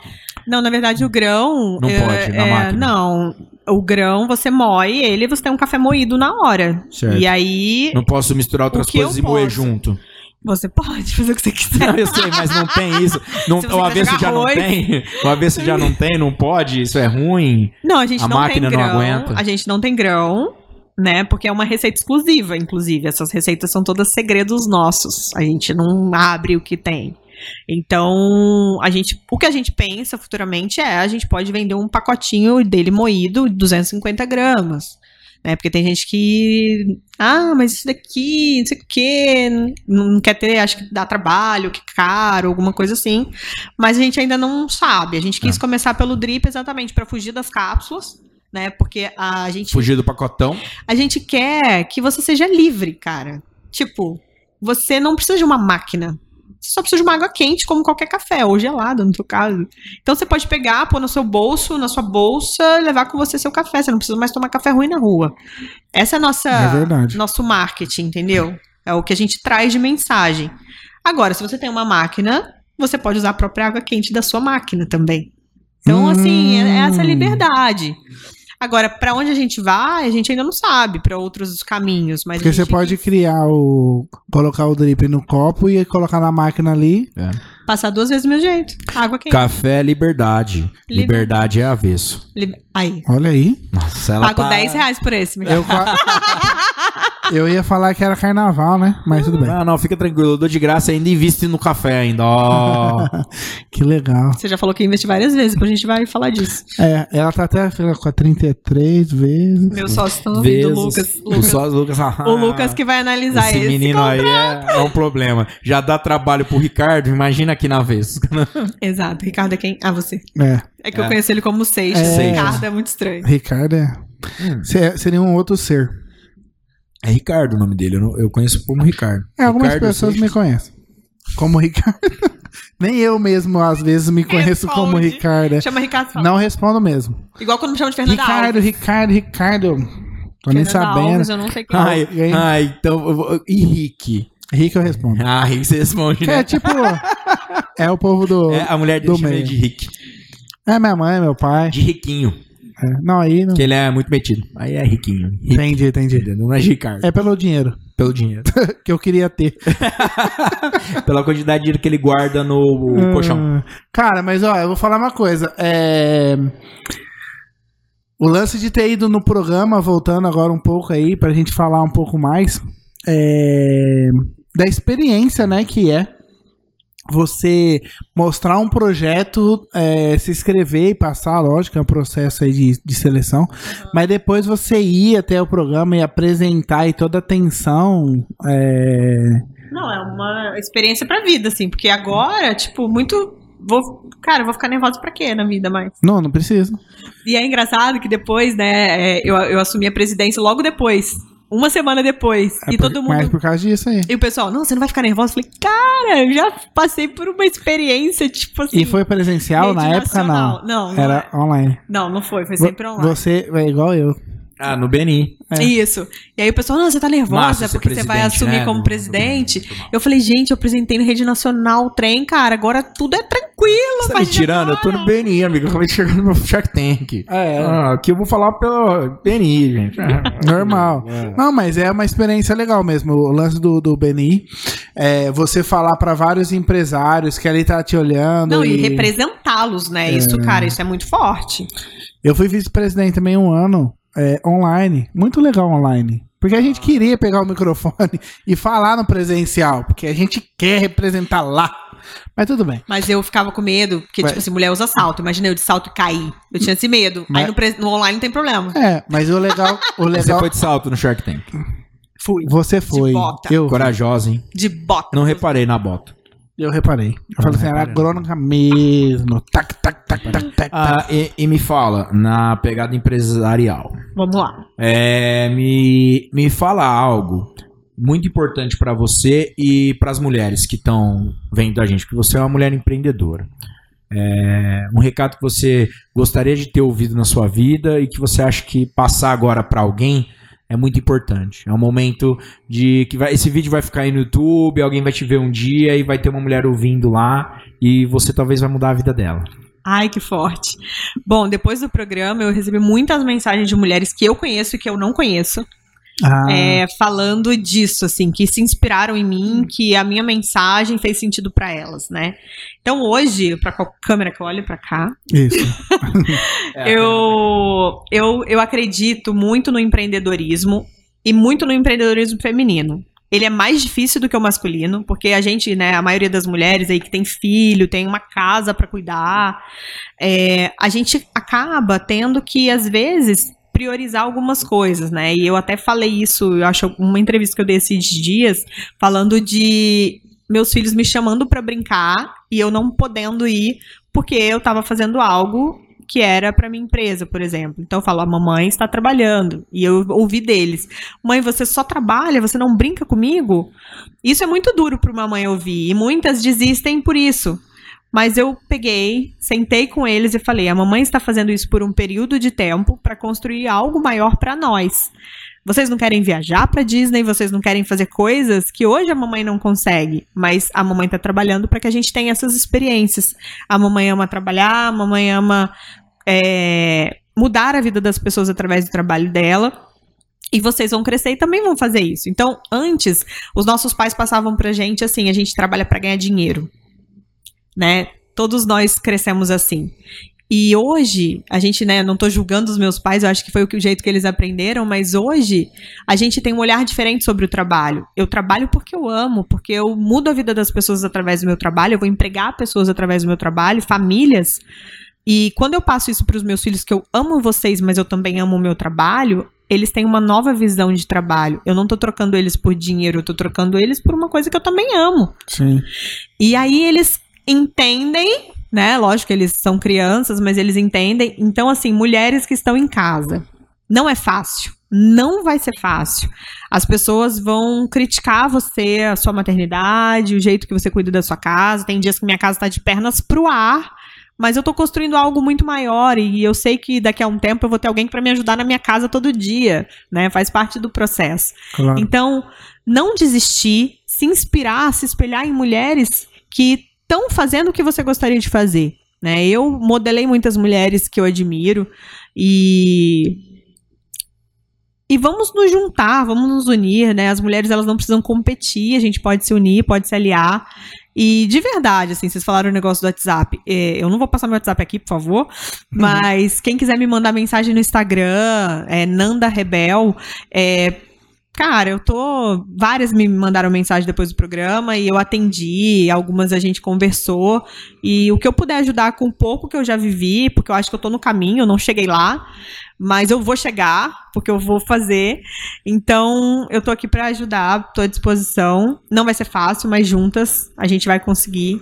S3: Não, na verdade, o grão.
S2: Não
S3: é,
S2: pode, na
S3: é,
S2: máquina.
S3: Não. O grão, você moe ele e você tem um café moído na hora.
S2: Certo.
S3: E aí,
S2: Não posso misturar outras
S3: que eu
S2: coisas e moer
S3: posso?
S2: junto.
S3: você pode fazer o que você quiser.
S2: Não, eu sei, mas não tem isso. Não,
S3: Se você
S2: o
S3: quiser
S2: avesso
S3: jogar
S2: já não
S3: arroz.
S2: tem. O avesso já não tem, não pode, isso é ruim.
S3: Não, a gente
S2: A
S3: não
S2: máquina não
S3: tem grão.
S2: aguenta.
S3: A gente não tem grão, né? Porque é uma receita exclusiva, inclusive. Essas receitas são todas segredos nossos. A gente não abre o que tem. Então, a gente, o que a gente pensa futuramente é a gente pode vender um pacotinho dele moído, 250 gramas. Né? Porque tem gente que. Ah, mas isso daqui, não sei o quê, n- não quer ter, acho que dá trabalho, que é caro, alguma coisa assim. Mas a gente ainda não sabe. A gente quis começar pelo drip exatamente para fugir das cápsulas, né? Porque a gente,
S2: Fugir do pacotão.
S3: a gente quer que você seja livre, cara. Tipo, você não precisa de uma máquina. Você só precisa de uma água quente, como qualquer café, ou gelada, no teu caso. Então você pode pegar, pôr no seu bolso, na sua bolsa, levar com você seu café. Você não precisa mais tomar café ruim na rua. Essa é a nossa
S1: É verdade.
S3: nosso marketing, entendeu? É o que a gente traz de mensagem. Agora, se você tem uma máquina, você pode usar a própria água quente da sua máquina também. Então,
S1: Hum.
S3: assim, é é essa liberdade. Agora, pra onde a gente vai, a gente ainda não sabe, pra outros caminhos, mas
S1: Porque
S3: a gente
S1: você pode criar o. colocar o drip no copo e colocar na máquina ali.
S3: passar duas vezes do meu jeito. Água quente.
S2: Café é liberdade.
S3: Liber-
S2: Liberdade é avesso.
S3: Lib- Aí.
S1: Olha aí.
S2: Nossa, ela
S3: Pago
S2: tá...
S3: 10 reais por esse, Miguel.
S1: Eu, qua- eu ia falar que era carnaval, né? Mas tudo bem.
S2: Não, não, fica tranquilo. Eu dou de graça ainda e inviste no café ainda. Ó.
S1: Que legal.
S3: Você já falou que investe várias vezes, depois a gente vai falar disso.
S1: É, ela tá até sei lá, com a 33 vezes.
S3: Meu sócio estão ouvindo, Lucas.
S2: O,
S3: Lucas.
S2: só os Lucas. ah,
S3: O Lucas que vai analisar
S2: Esse
S3: esse.
S2: menino aí é, é um problema. Já dá trabalho pro Ricardo, imagina aqui na vez.
S3: Exato. Ricardo é quem? Ah, você.
S1: É,
S3: É que
S2: É.
S3: eu conheço ele como Seixas.
S2: É.
S3: Ricardo é muito estranho.
S2: Hum.
S1: Ricardo é. Se- Seria um outro ser.
S2: É Ricardo o nome dele, eu, não- eu conheço como Ricardo.
S1: É, algumas
S2: Ricardo
S1: pessoas me
S2: Seixas.
S1: conhecem. Como Ricardo. Nem eu mesmo, às vezes, me conheço como
S3: Responde.
S1: Ricardo. é.
S3: Chama Ricardo e fala.
S1: Não respondo mesmo.
S3: Igual quando me chamam de Fernanda Alves.
S1: Ricardo, Ricardo, Ricardo. Tô nem
S3: Fernanda
S1: sabendo.
S3: Alves, eu não sei quem.
S1: Ah,
S3: é.
S2: Ai,
S1: Alguém-
S2: ai, então. eu vou- E Rick?
S1: Rick eu respondo.
S2: Ah, Rick você responde,
S1: Que é
S2: né?
S1: tipo. É o povo do.
S2: É, a mulher dele
S1: do
S2: chama ele
S1: meio.
S2: de Rick.
S1: É minha mãe, meu pai.
S2: De Riquinho.
S1: É. Não, aí não.
S2: Que ele é muito metido. Aí é Riquinho. Rick,
S1: Entendi, entendi.
S2: não é Ricardo.
S1: É pelo dinheiro
S2: Pelo dinheiro.
S1: que eu queria ter.
S2: Pela quantidade de dinheiro que ele guarda no colchão.
S1: Ah, Cara, mas ó, eu vou falar uma coisa. É... O lance de ter ido no programa, voltando agora um pouco aí, pra gente falar um pouco mais, é... da experiência, né, que é você mostrar um projeto, é, se inscrever e passar, lógico, é um processo aí de, de seleção, mas depois você ir até o programa e apresentar e toda a atenção. é,
S3: Não, é uma experiência pra vida, assim. Porque agora, tipo, muito... Vou, cara, eu vou ficar nervosa pra quê na vida mais?
S1: Não, não precisa.
S3: E é engraçado que depois, né, é, eu, eu assumi a presidência logo depois. Uma semana depois.
S1: É
S3: e
S1: por-
S3: todo
S1: Mas
S3: mundo.
S1: por causa disso aí.
S3: E o pessoal, não, você não vai ficar nervosa? Eu falei, cara, eu já passei por uma experiência, tipo assim.
S1: E foi presencial na época, não.
S3: nacional. Não, não,
S1: Era online.
S3: não, não foi, foi sempre
S1: Vo-
S3: online.
S1: Você é igual eu.
S2: Ah, no Benin.
S1: é.
S3: Isso. E aí o pessoal, não, você tá nervosa
S2: Massa ser
S3: porque você vai
S2: presidente,
S3: assumir
S2: né?
S3: como
S2: Não-
S3: presidente. Eu falei, gente, eu apresentei na Rede Nacional o trem, cara, agora tudo é tranquilo.
S2: Você tá me
S3: faz de
S2: tirando? Eu
S3: boa.
S2: tô no Benin, amigo. Eu acabei de chegar no meu Shark Tank.
S1: É,
S2: Ah, aqui eu vou falar pelo Benin, gente. É,
S1: normal. Não, mas é uma experiência legal mesmo. O lance do, do BNI. É, você falar pra vários empresários que ali tá te olhando.
S3: Não, e
S1: e
S3: representá-los, né? Isso, cara, isso é muito forte.
S1: Eu fui vice-presidente também um ano é, online. Muito legal online. Porque a gente queria pegar o microfone e falar no presencial. Porque a gente quer representar lá. Mas tudo bem.
S3: Mas eu ficava com medo, porque,
S1: Mas-
S3: tipo assim, mulher usa salto. Imagina eu de salto e cair. Eu tinha esse medo.
S1: Mas-
S3: Aí no, pres- no online não tem problema.
S1: É, mas o legal. O
S2: Você
S1: legal
S2: foi de salto no Shark Tank.
S3: Fui.
S1: você foi.
S3: bota.
S1: Eu
S2: Corajosa, hein?
S3: De bota.
S2: Não reparei na bota.
S1: Eu reparei. Eu falei assim, era agrônoma mesmo. Tac, tac, tac, tac, tac.
S2: Ah, e, e me fala, na pegada empresarial.
S3: Vamos lá.
S2: É, me, me fala algo muito importante pra você e pras mulheres que estão vendo a gente, porque você é uma mulher empreendedora. É, um recado que você gostaria de ter ouvido na sua vida e que você acha que passar agora pra alguém é muito importante. É um momento de que vai- esse vídeo vai ficar aí no YouTube, alguém vai te ver um dia e vai ter uma mulher ouvindo lá e você talvez vai mudar a vida dela.
S3: Ai, que forte. Bom, depois do programa, eu recebi muitas mensagens de mulheres que eu conheço e que eu não conheço,
S1: Ah,
S3: é, falando disso, assim, que se inspiraram em mim, que a minha mensagem fez sentido pra elas, né? Então hoje, pra qual câmera que eu olho pra cá,
S1: Isso.
S2: É.
S3: eu, eu, eu acredito muito no empreendedorismo e muito no empreendedorismo feminino. Ele é mais difícil do que o masculino, porque a gente, né, a maioria das mulheres aí que tem filho, tem uma casa pra cuidar, é, a gente acaba tendo que, às vezes, priorizar algumas coisas, né? E eu até falei isso, eu acho, uma entrevista que eu dei esses dias, falando de meus filhos me chamando pra brincar e eu não podendo ir porque eu tava fazendo algo que era pra minha empresa, por exemplo. Então eu falo, a mamãe está trabalhando. E eu ouvi deles: Mãe, você só trabalha, você não brinca comigo? Isso é muito duro para uma mãe ouvir. E muitas desistem por isso. Mas eu peguei, sentei com eles e falei: a mamãe está fazendo isso por um período de tempo para construir algo maior para nós. Vocês não querem viajar para Disney, vocês não querem fazer coisas que hoje a mamãe não consegue, mas a mamãe está trabalhando para que a gente tenha essas experiências. A mamãe ama trabalhar, a mamãe ama é, mudar a vida das pessoas através do trabalho dela. E vocês vão crescer e também vão fazer isso. Então, antes, os nossos pais passavam pra gente assim: a gente trabalha pra ganhar dinheiro. Né? Todos nós crescemos assim. E hoje, a gente, né, não tô julgando os meus pais, eu acho que foi o que- o jeito que eles aprenderam, mas hoje a gente tem um olhar diferente sobre o trabalho. Eu trabalho porque eu amo, porque eu mudo a vida das pessoas através do meu trabalho, eu vou empregar pessoas através do meu trabalho, famílias e quando eu passo isso para os meus filhos, que eu amo vocês, mas eu também amo o meu trabalho, eles têm uma nova visão de trabalho. Eu não tô trocando eles por dinheiro, eu tô trocando eles por uma coisa que eu também amo.
S1: Sim.
S3: E aí eles entendem, né? Lógico que eles são crianças, mas eles entendem. Então, assim, mulheres que estão em casa. Não é fácil. Não vai ser fácil. As pessoas vão criticar você, a sua maternidade, o jeito que você cuida da sua casa. Tem dias que minha casa está de pernas pro ar, mas eu tô construindo algo muito maior e eu sei que daqui a um tempo eu vou ter alguém para me ajudar na minha casa todo dia, né? Faz parte do processo.
S1: Claro.
S3: Então, não desistir, se inspirar, se espelhar em mulheres que estão fazendo o que você gostaria de fazer. Né? Eu modelei muitas mulheres que eu admiro e. E vamos nos juntar, vamos nos unir, né? As mulheres elas não precisam competir, a gente pode se unir, pode se aliar. E de verdade, assim, vocês falaram o negócio do WhatsApp. É, Eu não vou passar meu WhatsApp aqui, por favor. Mas quem quiser me mandar mensagem no Instagram, é Nanda Rebel, é, Cara, eu tô. Várias me mandaram mensagem depois do programa e eu atendi, algumas a gente conversou. E o que eu puder ajudar com o pouco que eu já vivi, porque eu acho que eu tô no caminho, eu não cheguei lá, mas eu vou chegar, porque eu vou fazer. Então, eu tô aqui pra ajudar, tô à disposição. Não vai ser fácil, mas juntas a gente vai conseguir.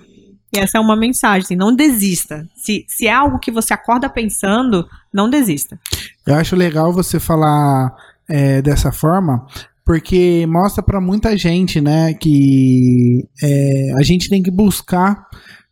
S3: E essa é uma mensagem, assim, não desista. Se, se é algo que você acorda pensando, não desista.
S1: Eu acho legal você falar é, dessa forma, porque mostra pra muita gente, né, que é, a gente tem que buscar.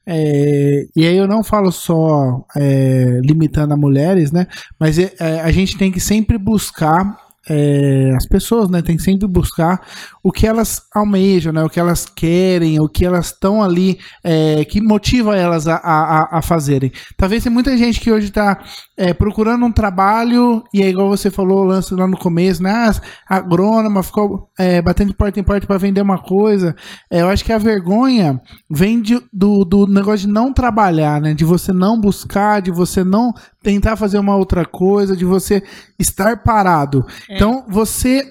S1: é, e aí eu não falo só é, limitando a mulheres, né? Mas é, é, a gente tem que sempre buscar é, as pessoas, né? Tem que sempre buscar o que elas almejam, né? O que elas querem, o que elas estão ali, é, que motiva elas a, a, a- a fazerem. Talvez tem muita gente que hoje tá está procurando um trabalho e é igual você falou, o lance lá no começo, né? Ah, agrônoma ficou é, batendo de porta em porta para vender uma coisa. É, eu acho que a vergonha vem de- do, do negócio de não trabalhar, né? De você não buscar, de você não tentar fazer uma outra coisa, de você estar parado. Então, você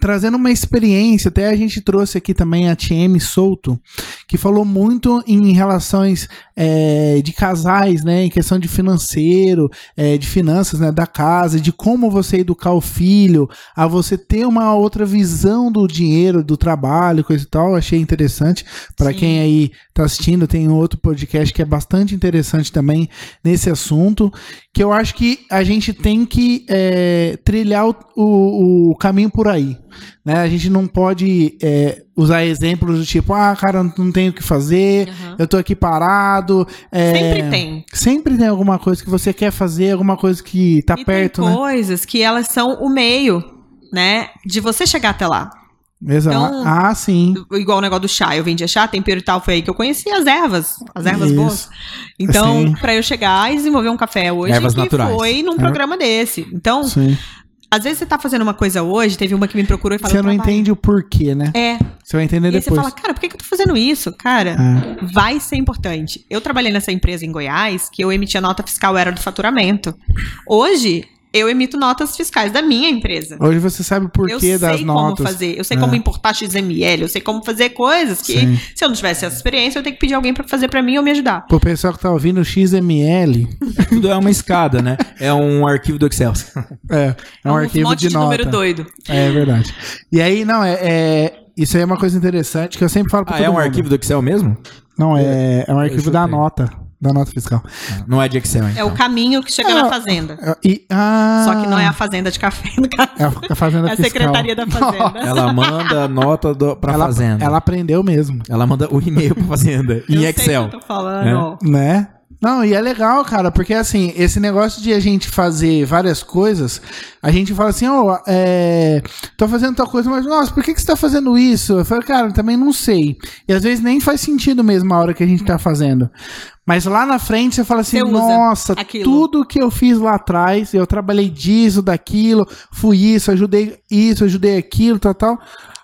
S1: trazendo uma experiência, até a gente trouxe aqui também a TM Souto, que falou muito em relações é, de casais, né, em questão de financeiro, é, de finanças, né, da casa, de como você educar o filho, a você ter uma outra visão do dinheiro, do trabalho, coisa e tal. Achei interessante para
S3: Sim.
S1: quem aí tá assistindo, tem um outro podcast que é bastante interessante também nesse assunto, que eu acho que a gente tem que é, trilhar o, o- o caminho por aí, né? A gente não pode é, usar exemplos do tipo, ah, cara, eu não tenho o que fazer, eu tô aqui parado. é,
S3: Sempre tem.
S1: Sempre tem alguma coisa que você quer fazer, alguma coisa que tá
S3: e
S1: perto,
S3: tem
S1: né?
S3: coisas que elas são o meio, né, de você chegar até lá.
S1: Exato.
S3: Então-
S1: ah, sim.
S3: Igual o negócio do chá, eu vendia chá, tempero e tal, foi aí que eu conheci as ervas, as ervas
S1: Isso.
S3: boas. Então,
S1: Sim. É.
S3: pra eu chegar e desenvolver um café hoje,
S2: Ervas
S3: que
S2: naturais.
S3: foi num programa desse. Então,
S1: Sim.
S3: às vezes você tá fazendo uma coisa hoje, teve uma que me procurou e falou...
S1: Você não entende o porquê, né?
S3: É,
S1: Você vai entender
S3: e aí você
S1: depois.
S3: fala, cara, por que que eu tô fazendo isso? Cara,
S1: É.
S3: vai ser importante. Eu trabalhei nessa empresa em Goiás que eu emitia nota fiscal, era do faturamento. Hoje, eu emito notas fiscais da minha empresa.
S1: Hoje você sabe o porquê
S3: eu
S1: das
S3: sei
S1: notas.
S3: como fazer, eu sei
S1: É.
S3: como importar XML, eu sei como fazer coisas que
S1: Sim.
S3: se eu não tivesse essa experiência, eu tenho que pedir alguém pra fazer pra mim ou me ajudar.
S1: Pro pessoal que tá ouvindo o XML,
S2: Tudo é uma escada, né? É um arquivo do Excel.
S1: é, é um, arquivo
S3: monte de,
S1: de nota.
S3: número doido.
S1: É verdade. E aí, não, é, é- Isso aí é uma coisa interessante que eu sempre falo pra
S2: Ah,
S1: todo
S2: é um
S1: mundo.
S2: arquivo do Excel mesmo?
S1: Não, é, é um arquivo
S2: chutei.
S1: da nota. Da nota fiscal.
S2: Não é de Excel,
S3: É
S2: então.
S3: o caminho que chega
S1: Ah,
S3: na fazenda.
S1: E, ah,
S3: Só que não é a fazenda de café no caso.
S1: é a, a Fazenda
S3: É a
S1: Fiscal.
S3: secretaria da fazenda.
S2: Ela manda a nota do, pra
S1: Ela,
S2: Fazenda.
S1: ela aprendeu mesmo.
S2: Ela manda o e-mail pra Fazenda, em
S3: eu Sei o
S2: Excel.
S3: que eu tô falando.
S1: Né? Não, e é legal, cara, porque assim, esse negócio de a gente fazer várias coisas, a gente fala assim, ó, é, tô fazendo tal coisa, mas nossa, por que, que você tá fazendo isso? Eu falo, cara, também não sei. E às vezes nem faz sentido mesmo a hora que a gente tá fazendo. Mas lá na frente você fala assim,
S3: Você usa
S1: nossa,
S3: aquilo."
S1: tudo que eu fiz lá atrás, eu trabalhei disso, daquilo, fui isso, ajudei isso, ajudei aquilo, tal, tal.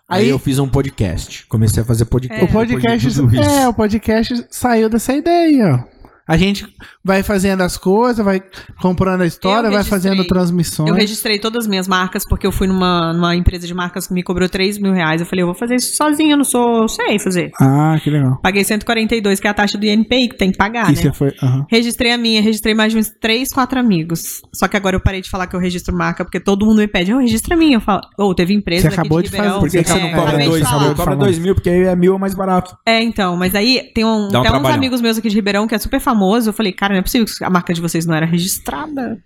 S2: Aí, eu fiz um podcast. Comecei a fazer podcast.
S3: É.
S1: O podcast,
S2: Depois de tudo isso.
S1: é, o podcast saiu dessa ideia, ó. A gente vai fazendo as coisas, vai comprando a história,
S3: Eu
S1: vai
S3: registrei.
S1: fazendo transmissões.
S3: Eu registrei todas as minhas marcas, porque eu fui numa, numa empresa de marcas que me cobrou 3 mil reais. Eu falei, eu vou fazer isso sozinho, eu não sou. eu sei fazer.
S1: Ah, que legal.
S3: Paguei 142, que é a taxa do INPI que tem que pagar,
S1: e
S3: né?
S1: você foi. aham.
S3: Registrei a minha, registrei mais de uns três, quatro amigos. Só que agora eu parei de falar que eu registro marca, porque todo mundo me pede, eu registro a minha. Eu falo, ou teve empresa
S1: Você
S3: aqui
S1: acabou
S3: de
S1: de fazer,
S3: Ribeirão.
S2: Por que, que você não
S1: É,
S2: cobra
S1: acabei de
S2: dois?
S1: falar.
S2: Você cobra dois mil, porque aí é mil é mais barato.
S3: É, então, mas aí tem
S2: Dá
S3: um,
S2: um
S3: tem uns
S2: trabalhão.
S3: amigos meus aqui de Ribeirão que é super famoso. Eu falei, cara, não é possível que a marca de vocês não era registrada.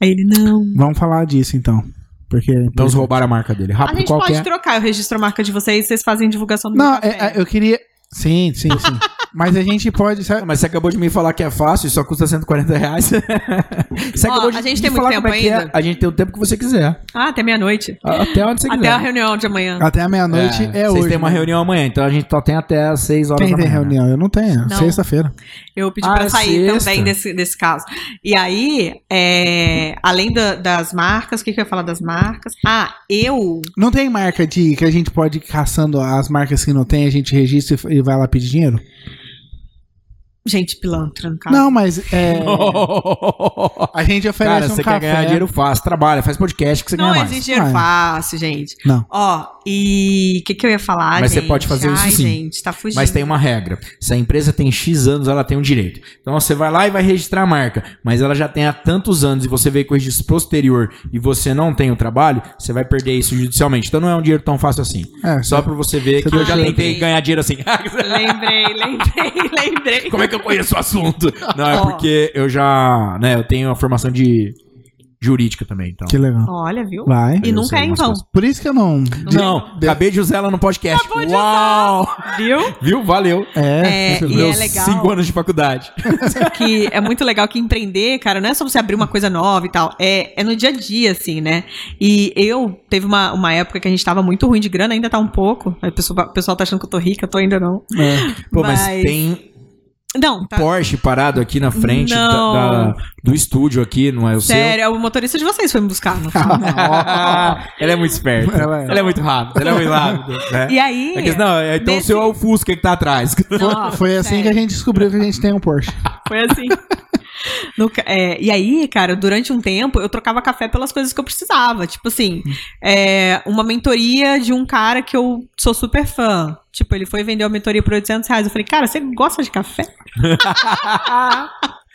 S3: Aí ele, não.
S1: Vamos falar disso então. Porque.
S2: Então eles roubaram a marca dele.
S3: "Ah, A
S2: Rápido,
S3: gente
S2: qual que
S3: pode
S2: é?
S3: trocar, eu registro a marca de vocês, vocês fazem divulgação do
S1: Não,
S3: meu café.
S1: é- é, eu queria. Sim, sim, sim. Mas a gente pode.
S2: Ah,
S1: sabe-
S2: Mas você acabou de me falar que é fácil e só custa 140 reais. Você
S3: Ó,
S2: acabou de
S3: a gente
S2: me
S3: tem muito
S2: falar
S3: tempo
S2: como é que é.
S3: ainda?
S2: A gente tem o tempo que você quiser.
S3: Ah, até meia-noite.
S2: A- Até onde você
S3: Até
S2: quiser.
S3: a reunião de amanhã.
S1: Até a meia-noite é,
S2: vocês
S1: hoje.
S2: têm uma
S1: né?
S2: reunião amanhã, então a gente só tem até às 6 horas
S1: Quem
S2: da
S1: tem
S2: manhã. né?
S1: reunião? Eu não tenho.
S3: Não.
S1: Sexta-feira.
S3: Eu pedi
S2: Ah,
S3: pra
S2: é
S3: sair
S2: sexta.
S3: também desse, desse caso. E aí, é, além da- das marcas, o que, que eu ia falar das marcas? Ah, eu.
S1: Não tem marca de que a gente pode ir caçando as marcas que não tem, a gente registra e- e vai lá pedir dinheiro?
S3: Gente, pilantra, no caso.
S1: Não, mas é, a gente oferece
S2: Cara,
S1: um
S2: você
S1: café.
S2: quer ganhar dinheiro fácil, trabalha, faz podcast que você
S3: Não
S2: ganha mais.
S3: existe dinheiro
S1: Ah, é.
S3: fácil, gente.
S1: Não.
S3: Ó, e o que, que eu ia falar,
S2: Mas você
S3: gente?
S2: pode fazer isso
S3: Ai,
S2: sim.
S3: gente, tá fugindo.
S2: Mas tem um- uma regra. Se a empresa tem X anos, ela tem um direito. Então você vai lá e vai registrar a marca, mas ela já tem há tantos anos e você veio com o registro posterior e você não tem o trabalho, você vai perder isso judicialmente. Então não é um dinheiro tão fácil assim.
S1: É,
S2: Só pra você ver
S1: Você
S2: que eu já
S3: deixa-
S2: tentei ganhar dinheiro assim.
S3: Lembrei, lembrei, lembrei.
S2: Como é que eu conheço o assunto? Não, é
S3: Ó.
S2: porque eu já, né, eu tenho uma formação de jurídica também, então.
S1: Que legal.
S3: Olha, viu?
S1: Vai.
S3: E
S2: Eu
S3: nunca
S2: sei
S3: é em
S2: umas
S3: vão,
S2: coisas.
S1: Por isso que eu não.
S2: Não, acabei de usar ela no podcast. Uau!
S3: viu?
S2: Viu? Valeu.
S1: É.
S3: É, e
S2: Meus
S3: é legal.
S2: cinco anos de faculdade.
S3: que é muito legal que empreender, cara, não é só você abrir uma coisa nova e tal, é, é no dia a dia, assim, né? E eu, teve uma, uma época que a gente tava muito ruim de grana, ainda tá um pouco, Aí o pessoal, o pessoal tá achando que eu tô rica, eu tô ainda não.
S1: é.
S2: Pô, mas,
S3: Mas-
S2: tem
S3: Não, tá,
S2: Porsche parado aqui na frente da-
S3: Não.
S2: da- do estúdio aqui, não é o
S3: sério, é o motorista de vocês foi me buscar,
S1: Ah,
S3: não foi?
S2: seu? ela é muito esperta.
S1: Ela
S2: Ela
S1: é.
S2: é, muito rápida. Ela é muito rápida. né?
S3: E aí... é,
S2: É que- não, é- então
S3: Nesse-
S2: o seu é o Fusca que tá atrás.
S3: Não,
S1: Foi assim que a gente descobriu que a gente tem um Porsche.
S3: Foi assim. No ca- é, e aí, cara, durante um tempo eu trocava café pelas coisas que eu precisava. Tipo assim, é, uma mentoria de um cara que eu sou super fã. Tipo, ele foi vender uma mentoria por 800 reais. Eu falei, cara, você gosta de café?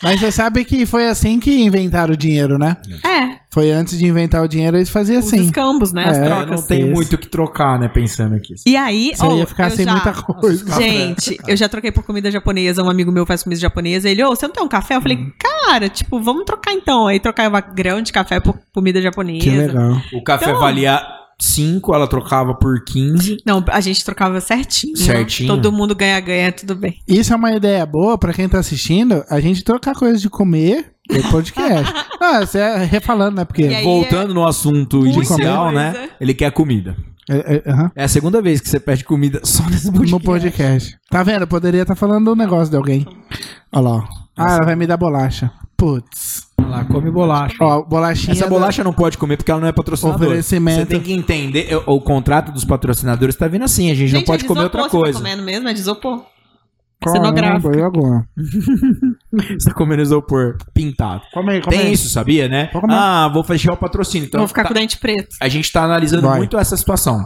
S1: Mas você sabe que foi assim que inventaram o dinheiro, né?
S3: É,
S1: Foi antes de inventar o dinheiro, eles faziam
S3: os
S1: assim.
S3: escambos, né? As
S1: É,
S2: É,
S3: trocas.
S2: não tem
S1: Isso.
S2: muito o que trocar, né? Pensando aqui.
S3: E aí,
S1: Você
S3: oh,
S1: ia ficar
S3: eu
S1: sem
S3: já-
S1: muita coisa.
S3: Gente, eu já troquei por comida japonesa. Um amigo meu faz comida japonesa. Ele, ô, você não tem um café? Eu falei,
S1: Hum.
S3: cara, tipo, vamos trocar então. Aí trocava grão de café por comida japonesa.
S1: Que legal.
S2: O café
S3: Então-
S2: valia 5, ela trocava por 15.
S3: Não, a gente trocava certinho. né?
S2: Certinho.
S3: Todo mundo ganha-ganha, tudo bem.
S1: Isso é uma ideia boa pra quem tá assistindo, a gente trocar coisas de comer no podcast. ah, você é refalando, né? Porque.
S3: E aí-
S2: Voltando no assunto
S3: Muita
S2: inicial,
S3: coisa.
S2: né? Ele quer comida.
S1: É, é, aham.
S2: É a segunda vez que você pede comida só nesse
S1: No
S2: podcast.
S1: podcast. Tá vendo? Eu poderia estar falando um negócio de alguém. Olha lá. ó. Ah, ela vai me dar bolacha. Putz.
S2: Lá, come bolacha.
S1: Ó, bolachinha.
S2: Essa
S1: é da-
S2: bolacha não pode comer porque ela não é patrocinadora.
S1: Oferecimento.
S2: Você tem que entender, o, o contrato dos patrocinadores tá vindo assim, a gente, não
S3: Gente,
S2: pode
S3: é de
S2: comer outra
S3: isopor, você tá
S2: coisa.
S3: comendo mesmo? É de isopor.
S1: Caramba,
S3: cenográfica.
S1: eu agora.
S2: Você tá comendo isopor pintado.
S1: Come aí, come
S2: Tem
S1: aí.
S2: isso, sabia, né?
S1: Vou comer.
S2: Ah, vou fechar o patrocínio. Então,
S3: Vou ficar
S2: tá-
S3: com o dente preto.
S2: a gente tá analisando
S1: Vai.
S2: muito essa situação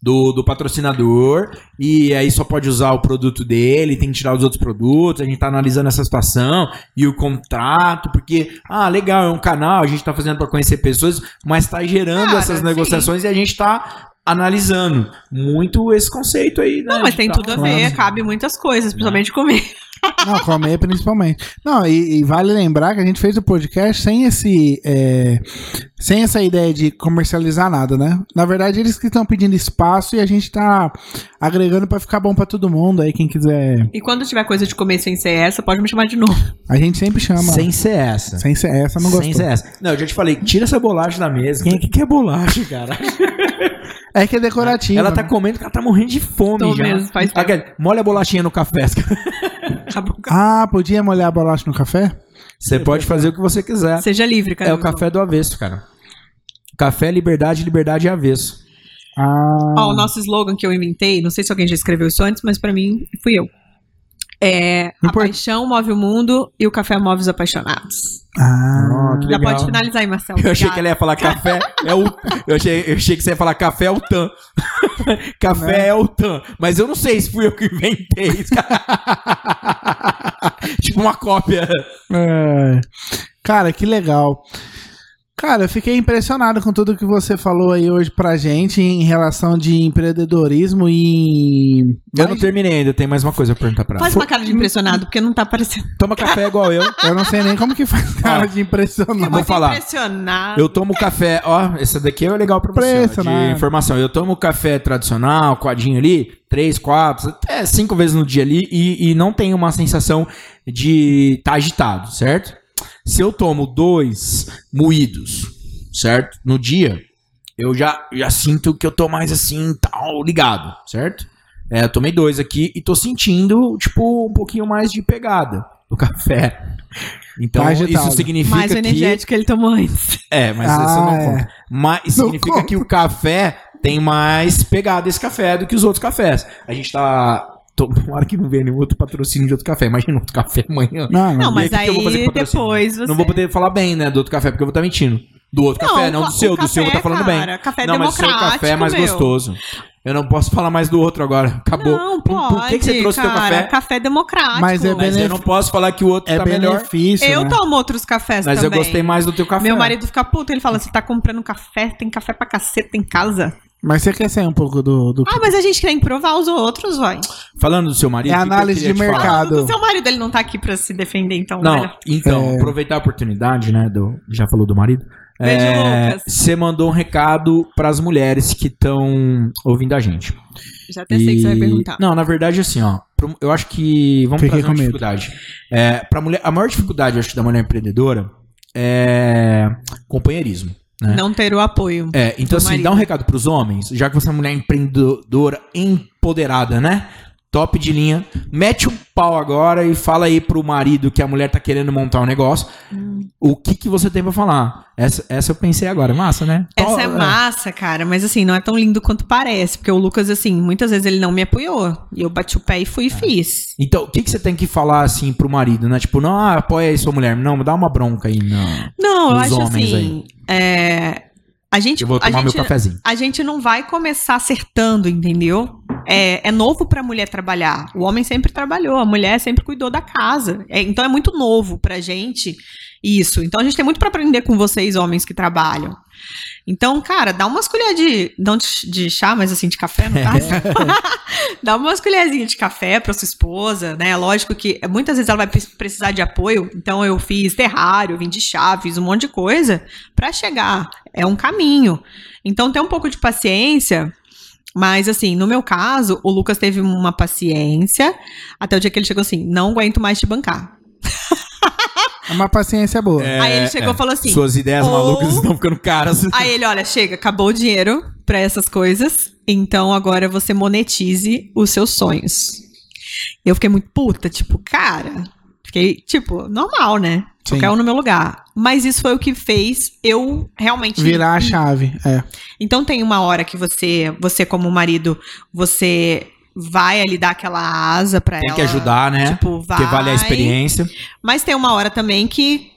S2: do, do patrocinador e aí só pode usar o produto dele, tem que tirar os outros produtos, a gente tá analisando essa situação e o contrato, porque, ah, legal, é um canal, a gente tá fazendo para conhecer pessoas, mas tá gerando
S3: Cara,
S2: essas
S3: sim.
S2: negociações e a gente tá analisando muito esse conceito aí, né?
S3: Não, né? mas tem
S2: Tá-
S3: tudo a ver, cabe muitas
S2: Né?
S3: coisas, principalmente comer.
S1: Não, comer principalmente. Não, e, e vale lembrar que a gente fez o podcast sem esse. é, sem essa ideia de comercializar nada, né? Na verdade, eles que estão pedindo espaço e a gente tá agregando pra ficar bom pra todo mundo. Aí, quem quiser.
S3: E quando tiver coisa de comer sem ser essa, pode me chamar de novo.
S1: A gente sempre chama.
S2: Sem ser essa.
S1: Sem ser essa, não
S2: Sem
S1: gostou.
S2: ser essa. Não, eu já te falei, tira essa bolacha da mesa. Quem é que quer bolacha, cara?
S1: É que é decorativo.
S2: Ela tá
S1: né?
S2: comendo porque ela tá morrendo de fome
S3: Tô
S2: já.
S3: mesmo, faz tempo.
S2: Aquele, molha a bolachinha no café.
S3: Acabou.
S1: Ah, podia molhar a bolacha no café?
S2: Você pode fazer o que você quiser.
S3: Seja livre, cara.
S2: É o café
S3: então.
S2: do avesso, cara. Café, é liberdade, liberdade e avesso.
S1: Ah.
S3: Ó, o nosso slogan que eu inventei, não sei se alguém já escreveu isso antes, mas pra mim fui eu. É, a
S1: Import-
S3: paixão move o mundo e o café move os apaixonados.
S1: Ah.
S2: Ó, que
S3: Já
S2: legal.
S3: pode finalizar aí, Marcelo.
S2: Eu achei
S3: Obrigada.
S2: que ela ia falar café é o. Eu achei, eu achei que você ia falar café é o tan. café é o tan. Mas eu não sei se fui eu que inventei isso. tipo uma cópia.
S1: É. Cara, que legal. Cara, eu fiquei impressionado com tudo que você falou aí hoje pra gente em relação de empreendedorismo e.
S2: Eu não terminei ainda, tem mais uma coisa pra perguntar pra ela.
S3: Faz uma cara de impressionado, porque não tá parecendo.
S2: Toma café igual eu.
S1: Eu não sei nem como que faz cara de impressionado.
S2: vou
S3: Você
S2: falar.
S3: Impressionado.
S2: Eu tomo café, ó, essa daqui é legal pra você, ó, de
S1: Impressionante.
S2: informação. Eu tomo café tradicional, quadinho ali, três, quatro, até cinco vezes no dia ali e, e não tenho uma sensação de estar agitado, certo? Se eu tomo dois moídos, certo? No dia, eu já, já sinto que eu tô mais assim, tal, ligado, certo? É, eu tomei dois aqui e tô sentindo, tipo, um pouquinho mais de pegada do café. Então,
S1: Tá agitado.
S2: isso significa
S3: Mais
S2: que...
S3: energético ele tomou antes.
S2: É, mas
S1: Ah,
S2: isso não
S1: é.
S2: conta. Mas
S1: Não
S2: significa
S1: conta.
S2: que o café tem mais pegada esse café do que os outros cafés. A gente tá. Tomara que não venha nenhum outro patrocínio de outro café. Imagina outro café amanhã.
S1: Não,
S3: Não,
S1: não.
S3: mas
S2: E aí, o que que eu vou fazer
S3: aí
S2: com patrocínio?
S3: depois você.
S2: Não vou poder falar bem, né, do outro café, porque eu vou estar mentindo. Do outro café, não do
S3: o
S2: seu. Do seu eu vou estar
S3: café,
S2: falando bem.
S3: cara, Café é
S2: não, mas o seu
S3: democrático,
S2: café é mais
S3: meu.
S2: gostoso. Eu não posso falar mais do outro agora. Acabou.
S3: Não,
S2: Por-
S3: pode,
S2: Por que, que você trouxe
S3: cara,
S2: teu café?
S3: Café democrático.
S1: Mas é
S2: Mas eu não posso falar que o outro
S1: É
S2: tá melhor.
S1: benefício.
S3: Eu
S1: né?
S3: tomo outros cafés
S2: Mas eu
S3: também.
S2: gostei mais do teu café.
S3: Meu marido fica puto, ele fala: você tá comprando café, tem café pra caceta em casa.
S1: Mas você quer sair um pouco do. do...
S3: Ah, mas a gente quer provar os outros, vai.
S2: Falando do seu marido.
S1: É
S2: o que que eu
S1: análise
S2: queria
S1: de
S2: te falar?
S1: mercado. Obrigado.
S3: O seu marido, ele não tá aqui pra se defender, então.
S2: Não,
S3: melhor.
S2: então,
S1: É.
S2: aproveitar a oportunidade, né? Do, já falou do marido.
S3: Beijo,
S2: É,
S3: Lucas.
S2: Você mandou um recado pras mulheres que estão ouvindo a gente.
S3: Já até sei o que você vai
S2: E-
S3: perguntar.
S2: Não, na verdade, assim, ó. pro- Eu acho que. Vamos
S1: Fiquei
S2: trazer uma
S1: com medo.
S2: dificuldade. É, pra mulher, a maior dificuldade, eu acho, da mulher empreendedora é companheirismo. Né?
S3: Não ter o apoio.
S2: É, então assim,
S3: marido.
S2: dá um recado pros homens, já que você é uma mulher empreendedora, empoderada, né? Top de linha. Mete o pau agora e fala aí pro marido que a mulher tá querendo montar um negócio.
S3: Hum.
S2: O que que você tem pra falar? Essa, essa eu pensei agora. Massa, né?
S3: Essa é
S2: Top,
S3: massa, cara, mas assim, não é tão lindo quanto parece, porque o Lucas, assim, muitas vezes ele não me apoiou. E eu bati o pé e fui e fiz.
S2: Então, o que que você tem que falar assim pro marido, né? Tipo, não, ah, apoia aí sua mulher. Não, dá uma bronca aí. Não.
S3: Não, eu
S2: Dos
S3: acho
S2: homens
S3: assim. é, a gente,
S2: Eu vou
S3: a
S2: tomar meu
S3: gente,
S2: cafezinho.
S3: a gente não vai começar acertando, entendeu? É, é novo pra mulher trabalhar. O homem sempre trabalhou, a mulher sempre cuidou da casa. É, então é muito novo pra gente isso. Então a gente tem muito pra aprender com vocês, homens que trabalham. Então, cara, dá umas colheres de. Não de, de chá, mas assim, de café, no caso. dá umas colherzinhas de café pra sua esposa, né? Lógico que muitas vezes ela vai pre- precisar de apoio. Então, eu fiz terrário, eu vim de chá, fiz um monte de coisa pra chegar. É um caminho. Então, tem um pouco de paciência. Mas, assim, no meu caso, o Lucas teve uma paciência até o dia que ele chegou assim: não aguento mais te bancar.
S1: É uma paciência boa.
S3: Aí ele
S1: é.
S3: chegou e falou assim:
S2: Suas ideias
S3: ou-
S2: malucas estão ficando caras.
S3: Aí ele, olha, chega, acabou o dinheiro pra essas coisas, então agora você monetize os seus sonhos. Eu fiquei muito puta, tipo, cara. Fiquei, tipo, normal, né?
S1: Sim.
S3: Qualquer um no meu lugar. Mas isso foi o que fez eu realmente
S1: Virar a chave. É.
S3: então tem uma hora que você, você como marido, você vai ali dar aquela asa pra
S2: Tem
S3: ela.
S2: que ajudar, né?
S3: Tipo, vai.
S2: Porque vale a experiência.
S3: Mas tem uma hora também que.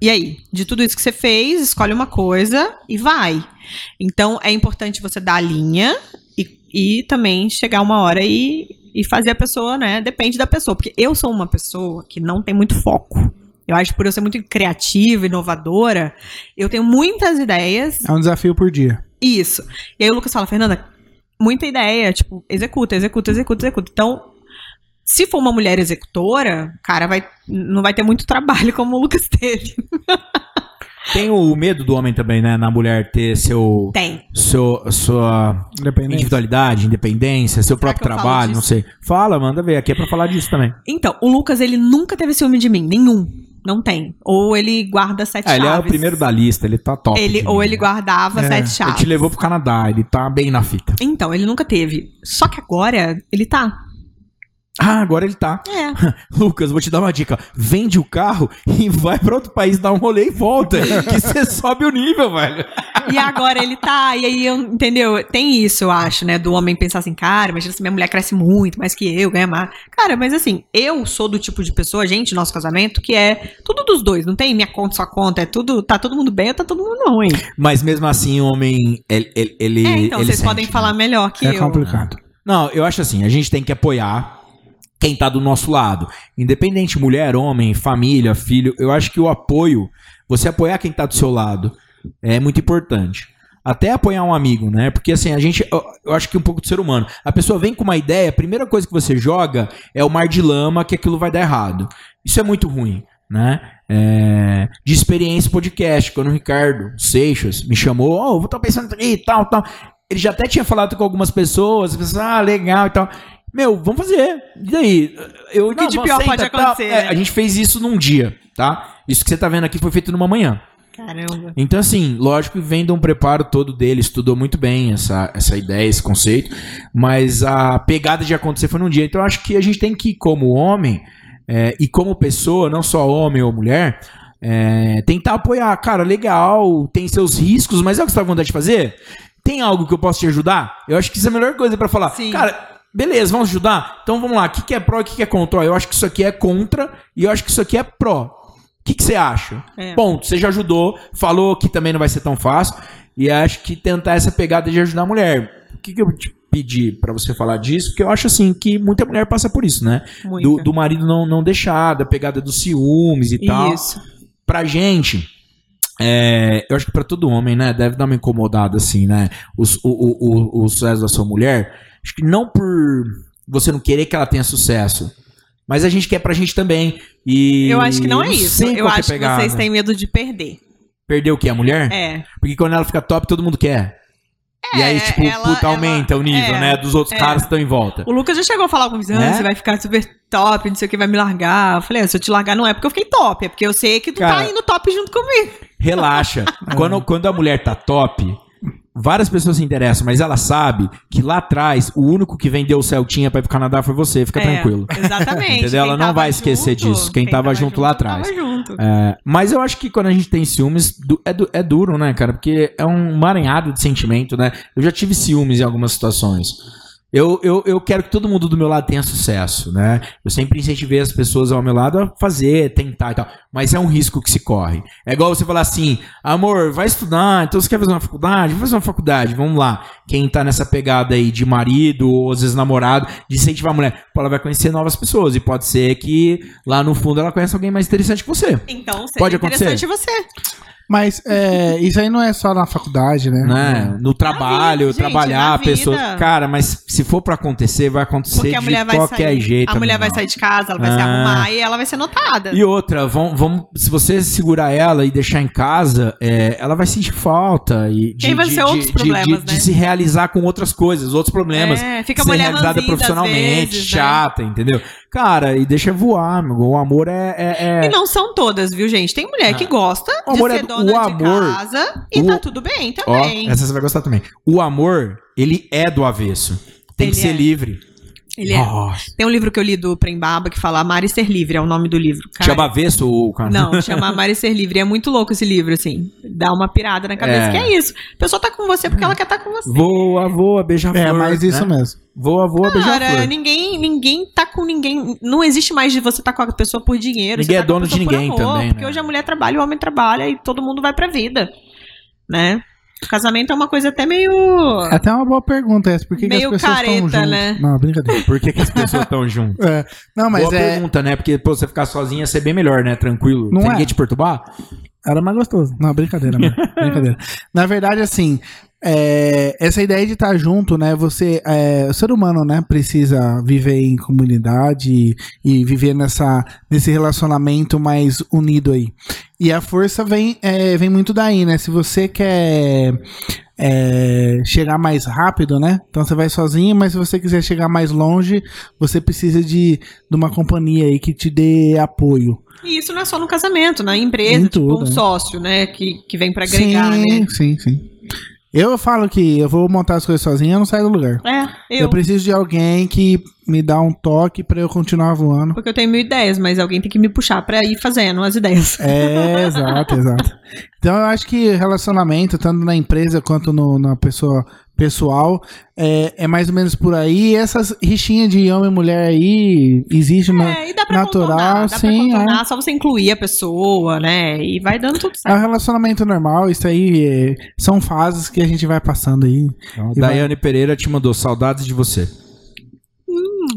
S3: E aí, de tudo isso que você fez, escolhe uma coisa e vai. Então é importante você dar a linha e, e também chegar uma hora e, e fazer a pessoa, né? Depende da pessoa. Porque eu sou uma pessoa que não tem muito foco. Eu acho que por eu ser muito criativa, inovadora, eu tenho muitas ideias
S1: É um desafio por dia.
S3: isso. E aí o Lucas fala, Fernanda, muita ideia, tipo, executa, executa, executa, executa. Então, se for uma mulher executora, cara, vai, não vai ter muito trabalho como o Lucas teve.
S2: Tem o medo do homem também, né? Na mulher ter seu.
S3: Tem.
S2: seu, sua
S1: Independente.
S2: individualidade, independência, seu
S3: Será
S2: próprio
S3: que eu falo
S2: trabalho, não
S3: disso?
S2: sei. Fala, manda ver. Aqui é pra falar disso também.
S3: Então, o Lucas, ele nunca teve ciúme de mim, nenhum. Não tem. Ou ele guarda sete
S2: Ah,
S3: chaves.
S2: ele é o primeiro da lista, ele tá top.
S3: Ele,
S2: de
S3: ou
S2: mim.
S3: ele guardava
S1: É,
S3: sete
S2: Ele
S3: chaves.
S2: te levou pro Canadá, ele tá bem na fita.
S3: Então, ele nunca teve. Só que agora, ele tá.
S2: Ah, agora ele tá.
S3: É.
S2: Lucas, vou te dar uma dica. Vende o carro e vai pra outro país, dá um rolê e volta. que você sobe o nível, velho.
S3: E agora ele tá, e aí eu, entendeu? Tem isso, eu acho, né? Do homem pensar assim, cara, imagina se minha mulher cresce muito, mais que eu, ganha mais. Cara, mas assim, eu sou do tipo de pessoa, gente, nosso casamento, que é tudo dos dois, não tem minha conta, sua conta, é tudo, tá todo mundo bem ou tá todo mundo ruim.
S2: Mas mesmo assim, o homem, ele. ele, ele-
S3: é, então
S2: ele
S3: vocês
S2: sente,
S3: podem
S2: né?
S3: falar melhor que
S1: É
S3: eu.
S1: complicado.
S2: Não, eu acho assim, a gente tem que apoiar quem tá do nosso lado. Independente mulher, homem, família, filho, eu acho que o apoio, você apoiar quem tá do seu lado. É muito importante. Até apoiar um amigo, né? Porque assim, a gente. Eu, eu acho que é um pouco do ser humano. A pessoa vem com uma ideia, a primeira coisa que você joga é o mar de lama, que aquilo vai dar errado. Isso é muito ruim, né? É, de experiência podcast, quando o Ricardo Seixas me chamou, ó, eu tô pensando aqui, tal, tal. Ele já até tinha falado com algumas pessoas, pessoas, ah, legal e tal. Meu, vamos fazer. E daí? Eu,
S3: O que de
S2: você
S3: pior pode
S2: tal.
S3: acontecer,
S2: É,
S3: né?
S2: a gente fez isso num dia, tá? Isso que você tá vendo aqui foi feito numa manhã.
S3: Caramba.
S2: Então, assim, lógico que vem de um preparo todo dele, estudou muito bem essa, essa ideia, esse conceito, mas a pegada de acontecer foi num dia. Então, eu acho que a gente tem que, como homem é, e como pessoa, não só homem ou mulher, é, tentar apoiar. Cara, legal, tem seus riscos, mas é o que você tá com vontade de fazer? Tem algo que eu posso te ajudar? Eu acho que isso é a melhor coisa pra falar.
S3: Sim.
S2: Cara. Beleza, vamos ajudar? Então vamos lá. O que, que é pró e o que, que é contra? Ó, Eu acho que isso aqui é contra e eu acho que isso aqui é pró. O que, que você acha?
S3: É.
S2: Ponto. Você já ajudou, falou que também não vai ser tão fácil. E acho que tentar essa pegada de ajudar a mulher. O que, que eu te pedi pra você falar disso? Porque eu acho assim que muita mulher passa por isso, né?
S3: Muito.
S2: Do, do marido não, não deixar, da pegada dos ciúmes e tal.
S3: Isso.
S2: Pra gente. é, eu acho que pra todo homem, né? Deve dar uma incomodada, assim, né? Os, o, o, o, o sucesso da sua mulher. Acho que não por você não querer que ela tenha sucesso. Mas a gente quer pra gente também. E
S3: Eu acho que não é isso.
S2: sei
S3: Eu
S2: qual é a
S3: acho que
S2: pegada.
S3: vocês têm medo de perder.
S2: Perder o quê? A mulher?
S3: É.
S2: Porque quando ela fica top, todo mundo quer. e aí, tipo,
S3: ela-
S2: puta,
S3: ela-
S2: aumenta o nível,
S3: é,
S2: né? Dos outros
S3: é.
S2: caras que estão em volta.
S3: O Lucas já chegou a falar comigo, ah,
S2: Né?
S3: você vai ficar super top, não sei o que, vai me largar. Eu falei, ah, se eu te largar não é porque eu fiquei top, é porque eu sei que tu
S2: Cara-
S3: tá indo top junto comigo.
S2: Relaxa. quando, quando a mulher tá top, várias pessoas se interessam, mas ela sabe que lá atrás, o único que vendeu o Celtinha pra ir pro Canadá foi você. Fica
S3: É,
S2: tranquilo.
S3: Exatamente.
S2: Entendeu? Ela
S3: Quem
S2: não
S3: tava
S2: vai esquecer disso. Quem tava junto lá atrás.
S3: Tava junto.
S2: É, mas eu acho que quando a gente tem ciúmes, du- é, du- é duro, né, cara? Porque é um maranhado de sentimento, né? Eu já tive ciúmes em algumas situações. Eu, eu, eu quero que todo mundo do meu lado tenha sucesso, né? Eu sempre incentivei as pessoas ao meu lado a fazer, tentar e tal. Mas é um risco que se corre. É igual você falar assim, amor, vai estudar, então você quer fazer uma faculdade? Vai fazer uma faculdade, vamos lá. Quem tá nessa pegada aí de marido ou às vezes namorado, de incentivar a mulher, pô, ela vai conhecer novas pessoas. E pode ser que lá no fundo ela conheça alguém mais interessante que você.
S3: Então, seria
S2: Pode
S3: interessante você.
S1: Mas é, isso aí não é só na faculdade, né?
S2: né? No trabalho,
S3: vida, gente,
S2: trabalhar,
S3: na
S2: a pessoa.
S3: vida.
S2: Cara, mas se for pra acontecer, vai acontecer
S3: Porque a
S2: de
S3: mulher vai
S2: qualquer
S3: sair.
S2: jeito.
S3: a mulher vai
S2: animal.
S3: sair de casa, ela vai se
S2: Ah.
S3: arrumar e ela vai ser notada.
S2: E outra, vamos, vamos, se você segurar ela e deixar em casa, é, ela vai sentir falta e de,
S3: Quem vai
S2: de-
S3: ser
S2: de-
S3: outros
S2: de-
S3: problemas,
S2: de-
S3: né?
S2: de se realizar com outras coisas, outros problemas.
S3: É, fica a
S2: ser
S3: mulher
S2: realizada
S3: ranzinza
S2: profissionalmente,
S3: às vezes, né?
S2: chata, entendeu? Cara, e deixa voar, meu. O amor é. é- é-
S3: E não são todas, viu, gente? Tem mulher
S2: Ah.
S3: que gosta
S2: O
S3: de
S2: amor
S3: ser
S2: é-
S3: dona
S2: o
S3: de
S2: amor-
S3: casa e
S2: o-
S3: tá tudo bem
S2: Ó,
S3: também.
S2: essa você vai gostar também. O amor, ele é do avesso. Tem que
S3: Ele
S2: ser
S3: é.
S2: livre.
S3: Ele é-
S2: Nossa.
S3: Tem um livro que eu li do Prembaba que fala Amar e Ser Livre, é o nome do livro. Cara,
S2: Chama avesso o cara.
S3: Não, chama Amar e Ser Livre. É muito louco esse livro, assim. Dá uma pirada na cabeça,
S2: É.
S3: que é isso. A pessoa tá com você porque ela quer estar tá com você.
S2: Voa, voa, beija-flor. né?
S1: É, mas isso mesmo.
S2: Voa, voa,
S3: Cara,
S2: beija-flor.
S3: ninguém, ninguém tá com ninguém. Não existe mais de você tá com a pessoa por dinheiro.
S2: Ninguém é
S3: você tá com a
S2: dono de
S3: pessoa por
S2: ninguém também,
S3: Porque
S2: né?
S3: hoje a mulher trabalha, o homem trabalha e todo mundo vai pra vida. Né? O casamento é uma coisa até meio.
S1: É Até uma boa pergunta essa, por que, que as
S3: Meio
S1: pessoas estão
S3: careta,
S1: juntas?
S3: né?
S1: Não, brincadeira.
S2: Por que, que as pessoas estão juntas?
S1: É, não, mas
S2: Boa
S1: é,
S2: pergunta, né? Porque, pô, você ficar sozinha, você é bem melhor, né? Tranquilo.
S1: Não
S2: Sem
S1: é.
S2: ninguém te perturbar.
S1: Era mais gostoso. Não, brincadeira, mano. brincadeira. Na verdade, assim, é, essa ideia de estar junto, né? Você, é, o ser humano, né, precisa viver em comunidade e, e viver nessa, nesse relacionamento mais unido aí. E a força vem, é, vem muito daí, né? Se você quer é, chegar mais rápido, né? Então você vai sozinho, mas se você quiser chegar mais longe, você precisa de, de uma companhia aí que te dê apoio.
S3: E isso não é só no casamento, na empresa,
S1: Em tudo,
S3: tipo um
S1: né?
S3: sócio, né? Que, que vem pra agregar,
S1: sim,
S3: né?
S1: Sim, sim. Eu falo que eu vou montar as coisas sozinho, eu não saio do lugar.
S3: É,
S1: Eu,
S3: eu.
S1: preciso de alguém que me dá um toque pra eu continuar voando.
S3: Porque eu tenho mil ideias, mas alguém tem que me puxar pra ir fazendo as ideias.
S1: É, exato, exato. Então eu acho que relacionamento, tanto na empresa quanto no- na pessoa pessoal, é, é mais ou menos por aí. E essas rixinhas de homem e mulher aí existe né?
S3: É, e dá pra
S1: Natural,
S3: contornar, dá
S1: sim, é.
S3: pra contornar, só você incluir a pessoa, né? E vai dando tudo
S1: É
S3: certo.
S1: um relacionamento normal, isso aí é, são fases que a gente vai passando aí
S2: Então,
S1: E vai.
S2: Daiane Pereira te mandou saudades de você.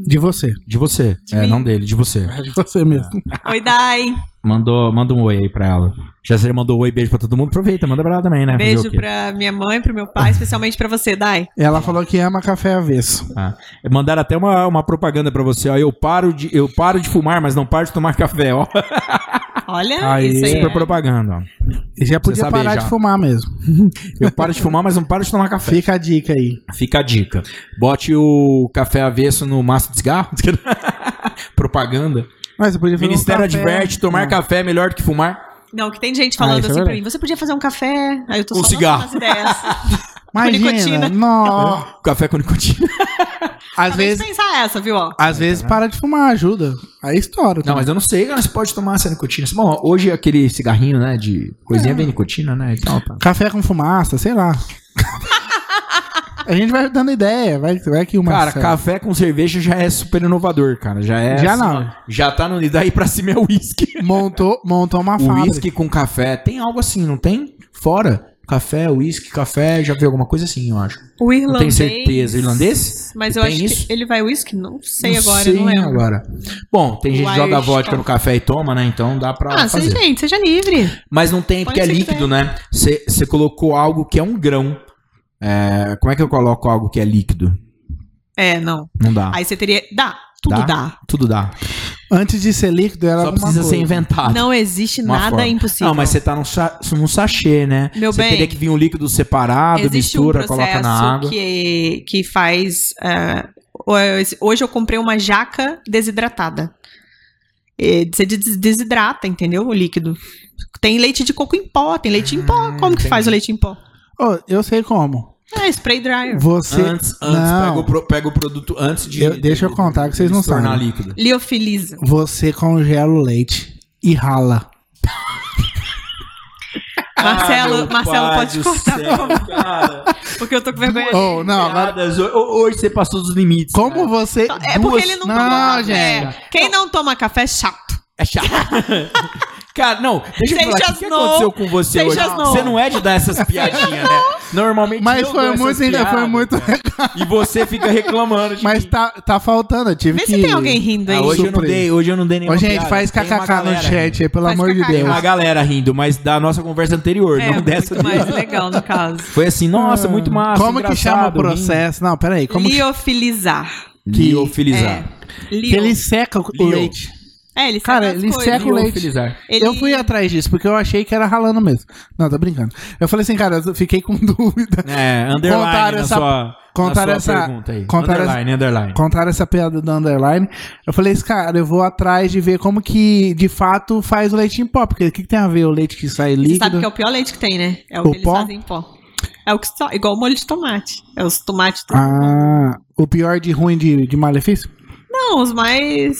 S1: de você.
S2: De você.
S3: De
S2: é,
S3: mim.
S2: não dele, de você.
S1: De você mesmo.
S3: Oi, Dai.
S2: Mandou, manda um oi aí pra ela. Já você mandou oi, beijo pra todo mundo. Aproveita, manda pra lá também, né? Fazer
S3: Beijo
S2: o quê?
S3: pra minha mãe, pro meu pai, especialmente pra você, Dai.
S1: Ela falou que ama café avesso.
S2: Ah, mandaram até uma, uma propaganda pra você. Ó, eu, paro de, eu paro de fumar, mas não paro de tomar café. Ó,
S3: Olha
S1: Aí,
S3: isso aí.
S2: super
S3: é.
S2: propaganda. Ó.
S1: E Já podia
S2: sabe
S1: parar
S2: já.
S1: de fumar mesmo.
S2: Eu paro de fumar, mas não paro de tomar café.
S1: Fica a dica aí.
S2: Fica a dica. Bote o café avesso no maço de cigarro. propaganda.
S1: Mas você podia fazer um
S2: Ministério
S1: café-
S2: adverte, tomar
S1: Não.
S2: café é melhor do que fumar.
S3: Não, que tem gente
S1: Ah,
S3: falando
S1: isso é
S3: assim pra
S1: verdade.
S3: mim, você podia fazer um café? Aí eu tô
S2: Com
S3: só
S2: cigarro.
S3: lançando as ideias.
S1: Imagina,
S3: nicotina.
S1: não.
S2: Café com nicotina.
S1: Às
S3: Talvez
S1: vezes,
S3: pensar essa, viu? Ó.
S1: às vezes para de fumar, ajuda. Aí estoura.
S2: Não, mas eu não sei, cara, você pode tomar essa nicotina. Bom, hoje é aquele cigarrinho, né, de coisinha
S1: É.
S2: vem nicotina, né, e tal, tá.
S1: Café com fumaça, sei lá. a gente vai dando ideia, vai, vai que uma.
S2: Cara, café com cerveja já é super inovador, cara, já é...
S1: Já
S2: assim,
S1: não.
S2: ó, Já tá no... E daí pra cima é uísque.
S1: Montou, montou uma fábrica.
S2: Uísque com café, tem algo assim, não tem? Fora, café, uísque, café, já vi alguma coisa assim, eu acho.
S3: O irlandês.
S2: Não tenho certeza. Irlandês?
S3: Mas eu
S2: Tem
S3: acho
S2: isso?
S3: que ele vai whisky? Não sei
S2: Não
S3: agora,
S2: sei
S3: não lembro.
S2: agora. Bom, tem gente que joga
S3: Irish
S2: vodka
S3: Tom.
S2: no café e toma, né, então dá pra
S3: Ah,
S2: fazer.
S3: seja, gente, seja livre.
S2: Mas não tem,
S3: Põe
S2: porque é
S3: o que você
S2: líquido,
S3: quiser.
S2: né? Você colocou algo que é um grão. É, como é que eu coloco algo que é líquido?
S3: É, não.
S2: Não dá.
S3: Aí você teria. Dá. Tudo
S2: Dá?
S3: dá.
S2: Tudo dá.
S1: Antes de ser líquido, era
S2: Só
S1: alguma
S2: precisa
S1: coisa.
S2: ser inventado.
S3: Não existe
S2: Ah, tá. Uma
S3: nada
S2: forma.
S3: impossível.
S2: Não, mas você tá num, sa num sachê, né?
S3: Meu
S2: Você
S3: bem,
S2: teria que vir um líquido separado,
S3: Existe
S2: mistura,
S3: um
S2: coloca
S3: processo
S2: na água.
S3: Que, que faz. ah, hoje eu comprei uma jaca desidratada. Eh, Você des- desidrata, entendeu? O líquido. Tem leite de coco em pó, tem leite em
S1: Ah,
S3: pó. Como que faz o leite em pó?
S1: Ô, eu sei como.
S3: É, spray dryer.
S1: Você.
S2: Antes, antes
S1: Não.
S2: pega, o pro- pega o produto antes de.
S1: Eu- deixa eu contar que vocês não
S2: se tornar
S1: sabem.
S2: líquido.
S3: Liofiliza.
S1: Você congela o leite e rala.
S2: Ah, meu
S3: Marcelo, Marcelo
S2: pai
S3: pode
S2: do
S3: cortar,
S2: céu,
S3: por favor,
S2: cara.
S3: porque eu tô com vergonha.
S1: Oh, não, agora.
S2: Piadas, ho- ho- Hoje você passou dos limites.
S1: Como
S2: cara.
S1: você.
S3: É
S1: duas-
S3: porque ele não, toma café. Quem não toma café é chato.
S2: É chato. Cara, não, deixa eu
S3: Você
S2: falar, o
S3: já
S2: que, que
S3: snou.
S2: aconteceu com você
S3: Você
S2: hoje?
S3: já snou.
S2: Você não é de dar essas piadinhas, né? Normalmente
S1: Mas
S2: eu dou
S1: foi
S2: essas
S1: muito, ainda foi
S2: piadas,
S1: muito.
S2: cara. E você fica reclamando. de
S1: Mas
S2: mim.
S1: tá, tá faltando, eu tive
S3: Vê
S1: que.
S3: se tem alguém rindo aí.
S2: Ah, hoje, eu não
S1: surpresa.
S2: dei, hoje eu não dei nenhuma
S1: Ô, gente,
S2: piada.
S1: faz
S2: Tem uma
S1: kkk no
S2: galera
S1: chat aí, pelo
S3: Faz
S1: amor de
S3: kkk.
S2: rindo. Tem
S1: Deus.
S2: uma galera rindo, mas da nossa conversa anterior,
S3: é,
S2: não dessa
S1: né?
S3: muito mais
S2: dele.
S3: legal, no caso.
S2: Foi assim, nossa, muito massa,
S1: Ah, Como que chama o
S2: engraçado,
S1: processo? Não, peraí. Como que,
S3: Liofilizar.
S2: lindo. Liofilizar.
S3: Lio.
S1: que ele seca o
S2: Lio.
S1: leite.
S3: É, ele
S1: Cara,
S3: seca as
S1: ele
S3: coisas.
S1: seca o leite.
S2: Liofilizar.
S3: Ele-
S1: Eu fui atrás disso, porque eu achei que era ralando mesmo. Não, tô brincando. Eu falei assim, cara, eu fiquei com dúvida.
S2: É, underline
S1: Contaram
S2: na
S1: essa-
S2: sua,
S1: contaram
S2: na sua
S1: essa-
S2: pergunta aí.
S1: contaram essa-
S2: underline, underline.
S1: Contaram essa piada do underline. Eu falei assim, cara, eu vou atrás de ver como que de fato faz o leite em pó. Porque o que, que tem a ver o leite que sai
S3: Você sabe
S1: líquido?
S3: que é o pior leite que tem, né? É o,
S1: O
S3: que eles
S1: pó?
S3: fazem em pó. É o que só, igual o molho de tomate. É os tomates.
S1: Ah, o pior de ruim de, de malefício?
S3: Não, os mais.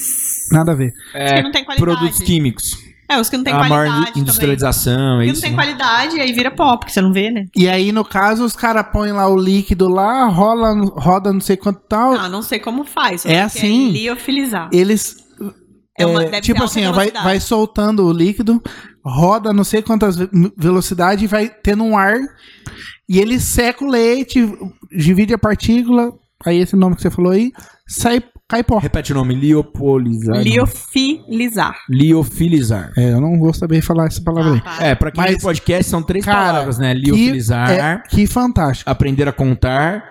S1: Nada a ver.
S3: Os
S2: É,
S3: que não tem qualidade.
S2: produtos químicos.
S3: É, os que não tem
S2: a maior
S3: qualidade. Também.
S2: industrialização, é
S3: Que não
S2: isso.
S3: tem
S2: né?
S3: qualidade, aí vira pó, porque você não vê, né?
S1: E aí, no caso, os caras põem lá o líquido lá, rola, roda não sei quanto tal.
S3: Ah, não sei como faz. só
S1: É
S3: sei que
S1: assim.
S3: É liofilizar.
S1: Eles.
S3: É uma-
S1: é,
S3: deve
S1: tipo
S3: ser alta
S1: assim, ó, vai,
S3: velocidade.
S1: vai soltando o líquido, roda não sei quantas ve- velocidade e vai tendo um ar. E ele seca o leite, divide a partícula. Aí esse nome que você falou aí, sai, cai pó.
S2: Repete o nome, liopolizar.
S3: Liofilizar.
S2: Liofilizar.
S1: É, eu não vou saber falar essa palavra aí.
S3: Ah, tá.
S2: É, pra quem
S1: Mas-
S2: Mas, podcast são três
S1: Cara,
S2: palavras, né?
S1: que-
S2: Liofilizar,
S1: É, que fantástico.
S2: aprender a contar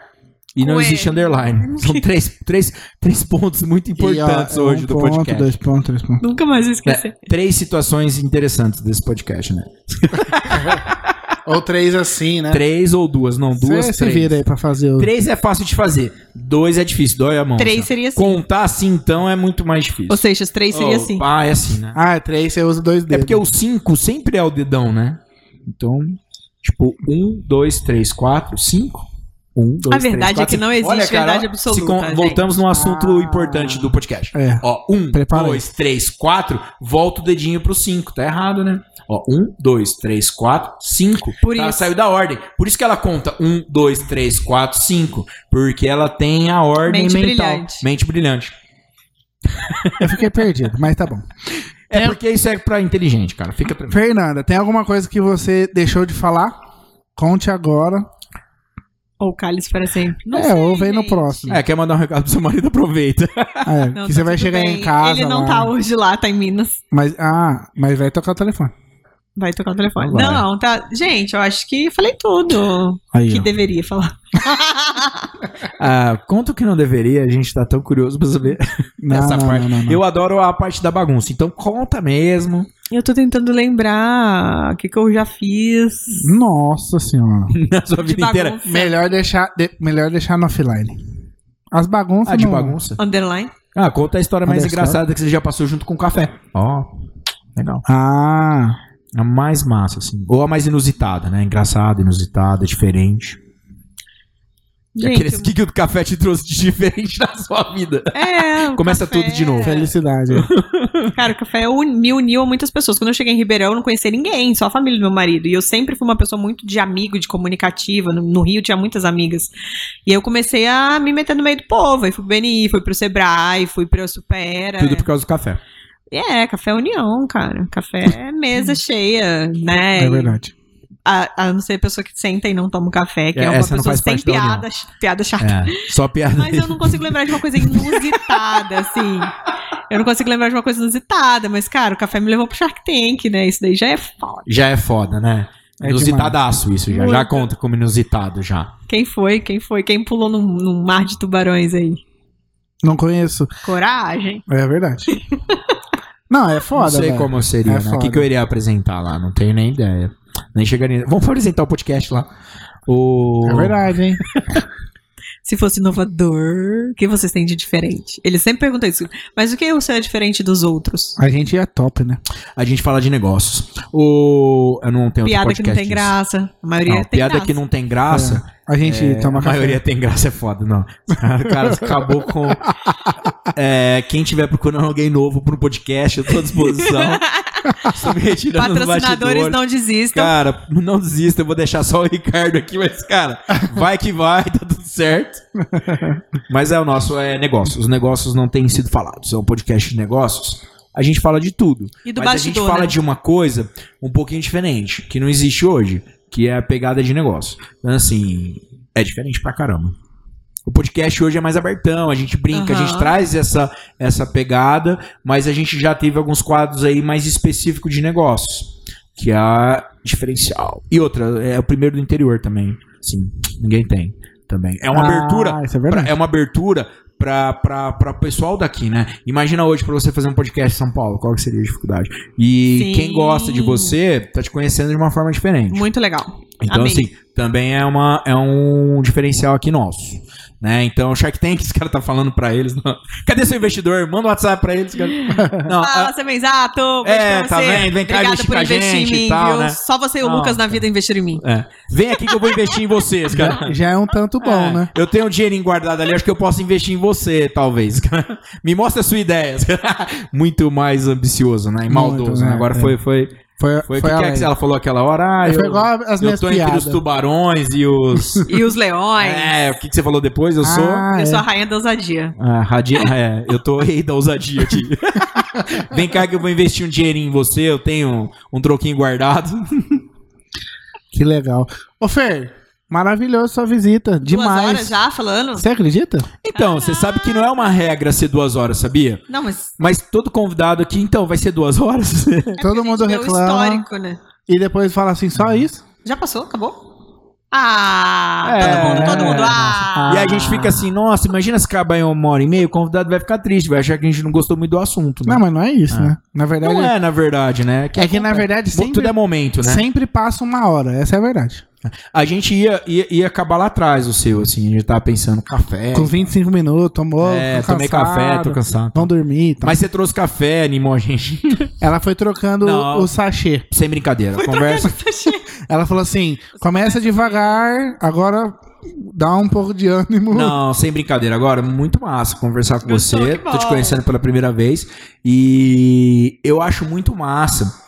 S2: e não
S3: Coelho.
S2: existe underline. São três, três, três pontos muito importantes
S1: E, ó, é
S2: hoje
S1: um
S2: do
S1: ponto,
S2: podcast.
S1: Dois pontos, três pontos.
S3: Nunca mais vou esquecer.
S2: É, três situações interessantes desse podcast, né?
S1: Ou três assim, né?
S2: Três ou duas, não, duas,
S1: Você se
S2: três.
S1: vira aí pra fazer o.
S2: Três é fácil de fazer, dois é difícil, dói a mão.
S3: Três
S2: sabe?
S3: seria assim.
S2: Contar assim, então, é muito mais difícil.
S3: Ou seja, os três seria
S2: Oh,
S3: assim.
S2: Ah, é assim, né?
S1: Ah, três você usa dois
S2: É
S1: dedos.
S2: porque o 5 sempre é o dedão, né? Então, tipo, 1, 2, 3, 4, 5. 1, 2, 3, 4.
S3: A verdade é que não existe verdade absoluta, gente.
S2: Voltamos num assunto
S1: Ah.
S2: importante do podcast.
S1: É.
S2: Ó, 1,
S1: Prepara aí.
S2: 2, 3, 4. Volta o dedinho pro 5. Tá errado, né? Ó, 1, 2, 3, 4, 5.
S3: Por
S2: Ela
S3: isso.
S2: Tá, saiu da ordem. Por isso que ela conta 1, 2, 3, 4, 5. Porque ela tem a ordem
S3: Mente
S2: mental.
S3: brilhante.
S2: Mente brilhante.
S1: Eu fiquei perdido, mas tá bom.
S2: É
S3: um-
S2: porque isso é pra inteligente, cara. Fica tranquilo.
S1: Fernanda, tem alguma coisa que você deixou de falar? Conte agora.
S3: Ou cálice para sempre. Não
S1: é,
S3: sei,
S1: ou vem no
S3: gente.
S1: próximo.
S2: É, quer mandar um recado pro seu marido? Aproveita.
S1: É,
S3: Não,
S1: que
S3: tá
S1: você vai
S3: tudo
S1: chegar
S3: bem.
S2: tá
S1: em casa.
S3: Ele não
S1: lá.
S3: tá hoje lá, tá em Minas.
S1: Mas, ah, mas vai tocar o telefone.
S3: Vai tocar o telefone.
S1: Vai.
S3: Não, tá. Gente, eu acho que falei tudo
S2: Aí,
S3: que
S2: ó.
S3: deveria falar.
S2: Ah, conta o que não deveria, a gente tá tão curioso pra saber
S1: Não,
S2: essa
S1: não,
S2: parte.
S1: não, não, não.
S2: Eu adoro a parte da bagunça, então conta mesmo.
S3: Eu tô tentando lembrar o que, que eu já fiz.
S1: Nossa senhora.
S2: Na sua vida inteira.
S3: bagunça.
S1: Melhor deixar, de- melhor deixar no offline. As bagunças.
S2: Ah, de
S1: não-
S2: bagunça?
S3: Underline.
S2: Ah, conta a história mais
S1: Olha a história.
S2: engraçada que você já passou junto com o café. Ó, legal.
S1: Ah,
S2: A mais massa, assim. Ou a mais inusitada, né? Engraçada, inusitada, diferente.
S3: Gente,
S2: Aqueles que, que o café te trouxe de diferente na sua vida.
S3: é, o
S2: Começa
S3: café-
S2: tudo de novo.
S1: felicidade.
S3: Cara, o café uni- me uniu a muitas pessoas. Quando eu cheguei em Ribeirão, eu não conhecia ninguém, só a família do meu marido. E eu sempre fui uma pessoa muito de amigo, de comunicativa. No, no Rio tinha muitas amigas. E aí eu comecei a me meter no meio do povo. Aí fui pro BNI, fui pro Sebrae, fui pro Supera.
S2: Tudo por causa do café.
S3: É, café é união, cara. Café é mesa cheia, né?
S1: É verdade.
S3: A, a não ser a pessoa que senta e não toma um café, que
S2: É,
S3: é, uma
S2: essa não
S3: pessoa
S2: faz
S3: sem
S2: parte da união.
S3: piada, piada chata.
S2: É, só piada.
S3: Mas eu não consigo lembrar de uma coisa inusitada, assim. Eu não consigo lembrar de uma coisa inusitada, mas, cara, o café me levou pro Shark Tank, né? Isso daí já é foda.
S2: Já é foda, né?
S1: É
S2: Inusitadaço isso já. Já
S3: Muito.
S2: conta como inusitado já.
S3: Quem foi? Quem foi? Quem pulou num, num mar de tubarões aí?
S1: Não conheço.
S3: Coragem.
S1: É verdade. Não, é foda.
S2: não sei
S1: velho.
S2: como eu
S1: É
S2: seria, né? O que,
S1: foda.
S2: que eu iria apresentar lá? Não tenho nem ideia. Nem chegaria. Vamos apresentar o podcast lá. O...
S1: É verdade, hein?
S3: Se fosse inovador, o que vocês têm de diferente? Ele sempre pergunta isso. Mas o que você é diferente dos outros?
S1: A gente é top, né?
S2: A gente fala de negócios. O... Eu não tenho outro
S3: piada que não
S2: podcast
S3: tem
S2: disso.
S3: graça. A maioria
S2: Não,
S3: tem
S2: piada
S3: graça.
S2: que não tem graça.
S1: A gente toma
S2: A
S1: É, café.
S2: maioria tem graça, é foda, não. O cara acabou com. É, quem tiver procurando alguém novo pro podcast, eu tô à disposição. Estou me retirando dos
S3: Patrocinadores
S2: bastidores.
S3: não desistam.
S2: Cara, não desista, eu vou deixar só o Ricardo aqui, mas, cara, vai que vai, tá tudo certo. Mas é o nosso é negócio. Os negócios não têm sido falados. É um podcast de negócios. A gente fala de tudo.
S3: E do
S2: mas a
S3: bastidor,
S2: gente fala
S3: né?
S2: de uma coisa um pouquinho diferente, que não existe hoje, que é a pegada de negócio. Então, assim, é diferente pra caramba. O podcast hoje é mais abertão, a gente brinca, a gente
S3: Aham.
S2: traz essa, essa pegada, mas a gente já teve alguns quadros aí mais específicos de negócios, que é a diferencial. E outra, é o primeiro do interior também. Sim, ninguém tem também. É uma
S1: Ah,
S2: abertura
S1: Isso é
S2: pra-
S1: verdade.
S2: é uma abertura pra, pra, pra pessoal daqui, né? Imagina hoje pra você fazer um podcast em São Paulo, qual que seria a dificuldade? E
S3: Sim.
S2: quem gosta de você tá te conhecendo de uma forma diferente.
S3: Muito legal.
S2: Então,
S3: amei.
S2: assim, também é, uma, é um diferencial aqui nosso. Né? Então, Shark Tank, esse cara tá falando pra eles. não. Cadê seu investidor? Manda um WhatsApp pra eles. Cara. Não, é, a-
S3: Fala, seu exato. Beijo
S2: Ah, É,
S3: pra
S2: tá
S3: você.
S2: vendo? Vem cá
S3: Obrigada
S2: investir
S3: por
S2: com a
S3: investir
S2: gente
S3: em mim,
S2: e tal,
S3: viu?
S2: né?
S3: Só você e o
S2: Não,
S3: Lucas na vida investir em mim.
S2: é. Vem aqui que eu vou investir em vocês, cara.
S1: Já, já é um tanto bom,
S2: É,
S1: né?
S2: Eu tenho um dinheirinho guardado ali, acho que eu posso investir em você, talvez. Me mostra a sua ideia. Muito mais ambicioso, né? E
S1: Muito,
S2: maldoso. né?
S1: né?
S2: Agora
S1: É.
S2: foi, foi,
S1: Foi, foi,
S2: foi, o que, que é
S1: além. É,
S2: que ela falou aquela hora? Ah, eu,
S1: Foi igual as
S2: eu
S1: minhas
S2: tô entre os
S1: piadas.
S2: tubarões e os.
S3: E os leões.
S2: é, o que, que você falou depois? Eu sou.
S1: Ah,
S3: eu
S1: é.
S3: sou a rainha da ousadia.
S2: Ah, radi... é, eu tô rei da ousadia aqui. Vem cá que eu vou investir um dinheirinho em você, eu tenho um troquinho guardado.
S1: Que legal. Ô, Fer, maravilhoso sua visita.
S3: Duas
S1: Demais.
S3: horas já falando?
S1: Você acredita?
S2: Então, você sabe que não é uma regra ser duas horas, sabia?
S3: Não, mas é
S2: Mas todo convidado aqui, então, vai ser duas horas?
S1: Todo
S3: a gente
S1: mundo
S3: vê o
S1: reclama.
S3: histórico, né?
S1: E depois fala assim, só isso?
S3: Já passou? Acabou? Ah,
S2: É,
S3: todo mundo, todo mundo.
S2: nossa.
S3: Ah,
S2: E a gente fica assim, nossa, imagina se acabar em uma hora e meia, o convidado vai ficar triste, vai achar que a gente não gostou muito do assunto. Né?
S1: Não, mas não é isso,
S2: Ah.
S1: né? Na verdade,
S2: Não é, na verdade, né?
S1: é que na verdade
S2: Bom, tudo
S1: sempre,
S2: é momento, né?
S1: sempre passa uma hora. Essa é a verdade.
S2: A gente ia, ia, ia acabar lá atrás o seu, assim, a gente tava pensando, café.
S1: Com 25 minutos, tomou.
S2: é,
S1: tô
S2: tomei café, tô cansado.
S1: Vão dormir e tal.
S2: Mas você trouxe café, animou a gente.
S1: Ela foi trocando
S2: Não.
S1: o sachê.
S2: Sem brincadeira, conversa.
S1: Ela falou assim: começa devagar, agora dá um pouco de ânimo.
S2: Não, sem brincadeira. Agora, muito massa conversar com
S3: Gostou?
S2: você.
S3: Que
S2: Tô te
S3: bom.
S2: conhecendo pela primeira vez. E eu acho muito massa.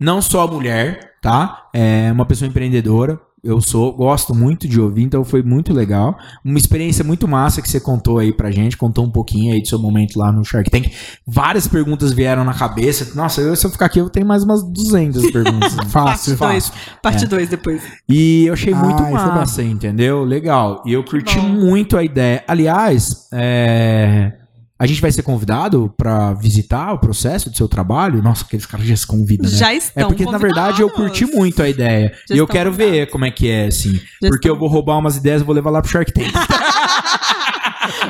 S2: Não só a mulher, tá? É uma pessoa empreendedora. Eu sou, gosto muito de ouvir, então foi muito legal. Uma experiência muito massa que você contou aí pra gente, contou um pouquinho aí do seu momento lá no Shark Tank. Várias perguntas vieram na cabeça. Nossa, eu, se eu ficar aqui, eu tenho mais umas 200 perguntas.
S1: Fácil.
S3: Dois. Parte
S2: É.
S3: 2 depois.
S2: E eu achei muito
S1: Ah, isso é
S2: massa, entendeu? Legal. E eu curti
S3: bom.
S2: muito a ideia. Aliás, é, A gente vai ser convidado pra visitar o processo do seu trabalho? Nossa, aqueles caras já se convidam, né?
S3: Já estão
S2: É porque, na verdade, eu curti
S3: convidados.
S2: muito a ideia.
S3: Já
S2: e eu
S3: estão
S2: quero ver
S3: convidados.
S2: como é que é, assim.
S3: Já
S2: porque
S3: estão.
S2: eu vou roubar umas ideias e vou levar lá pro Shark Tank.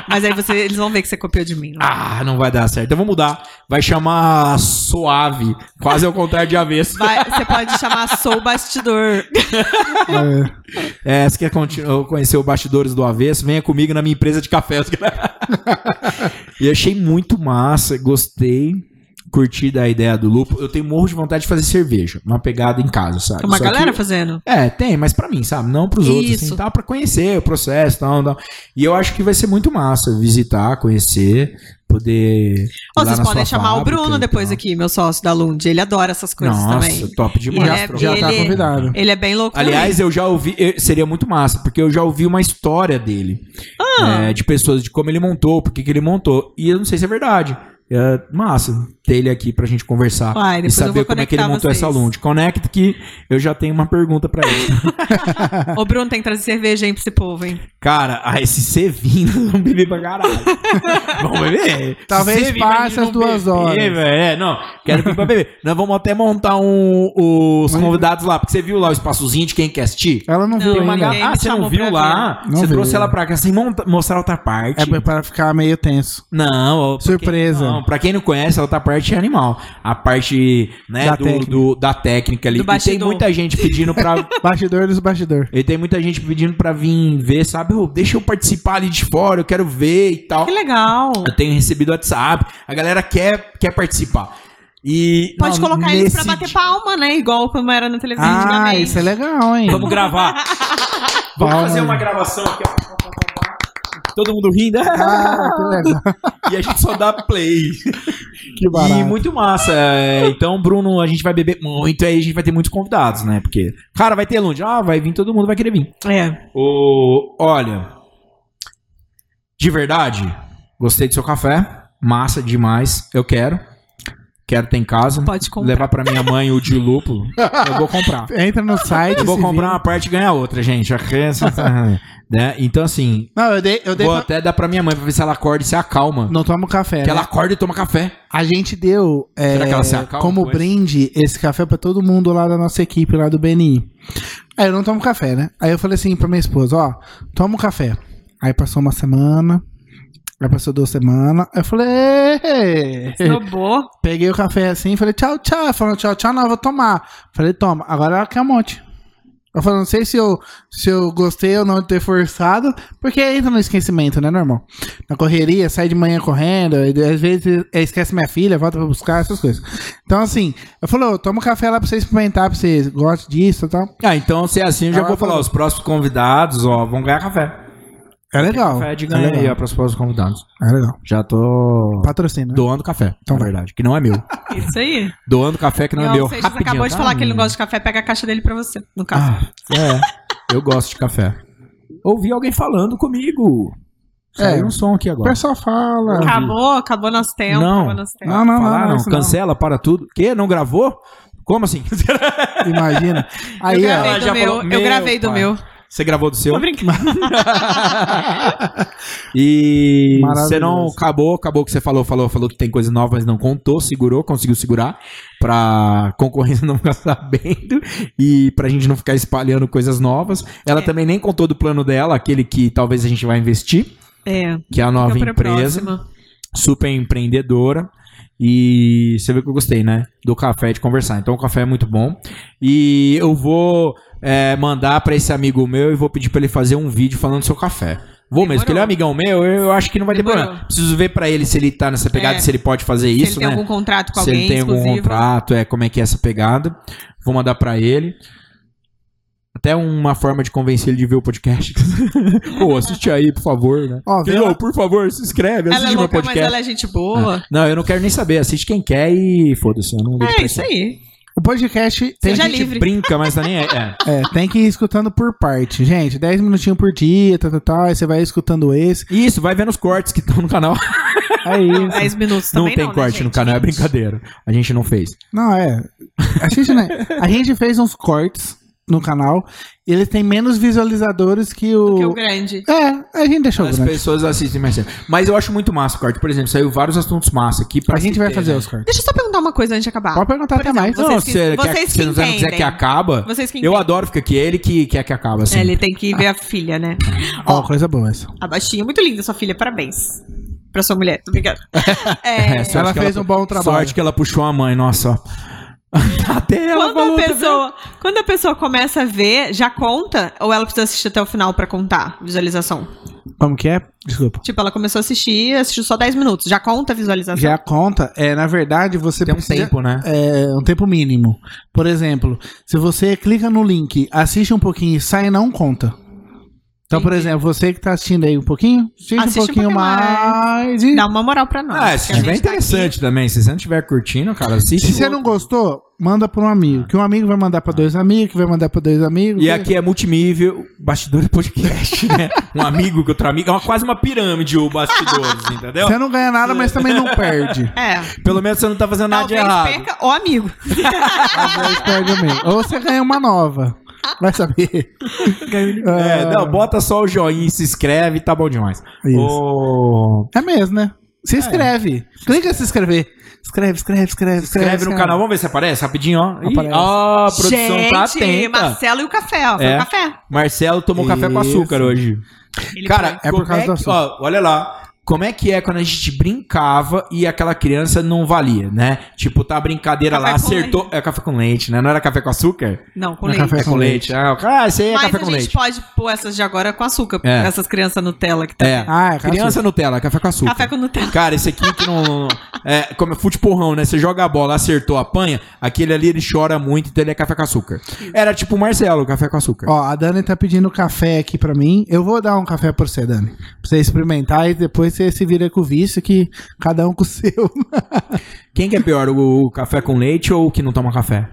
S3: Mas aí você- eles vão ver que você copiou de mim. né?
S2: Ah, não vai dar certo. Então vamos mudar. Vai chamar Suave. Quase ao contrário de avesso.
S3: Vai- você pode chamar Sou Bastidor.
S2: Tá,
S1: É.
S2: É, se quer continu- conhecer o Bastidores do Avesso, venha comigo na minha empresa de café. e achei muito massa, gostei. Curti da ideia do lupo. Eu tenho morro de vontade de fazer cerveja. Uma pegada em casa, sabe?
S3: Tem uma
S2: Só que-
S3: galera fazendo.
S2: É, tem, mas pra mim, sabe? Não pros outros, assim,
S3: Isso.
S2: tá? Pra conhecer o processo, tal, tal. E eu acho que vai ser muito massa visitar, conhecer, poder. ir
S3: Ou
S2: lá
S3: vocês
S2: na
S3: podem
S2: sua
S3: chamar o
S2: fábrica
S3: Bruno
S2: e
S3: depois
S2: tal.
S3: aqui, meu sócio da Lund. Ele adora essas coisas
S2: Nossa,
S3: também.
S2: top demais.
S3: Ele é-
S2: pra
S1: Já tá
S3: ele-
S1: convidado.
S3: Ele é bem louco. também.
S2: Aliás, eu já ouvi, eh, seria muito massa, porque eu já ouvi uma história dele,
S3: Ah.
S2: eh, de pessoas, de como ele montou, por que que ele montou, e eu não sei se é verdade. É massa ter ele aqui pra gente conversar
S3: Vai,
S2: e
S3: depois eu
S2: saber
S3: vou
S2: como é que ele
S3: conectar
S2: montou essa
S3: vocês.
S2: Lund. Conecta que eu já tenho uma pergunta pra ele. é.
S3: Ô, Bruno, tem que trazer cerveja, hein, pra esse povo, hein?
S2: Cara, ah, esse Sevinho não bebi pra caralho. vamos beber?
S1: Talvez
S2: Se Sevinho
S1: passe
S2: a gente
S1: as
S2: não
S1: duas
S2: beber,
S1: horas.
S2: velho, É, não, quero vir pra beber. Nós vamos até montar um, os convidados lá, porque você viu lá o espaçozinho de quem quer assistir?
S1: Ela não,
S3: Tem
S1: viu
S3: uma
S1: ainda.
S3: galera-
S2: Ah,
S3: me
S2: você não
S3: chamou
S2: viu
S3: pra
S2: lá?
S1: ver. Não
S2: você
S1: vi.
S2: trouxe ela pra cá sem monta- mostrar outra parte.
S1: É pra- pra ficar meio tenso.
S2: Não, ó, pra
S1: Surpresa.
S2: quem- não, pra quem não conhece, a outra parte é animal. A parte, né,
S1: Da
S2: do,
S1: técnica.
S2: do- da técnica ali.
S3: Do
S2: e tem
S3: bastidor.
S2: muita gente pedindo pra.
S1: Bastidor dos bastidor.
S2: e tem muita gente pedindo pra vir ver, sabe? Ô, deixa eu participar ali de fora, eu quero ver e tal.
S3: Que legal.
S2: Eu tenho recebido WhatsApp, a galera quer, quer participar. E.
S3: Pode
S2: não,
S3: colocar eles pra
S2: nesse
S3: bater
S2: dia-
S3: palma, né? Igual como era na televisão
S1: Ah,
S3: antigamente.
S1: isso é legal, hein?
S2: Vamos gravar. Vamos
S1: Palma.
S2: fazer uma gravação aqui, ó. Todo mundo rindo.
S1: Ah, que legal.
S2: e a gente só dá play.
S1: Que barato.
S2: E muito massa. é, Então, Bruno, a gente vai beber muito, aí a gente vai ter muitos convidados, né? Porque, cara, vai ter Lund. Ah, vai vir todo mundo, vai querer vir.
S3: É.
S2: Ô, olha, de verdade, gostei do seu café. Massa demais. Eu quero. Quero ter em casa.
S3: Pode comprar.
S2: Levar pra minha mãe o de lúpulo. Eu vou comprar.
S1: Entra no site.
S2: Eu vou
S1: se
S2: comprar
S1: vira.
S2: uma parte e ganhar outra, gente. Né? Então, assim,
S1: Não, eu dei. Eu dei
S2: vou
S1: pra-
S2: até dar pra minha mãe pra ver se ela acorda e se acalma.
S1: Não toma café.
S2: Que
S1: né?
S2: ela acorda e toma café.
S1: A gente deu é,
S2: Será que ela se acalma
S1: como
S2: com isso?
S1: brinde esse café pra todo mundo lá da nossa equipe, lá do BNI. Aí eu não tomo café, né? Aí eu falei assim pra minha esposa: ó, toma um café. Aí passou uma semana. Aí passou duas semanas. Aí eu falei: "Ê,
S3: Snowboard.
S1: Peguei o café assim, falei, tchau, tchau. Ela falou, tchau, tchau, não, eu vou tomar. Falei, toma. Agora ela quer um monte. Eu falei, não sei se eu, se eu gostei ou não de ter forçado, porque entra no esquecimento, né, normal? Na correria, sai de manhã correndo, e às vezes é, esquece minha filha, volta pra buscar, essas coisas. Então, assim, eu falei, ô, toma um café lá pra você experimentar, pra você gosta disso e tal.
S2: Ah, então se é assim, eu já
S1: Ela
S2: vou falar.
S1: falou.
S2: Os próximos convidados, ó, vão ganhar café.
S1: É legal.
S2: Café de
S1: é
S2: ganhar aí, ó,
S1: legal.
S2: pros próximos convidados.
S1: É legal.
S2: Já tô
S1: Patrocínio. né?
S2: doando café,
S1: Então
S2: na
S1: vai.
S2: verdade, que não é meu.
S3: Isso aí.
S2: Doando café que não é
S3: Não,
S2: meu.
S3: Seixas
S2: Rapidinho,
S3: acabou de
S2: tá?
S3: falar que ele não gosta de café, pega a caixa dele pra você, no caso.
S2: Ah, é, eu gosto de café. Ouvi alguém falando comigo.
S1: É.
S2: Saiu um som aqui
S1: O
S2: agora.
S1: pessoal fala.
S3: acabou, acabou nosso tempo,
S2: tá. Não. Ah,
S3: acabou nosso tempo.
S1: Não, não, não,
S2: Falaram,
S1: não, isso não.
S2: cancela, para tudo. Quê? Não gravou? Como assim?
S1: Imagina. Aí,
S3: eu
S1: ó.
S3: gravei
S2: ela
S3: do
S2: já
S3: meu,
S2: falou, meu
S3: eu gravei do
S2: pai.
S3: meu.
S2: Você gravou do seu?
S3: Tô brincando.
S2: E
S1: Maravilhoso.
S2: você não acabou, acabou o que você falou, falou, falou que tem coisa nova, mas não contou, segurou, conseguiu segurar pra concorrência não ficar sabendo e pra gente não ficar espalhando coisas novas. Ela
S3: É.
S2: também nem contou do plano dela, aquele que talvez a gente vai investir,
S3: É,
S2: que é a nova
S3: fica pra
S2: empresa,
S3: próxima.
S2: super empreendedora. E você vê que eu gostei, né? Do café de conversar. Então o café é muito bom. E eu vou é, mandar pra esse amigo meu e vou pedir pra ele fazer um vídeo falando do seu café. Vou mesmo,
S3: Demorou.
S2: porque ele é um amigão meu, eu eu acho que não vai ter
S3: Demorou.
S2: problema. Preciso ver pra ele se ele tá nessa pegada,
S3: É.
S2: se ele pode fazer
S3: Se
S2: isso,
S3: ele tem
S2: né?
S3: algum contrato com
S2: se
S3: alguém
S2: ele tem algum
S3: exclusivo.
S2: contrato, é como é que é essa pegada. Vou mandar pra ele. Até uma forma de convencer ele de ver o podcast. Pô, assiste aí, por favor, né?
S1: Ó, vê
S2: Entendeu?
S1: lá.
S2: por favor, se inscreve,
S3: Ela é
S2: assiste meu
S3: louca, mas
S2: podcast.
S3: ela é gente boa.
S2: Não, eu não quero nem saber. Assiste quem quer e foda-se. Eu não ligo
S3: É,
S2: pra
S3: isso aí.
S1: O podcast tem
S3: Seja
S2: A gente
S3: livre.
S2: brinca, mas tá nem aí. É.
S1: É, tem que ir escutando por parte. Gente, 10 minutinhos por dia, tal, tal, tal. Aí você vai escutando esse.
S2: Isso, vai vendo os cortes que estão no canal.
S1: É isso.
S3: 10 minutos
S2: Não
S3: também
S2: tem
S3: né,
S2: corte no
S3: gente?
S2: canal, é brincadeira. A gente não fez.
S1: Não, é. A gente, né, a gente fez uns cortes no canal. Ele tem menos visualizadores que o.
S3: Que o grande.
S1: É, a gente deixou
S2: As
S1: grande.
S2: pessoas assistem mais cedo. Mas eu acho muito massa o corte. Por exemplo, saiu vários assuntos massa aqui. pra
S1: A gente
S2: se
S1: vai
S2: ter,
S1: fazer
S2: né?
S1: os cortes.
S3: Deixa eu só perguntar uma coisa antes de acabar.
S1: Pode perguntar
S3: Por
S1: até
S3: exemplo,
S1: mais.
S3: vocês
S2: Não,
S3: que-
S2: você quer,
S3: vocês
S2: que você
S3: que
S2: não quiser que
S3: entendem.
S2: acaba.
S3: Vocês que
S2: eu
S3: entendem.
S2: adoro, porque aqui é ele que quer que acaba, assim.
S3: É, ele tem que ver a filha, né?
S1: Ó, coisa boa essa.
S3: A baixinha, muito linda sua filha, parabéns. Pra sua mulher, tô brincando.
S2: É,
S3: É,
S2: sorte
S1: Ela
S2: que
S1: fez um bom trabalho.
S2: Sorte que ela puxou a mãe, nossa. ó. Até ela
S3: quando, a
S2: falou outra
S3: pessoa, quando a pessoa começa a ver, já conta? Ou ela precisa assistir até o final pra contar visualização?
S1: Como que é? Desculpa.
S3: Tipo, ela começou a assistir, assistiu só 10 minutos. Já conta a visualização?
S1: Já conta, é, na verdade, você
S2: Tem um
S1: precisa-
S2: tempo, né?
S1: É, um tempo mínimo. Por exemplo, se você clica no link, assiste um pouquinho e sai, não conta. Então, por exemplo, você que tá assistindo aí um pouquinho, assiste,
S3: Assiste
S1: um
S3: um
S1: pouquinho
S3: pouquinho
S1: mais. e-
S3: Dá um uma moral pra nós.
S2: Ah,
S3: que
S2: se
S3: a
S2: tiver
S3: gente tá
S2: interessante também. Se você não estiver curtindo, cara, assiste.
S1: Se você não gostou, manda para um amigo. Que um amigo vai mandar para dois amigos, que vai mandar para dois amigos.
S2: E aqui é multimível, bastidor e podcast, né? Um amigo que outro amigo. É uma- quase uma pirâmide o bastidores, entendeu?
S1: Você não ganha nada, mas também não perde.
S3: aqui. É.
S2: Pelo menos você não tá fazendo nada de
S3: Talvez
S2: errado.
S3: perca o amigo.
S1: Às vezes perde mesmo. Ou você ganha uma nova. Vai saber.
S3: um
S2: É,
S1: Ah,
S2: não, bota só o joinha, se inscreve, tá bom demais.
S1: Isso.
S2: Ô,
S1: É mesmo, né? Se inscreve. Clica em se inscrever. Escreve, escreve, escreve.
S2: Inscreve no canal, vamos ver se aparece rapidinho, ó. Ih,
S1: Aparece.
S2: Ó, a produção
S3: gente,
S2: tá atenta.
S3: Marcelo e o café, ó. Foi
S2: É.
S3: o café.
S2: Marcelo tomou café com
S1: Isso.
S2: açúcar hoje.
S3: Ele
S2: Cara,
S1: É por
S2: como
S1: causa do
S2: que- ó, olha lá. Como é que é quando a gente brincava e aquela criança não valia, né? Tipo, tá a brincadeira
S3: Café
S2: lá,
S3: com
S2: acertou. É café com leite, né? Não era café com açúcar?
S3: foi- Não, com
S1: Não é
S3: leite.
S1: café
S2: é com leite. Ah, Ah, isso aí é
S3: Mas
S2: café
S3: a
S2: com
S3: gente
S2: leite.
S3: pode pôr essas de agora com açúcar,
S2: É.
S3: essas crianças Nutella que tá.
S2: É.
S1: Ah, é
S2: Criança Nutella, café com É açúcar.
S3: Café com Nutella.
S2: Cara, esse aqui que não. É, como é fute porrão, né? Você joga a bola, acertou, apanha. Aquele ali ele chora muito, então ele é café com açúcar. Era tipo o Marcelo, café com açúcar.
S1: Ó, a Dani tá pedindo café aqui pra mim. Eu vou dar um café pra você, Dani. Pra você experimentar e depois você se vira com o vício que cada um com o seu.
S2: Quem que é pior, o, o café com leite ou o que não toma café?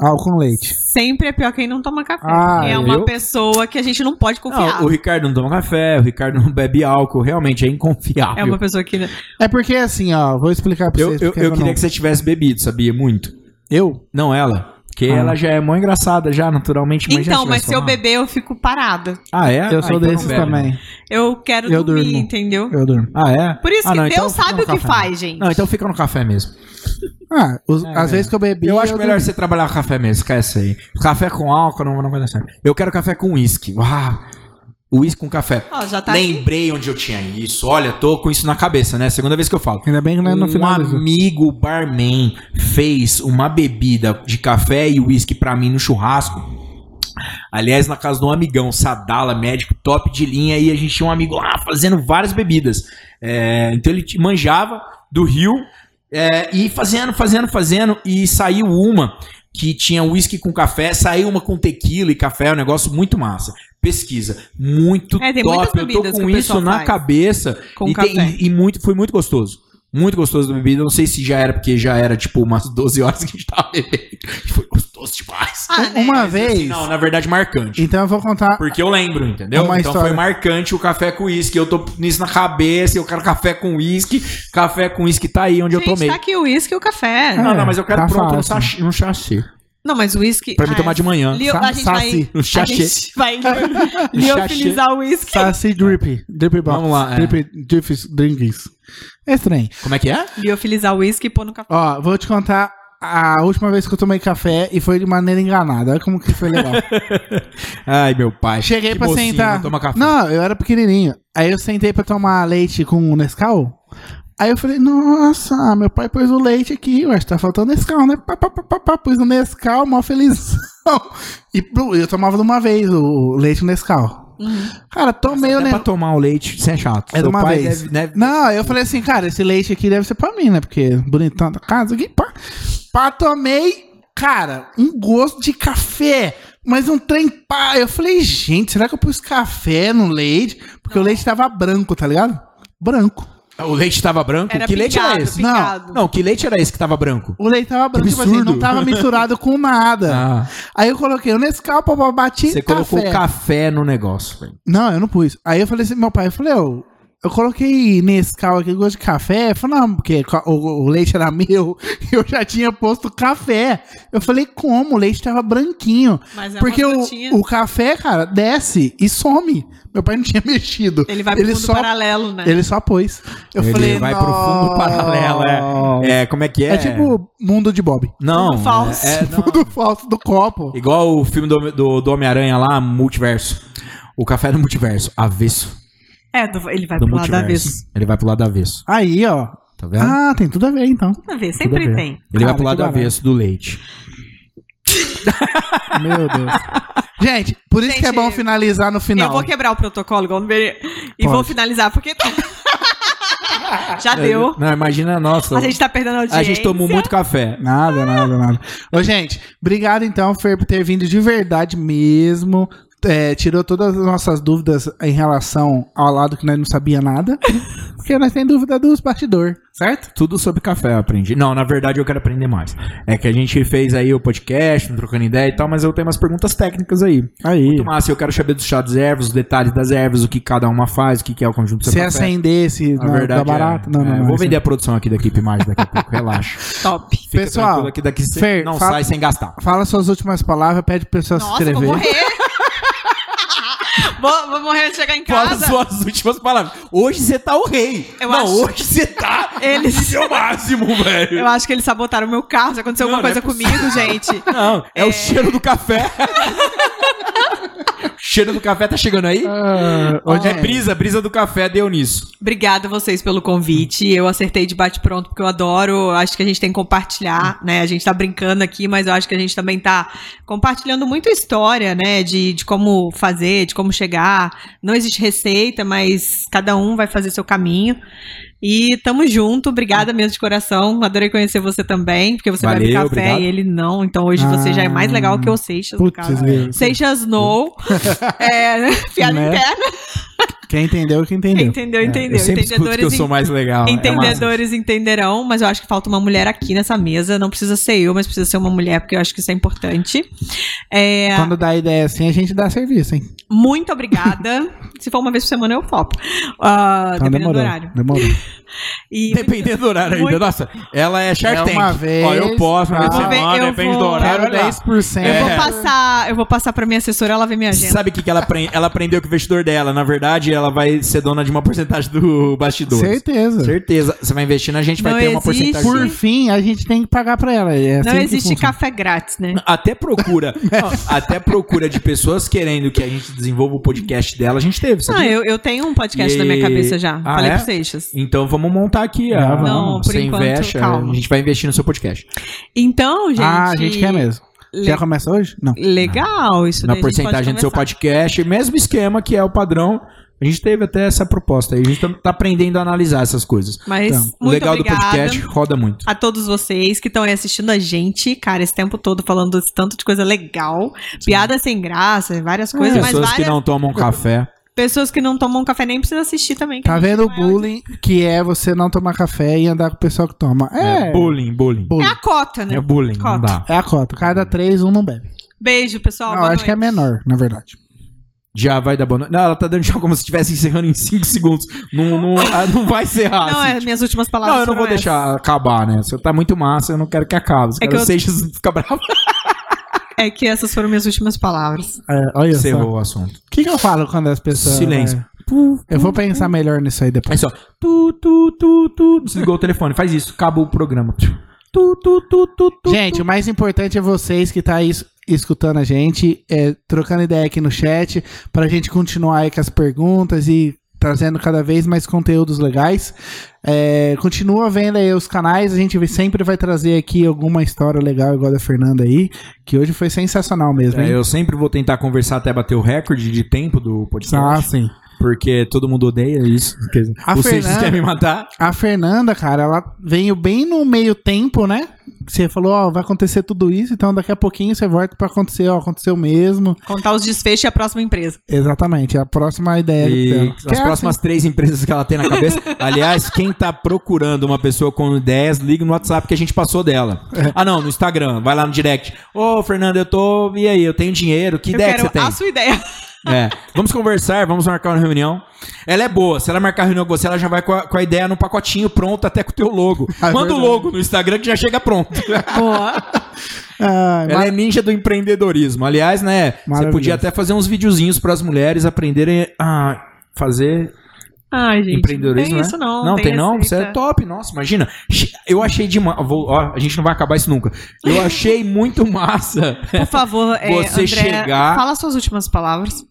S1: Álcool com leite.
S3: Sempre é pior quem não toma café.
S1: Ah,
S3: é uma
S2: eu-
S3: pessoa que a gente não pode confiar.
S2: Não, o Ricardo não toma café, o Ricardo não bebe álcool, realmente é inconfiável.
S3: É uma pessoa que.
S1: É porque assim, ó, vou explicar pra
S2: Eu,
S1: vocês.
S2: eu,
S1: porque
S2: eu queria
S1: não-
S2: que você um tivesse bebido, sabia? Muito.
S1: Eu?
S2: Não ela. Porque
S1: Ah.
S2: ela já é mó engraçada, já, naturalmente. imagina
S3: Então,
S2: tivesse
S3: mas se eu
S2: tomado.
S3: beber, eu fico parada.
S2: Ah, é?
S1: Eu
S2: Ah,
S1: sou
S2: então não
S1: desses
S2: bebe.
S1: também.
S3: Eu quero
S1: Eu
S3: dormir,
S1: durmo.
S3: entendeu?
S1: Eu durmo.
S2: Ah, é?
S3: Por isso
S2: Ah,
S3: que
S2: não, então
S3: Deus
S2: fica
S3: sabe
S2: no
S3: o que
S2: café.
S3: faz, gente.
S2: Não, então fica no café mesmo.
S1: Ah, os-
S2: É,
S1: às vezes que eu bebi.
S2: eu acho melhor
S1: dormi.
S2: você trabalhar com café mesmo, esquece aí. Café com álcool não, não vai dar certo. Eu quero café com uísque. Uau! Uísque com café.
S3: Ó, já tá aí.
S2: Lembrei onde eu tinha isso. Olha, tô com isso na cabeça, né? Segunda vez que eu falo.
S1: Ainda bem que não é no
S2: um
S1: final. do jogo.
S2: amigo barman fez uma bebida de café e uísque pra mim no churrasco. Aliás, na casa de um amigão, Sadala, médico top de linha, e a gente tinha um amigo lá fazendo várias bebidas. É, então ele te- manjava do rio é, e fazendo, fazendo, fazendo, e saiu uma que tinha uísque com café, saiu uma com tequila e café, é um negócio muito massa. Pesquisa, muito
S3: É, tem muitas
S2: top. Eu tô
S3: bebidas que
S2: com
S3: o
S2: isso
S3: pessoal
S2: na
S3: faz.
S2: cabeça
S3: Com
S2: e, tem-
S3: café.
S2: e- e muito, foi muito gostoso. Muito gostoso da bebida. Não sei se já era, porque já era tipo umas 12 horas que a gente tava bebendo. Foi gostoso demais.
S3: Ah, né?
S1: Uma
S2: Mas, assim,
S1: vez.
S2: não, na verdade, marcante.
S1: Então eu vou contar.
S2: Porque eu lembro, entendeu?
S1: É Uma
S2: então
S1: história.
S2: foi marcante o café com uísque. Eu tô nisso na cabeça, eu quero café com uísque. Café com uísque tá aí onde
S3: Gente,
S2: eu tomei.
S3: tá aqui o uísque e o café.
S2: Não, não, mas eu quero
S1: Tá
S2: pronto um
S1: fácil.
S2: sachê, um chachê.
S3: Não, mas o uísque.
S2: Pra me
S3: Ah,
S2: tomar de manhã.
S3: Leo-
S1: Sa-
S3: a gente vai,
S1: saci.
S2: Um
S3: a
S2: chachê.
S3: gente vai
S2: Um
S3: liofilizar o uísque.
S1: Saci Drippy. Drippy Box.
S2: Vamos lá, é.
S1: Drippy Drippy Drinks. É estranho.
S2: Como é que é?
S3: Liofilizar o uísque e pôr no café.
S1: Ó, vou te contar a última vez que eu tomei café e foi de maneira enganada. Olha como que foi legal.
S2: Ai, meu pai.
S1: Cheguei
S2: que
S1: pra
S2: mocinho,
S1: sentar.
S2: não Toma café.
S1: Não, eu era pequenininho. Aí eu sentei pra tomar leite com Nescau. Aí eu falei, nossa, meu pai pôs o leite aqui, ué, tá faltando Nescau, né? Pá, pá, pá, pá, pá, pus o Nescau, mó felizão. E pô, eu tomava de uma vez o leite Nescau. Cara, tomei o
S2: Não é pra
S1: Nescau.
S2: tomar o leite, sem é chato.
S1: É de
S2: Seu
S1: uma
S2: pai
S1: vez.
S2: deve- deve-
S1: Não, eu falei assim, cara, esse leite aqui deve ser pra mim, né? Porque bonitão da casa aqui, pá. Pá, tomei, cara, um gosto de café. Mas um trem pá. Eu falei, gente, será que eu pus café no leite? Porque o leite tava branco, tá ligado? Branco.
S2: O leite tava branco?
S3: Era
S2: que leite
S3: pingado,
S2: era esse?
S1: Não,
S3: pingado.
S2: Não, que leite era esse que tava branco?
S1: O leite tava branco, tipo assim,
S2: absurdo.
S1: não tava misturado com nada.
S2: Ah,
S1: Aí eu coloquei o Nescau, papá, bati
S2: você colocou café no negócio, velho.
S1: Não, eu não pus. Aí eu falei assim, meu pai, eu falei, ô, Eu coloquei Nescau aqui, gosto de café. Falei, não, porque ca- o, o leite era meu e eu já tinha posto café. Eu falei, como? O leite tava branquinho.
S3: Mas é
S1: Porque
S3: uma
S1: o,
S3: gotinha.
S1: o café, cara, desce e some. Meu pai não tinha mexido.
S3: Ele vai pro
S1: ele
S3: mundo
S1: só,
S3: paralelo, né?
S1: ele só pôs. Eu
S2: Ele
S1: falei,
S2: vai pro fundo paralelo,
S1: "Nossa."
S2: É, como é que é?
S1: É tipo mundo de Bob.
S2: Não.
S3: Fundo falso.
S2: é- é- não.
S1: Fundo falso do copo.
S2: Igual o filme do, do, do Homem-Aranha lá, Multiverso. O café do Multiverso, avesso
S3: É, do- ele vai
S2: do
S3: pro lado da
S2: Multiverso.
S3: vez.
S2: Ele vai pro lado avesso,
S1: Aí, ó.
S2: tá vendo?
S1: Ah, tem tudo a ver, então.
S3: Tudo a ver,
S2: Tudo a
S3: sempre
S2: ver.
S3: tem.
S2: Ele vai
S1: Cara,
S2: pro lado
S1: que barato.
S2: avesso do leite.
S1: Meu Deus. Gente, por isso que é
S3: Gente,
S1: bom finalizar no final.
S3: Eu vou quebrar o protocolo, igual no Berê, e vou
S1: Pode.
S3: finalizar, porque. tá- Já Ah, deu.
S2: Não, imagina, nossa.
S3: A gente tá perdendo a audiência.
S2: É, a gente tomou muito café.
S1: Nada, nada, nada. Ô, gente, obrigado então, Fer, por ter vindo de verdade mesmo. É, tirou todas as nossas dúvidas em relação ao lado que nós não sabia nada. Porque nós tem dúvida dos bastidores, certo?
S2: Tudo sobre café eu aprendi. Não, na verdade eu quero aprender mais. É que a gente fez aí o podcast, não trocando ideia e tal, mas eu tenho umas perguntas técnicas aí.
S1: Aí.
S2: Muito massa, eu quero saber dos chá dos ervas, os detalhes das ervas, o que cada uma faz, o que que é o conjunto do seu
S1: Se
S2: café.
S1: acender, se
S2: Na
S1: não,
S2: verdade,
S1: tá barato.
S2: é.
S1: Não,
S2: É,
S1: não,
S2: eu
S1: não,
S2: vou
S1: isso
S2: vender a produção aqui da equipe mais daqui a pouco, relaxa.
S3: Top.
S2: Fica
S1: Pessoal,
S2: tranquilo que daqui você
S1: Fer,
S2: não
S1: fala-
S2: sai sem gastar.
S1: não. Fala suas últimas palavras, pede pro pessoal se
S3: Nossa, vou
S1: inscrever.
S3: morrer. vou, vou morrer de chegar em
S2: Fala
S3: casa.
S2: suas últimas palavras. Hoje você tá o rei.
S3: Eu
S2: não,
S3: acho-
S2: hoje você tá
S3: Eles-
S2: no seu máximo, velho.
S3: Eu acho que eles sabotaram o meu carro. Já aconteceu
S2: Não,
S3: alguma coisa
S2: não é
S3: comigo, gente.
S2: Não, é, o cheiro do café. O cheiro do café tá chegando aí?
S1: Ah, ô,
S2: Hoje é
S1: gente,
S2: brisa, brisa do café deu nisso.
S3: Obrigada a vocês pelo convite. Eu acertei de bate-pronto porque eu adoro. Acho que a gente tem que compartilhar, né? A gente tá brincando aqui, mas eu acho que a gente também tá compartilhando muita história, né? De, de como fazer, de como chegar. Não existe receita, mas cada um vai fazer seu caminho. E tamo junto. Obrigada mesmo de coração. Adorei conhecer você também, porque você bebe
S2: Valeu,
S3: café
S2: obrigado. Ah,
S3: e ele não. Então hoje você já é mais legal que o Seixas, no
S1: Putz,
S3: caso.
S1: Deus.
S3: Seixas no. é, piada
S1: Né?
S3: interna.
S1: Quem entendeu, quem entendeu.
S3: Entendeu, É. entendeu.
S2: É, eu sempre escuto que eu
S3: Entendedores
S2: sou mais legal. é massa.
S3: Entendedores entenderão, mas eu acho que falta uma mulher aqui nessa mesa. Não precisa ser eu, mas precisa ser uma mulher, porque eu acho que isso é importante. É,
S1: Quando dá ideia assim, a gente dá serviço, hein?
S3: muito obrigada. Se for uma vez por semana, eu topo. Ah,
S2: Tá
S1: Então
S3: dependendo do
S1: demorou.
S3: horário.
S1: Demorou.
S3: E
S2: Dependendo do horário ainda.
S3: Muito.
S2: Nossa, ela é Shark
S1: É
S2: Tank.
S1: uma vez,
S2: Ó, eu posso, uma
S1: tá?
S2: vez por
S3: Eu vou
S2: semana,
S3: ver- eu
S2: depende
S3: vou-
S2: do
S1: Quero
S2: horário. olha lá.
S1: 10%.
S3: eu vou
S2: É.
S3: passar, eu vou passar pra minha assessora, ela vê minha agenda.
S2: Sabe o que, que ela, apre- ela aprendeu com o investidor dela? Na verdade, ela vai ser dona de uma porcentagem do bastidor.
S1: Certeza.
S2: Certeza. Você vai investir na gente, vai
S3: Não
S2: ter uma
S3: existe.
S2: porcentagem.
S1: Por fim, a gente tem que pagar pra ela. É assim
S3: Não
S1: que
S3: existe
S1: funciona.
S3: café grátis, né?
S2: Até procura, Não, até procura de pessoas querendo que a gente desenvolva o podcast dela, a gente teve,
S3: Não,
S2: sabe?
S3: eu, eu tenho um podcast
S2: E-
S3: na minha cabeça já.
S2: Ah,
S3: Falei
S2: é?
S3: pro Seixas.
S2: Então vamos montar aqui.
S1: Ah,
S2: a-
S1: Não,
S3: por
S2: você
S3: enquanto,
S2: investe, é,
S3: calma.
S2: a gente vai investir no seu podcast.
S3: Então, gente.
S1: Ah, a gente quer mesmo.
S3: le-
S1: Já começa hoje? Não.
S3: Legal, isso
S2: na
S3: daí a gente pode
S2: porcentagem do seu
S3: conversar.
S2: podcast, mesmo esquema que é o padrão. A gente teve até essa proposta aí. A gente tá, tá aprendendo a analisar essas coisas.
S3: Mas
S1: Então,
S2: o
S3: muito
S2: legal
S3: obrigada.
S2: do podcast roda muito.
S3: a todos vocês que estão aí assistindo a gente, cara, esse tempo todo falando esse tanto de coisa legal, piada sem graça, várias coisas,
S2: É.
S3: mas
S2: Pessoas
S3: várias
S2: que não tomam café.
S3: pessoas que não tomam café nem precisam assistir também. que
S1: Tá
S3: a gente
S1: vendo o
S3: não é-
S1: bullying que é você não tomar café e andar com o pessoal que toma? É,
S2: É bullying, bullying.
S3: É
S1: bullying.
S3: a cota, né?
S2: É bullying, não
S3: Cota.
S2: dá.
S1: É a cota. Cada três, um não bebe.
S3: Beijo, pessoal.
S1: não,
S3: boa
S1: acho que é
S3: noite.
S1: menor, na verdade.
S2: Já vai dar boa noite. Não, ela tá dando tchau como se estivesse encerrando em 5 segundos. Não, não, ela não vai encerrar.
S3: Não,
S2: assim,
S3: é, minhas últimas palavras
S2: Não, eu não
S3: foram
S2: vou deixar acabar, né? Você tá muito massa, eu não quero que acabe. Você quer
S3: É que
S2: que
S3: eu-
S2: o Seixas fica bravo.
S3: essas. É que essas foram minhas últimas palavras.
S1: É, olha só.
S2: Encerrou
S1: O
S2: o assunto.
S1: que, que eu falo quando as pessoas.
S2: Silêncio.
S1: é? Eu vou pensar melhor nisso aí
S2: Aí
S1: depois.
S2: É só. Tu, tu, tu, tu. Desligou o telefone. Faz isso. Acabou o programa. Tu, tu, tu, tu, tu.
S1: Gente, o mais importante é vocês que tá aí es- escutando a gente, é, trocando ideia aqui no chat, pra gente continuar aí com as perguntas e trazendo cada vez mais conteúdos legais. É, continua vendo aí os canais, a gente sempre vai trazer aqui alguma história legal igual a da Fernanda aí, que hoje foi sensacional mesmo,
S2: É,
S1: hein?
S2: eu sempre vou tentar conversar até bater o recorde de tempo do podcast.
S1: Ah, sim.
S2: Porque todo mundo odeia isso.
S1: A
S2: o Seixas
S1: Fernanda-
S2: quer me matar.
S1: A Fernanda, cara, ela veio bem no meio tempo, né? Você falou, ó, vai acontecer tudo isso, então daqui a pouquinho você volta pra acontecer, ó, aconteceu mesmo.
S3: Contar os desfechos e a próxima empresa.
S1: Exatamente, é a próxima ideia
S2: E
S1: dela.
S2: as
S1: Que é
S2: próximas três empresas que ela tem na cabeça. Aliás, quem tá procurando uma pessoa com ideias, liga no WhatsApp que a gente passou dela.
S3: É.
S2: Ah, não, no Instagram. Vai lá no direct. Ô, Fernando, eu tô. E aí, eu tenho dinheiro. Que
S3: eu
S2: ideia que
S3: quero
S2: você tem?
S3: a sua ideia.
S2: É. Vamos conversar, vamos marcar uma reunião. Ela é boa. Se ela marcar reunião com você, ela já vai com a, com a ideia no pacotinho pronto, até com o teu logo.
S1: É
S2: Manda o
S1: verdade.
S2: logo no Instagram que já chega pronto.
S3: É,
S1: assim? Ai,
S2: Ela é ninja do empreendedorismo. Aliás, né? Você
S1: Maravilhoso.
S2: podia até fazer uns videozinhos para as mulheres aprenderem a fazer
S3: Ai, gente.
S2: empreendedorismo,
S3: não tem
S2: né?
S3: isso, não.
S2: Não, tem, não? Você é
S3: receita.
S2: top, nossa, imagina. Che- Eu achei demais. a gente não vai acabar isso nunca. Eu achei muito massa.
S3: Por favor, é,
S2: Você
S3: André,
S2: chegar-
S3: fala suas últimas palavras.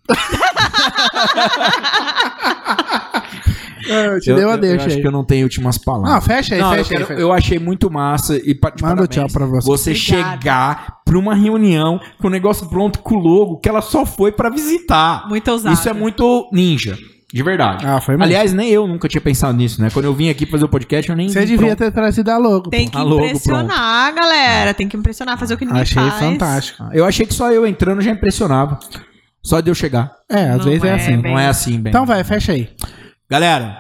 S1: eu ah, te
S2: é- eu,
S1: dei uma
S2: eu- eu
S1: deixa
S2: acho
S1: aí.
S2: que eu não tenho últimas
S1: Não,
S2: palavras.
S1: fecha aí,
S2: Não, eu,
S1: fecha aí.
S2: quero-
S1: fecha.
S2: eu achei muito massa e pa- de
S1: Manda o tchau
S2: parabéns.
S1: pra você.
S2: Você
S3: Obrigada.
S2: chegar pra uma reunião com o negócio pronto, com o logo, que ela só foi pra visitar.
S3: Muito ousado.
S2: Isso é muito ninja, de verdade.
S1: Ah, foi mesmo.
S2: Aliás, nem eu nunca tinha pensado nisso, né? Quando eu vim aqui fazer o podcast, eu nem.
S1: Você devia ter trazido a logo.
S3: Tem que
S2: A logo,
S3: impressionar,
S2: É.
S3: galera. Tem que impressionar, fazer o que ninguém
S1: Achei
S3: faz.
S1: fantástico.
S2: Eu achei que só eu entrando já impressionava. Só de eu chegar.
S1: É, às
S3: Não
S1: vezes é,
S3: é,
S1: assim.
S3: bem-
S2: Não é assim, bem.
S1: Então vai, fecha aí.
S2: Galera,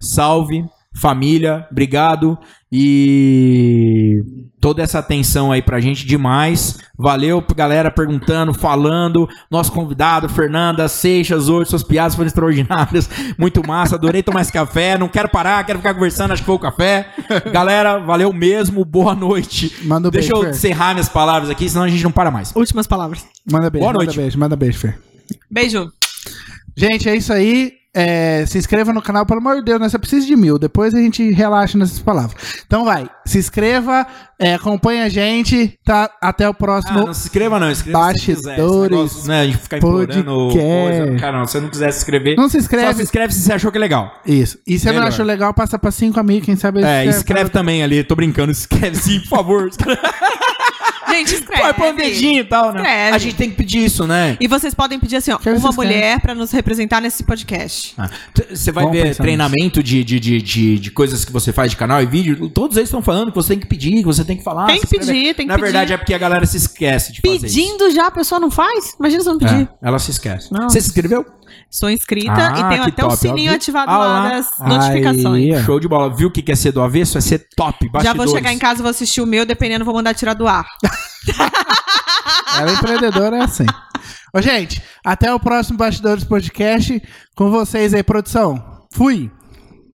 S2: salve, família, obrigado e toda essa atenção aí pra gente demais. Valeu, galera perguntando, falando. Nosso convidado, Fernanda Seixas, hoje suas piadas foram extraordinárias. Muito massa, adorei tomar esse café. Não quero parar, quero ficar conversando, acho que foi o café. Galera, valeu mesmo, boa noite.
S1: Manda um
S2: Deixa
S1: beijo,
S2: eu
S1: Fer.
S2: encerrar minhas palavras aqui, senão a gente não para mais.
S3: Últimas palavras.
S1: Manda beijo,
S2: Boa
S1: manda
S2: noite.
S1: beijo, manda beijo, Fer.
S3: Beijo.
S1: Gente, é isso aí. É, se inscreva no canal, pelo amor de Deus, né? Você precisa de mil. Depois a gente relaxa nessas palavras. Então vai, se inscreva, é, acompanha a gente. Tá? Até o
S2: Ah,
S1: próximo.
S2: não se inscreva não, inscreva se quiser. Esse
S1: Bastidores
S2: negócio, né, de ficar implorando
S1: Podcast.
S2: coisa. Cara, não, se você não quiser se inscrever,
S1: não, se
S2: Só se
S1: inscreve.
S2: inscreve se você achou que é legal.
S1: Isso. E se você não
S2: Melhor.
S1: achou legal, passa pra cinco amigos, quem sabe.
S2: É,
S1: você-
S2: escreve também ali, tô brincando, escreve sim, por favor.
S3: Gente, escreve.
S2: Põe põe um dedinho e tal, né?
S3: É, Escreve.
S2: A gente tem que pedir isso, né?
S3: E vocês podem pedir assim, ó,
S1: Quero
S3: uma
S1: vocês
S3: mulher pra nos representar nesse podcast.
S2: Ah, t- Você vai
S1: Vamos
S2: ver
S1: pensar
S2: treinamento de, de, de, de, de coisas que você faz de canal e vídeo. Todos eles estão falando que você tem que pedir, que você tem que falar.
S3: Tem que
S2: se inscreve.
S3: pedir, tem que
S2: Na
S3: pedir.
S2: verdade, é porque a galera se esquece de fazer isso.
S3: Pedindo já a pessoa não faz? Imagina se eu não pedir.
S2: É, ela se esquece.
S3: Nossa.
S2: Você se inscreveu?
S3: Sou inscrita
S2: Ah,
S3: e tenho
S2: que
S3: até o
S2: top, ó,
S3: sininho
S2: viu?
S3: ativado
S2: Ah
S3: lá
S2: lá.
S3: das
S1: Aí.
S3: notificações.
S1: É.
S2: Show de bola. Viu o que que é ser do avesso? É ser top,
S3: Já
S2: bastidores.
S3: vou chegar em casa, vou assistir o meu, dependendo, vou mandar tirar do ar.
S1: Ela é empreendedora, é assim. Ô, gente, até o próximo Bastidores Podcast. Com vocês aí, produção. Fui!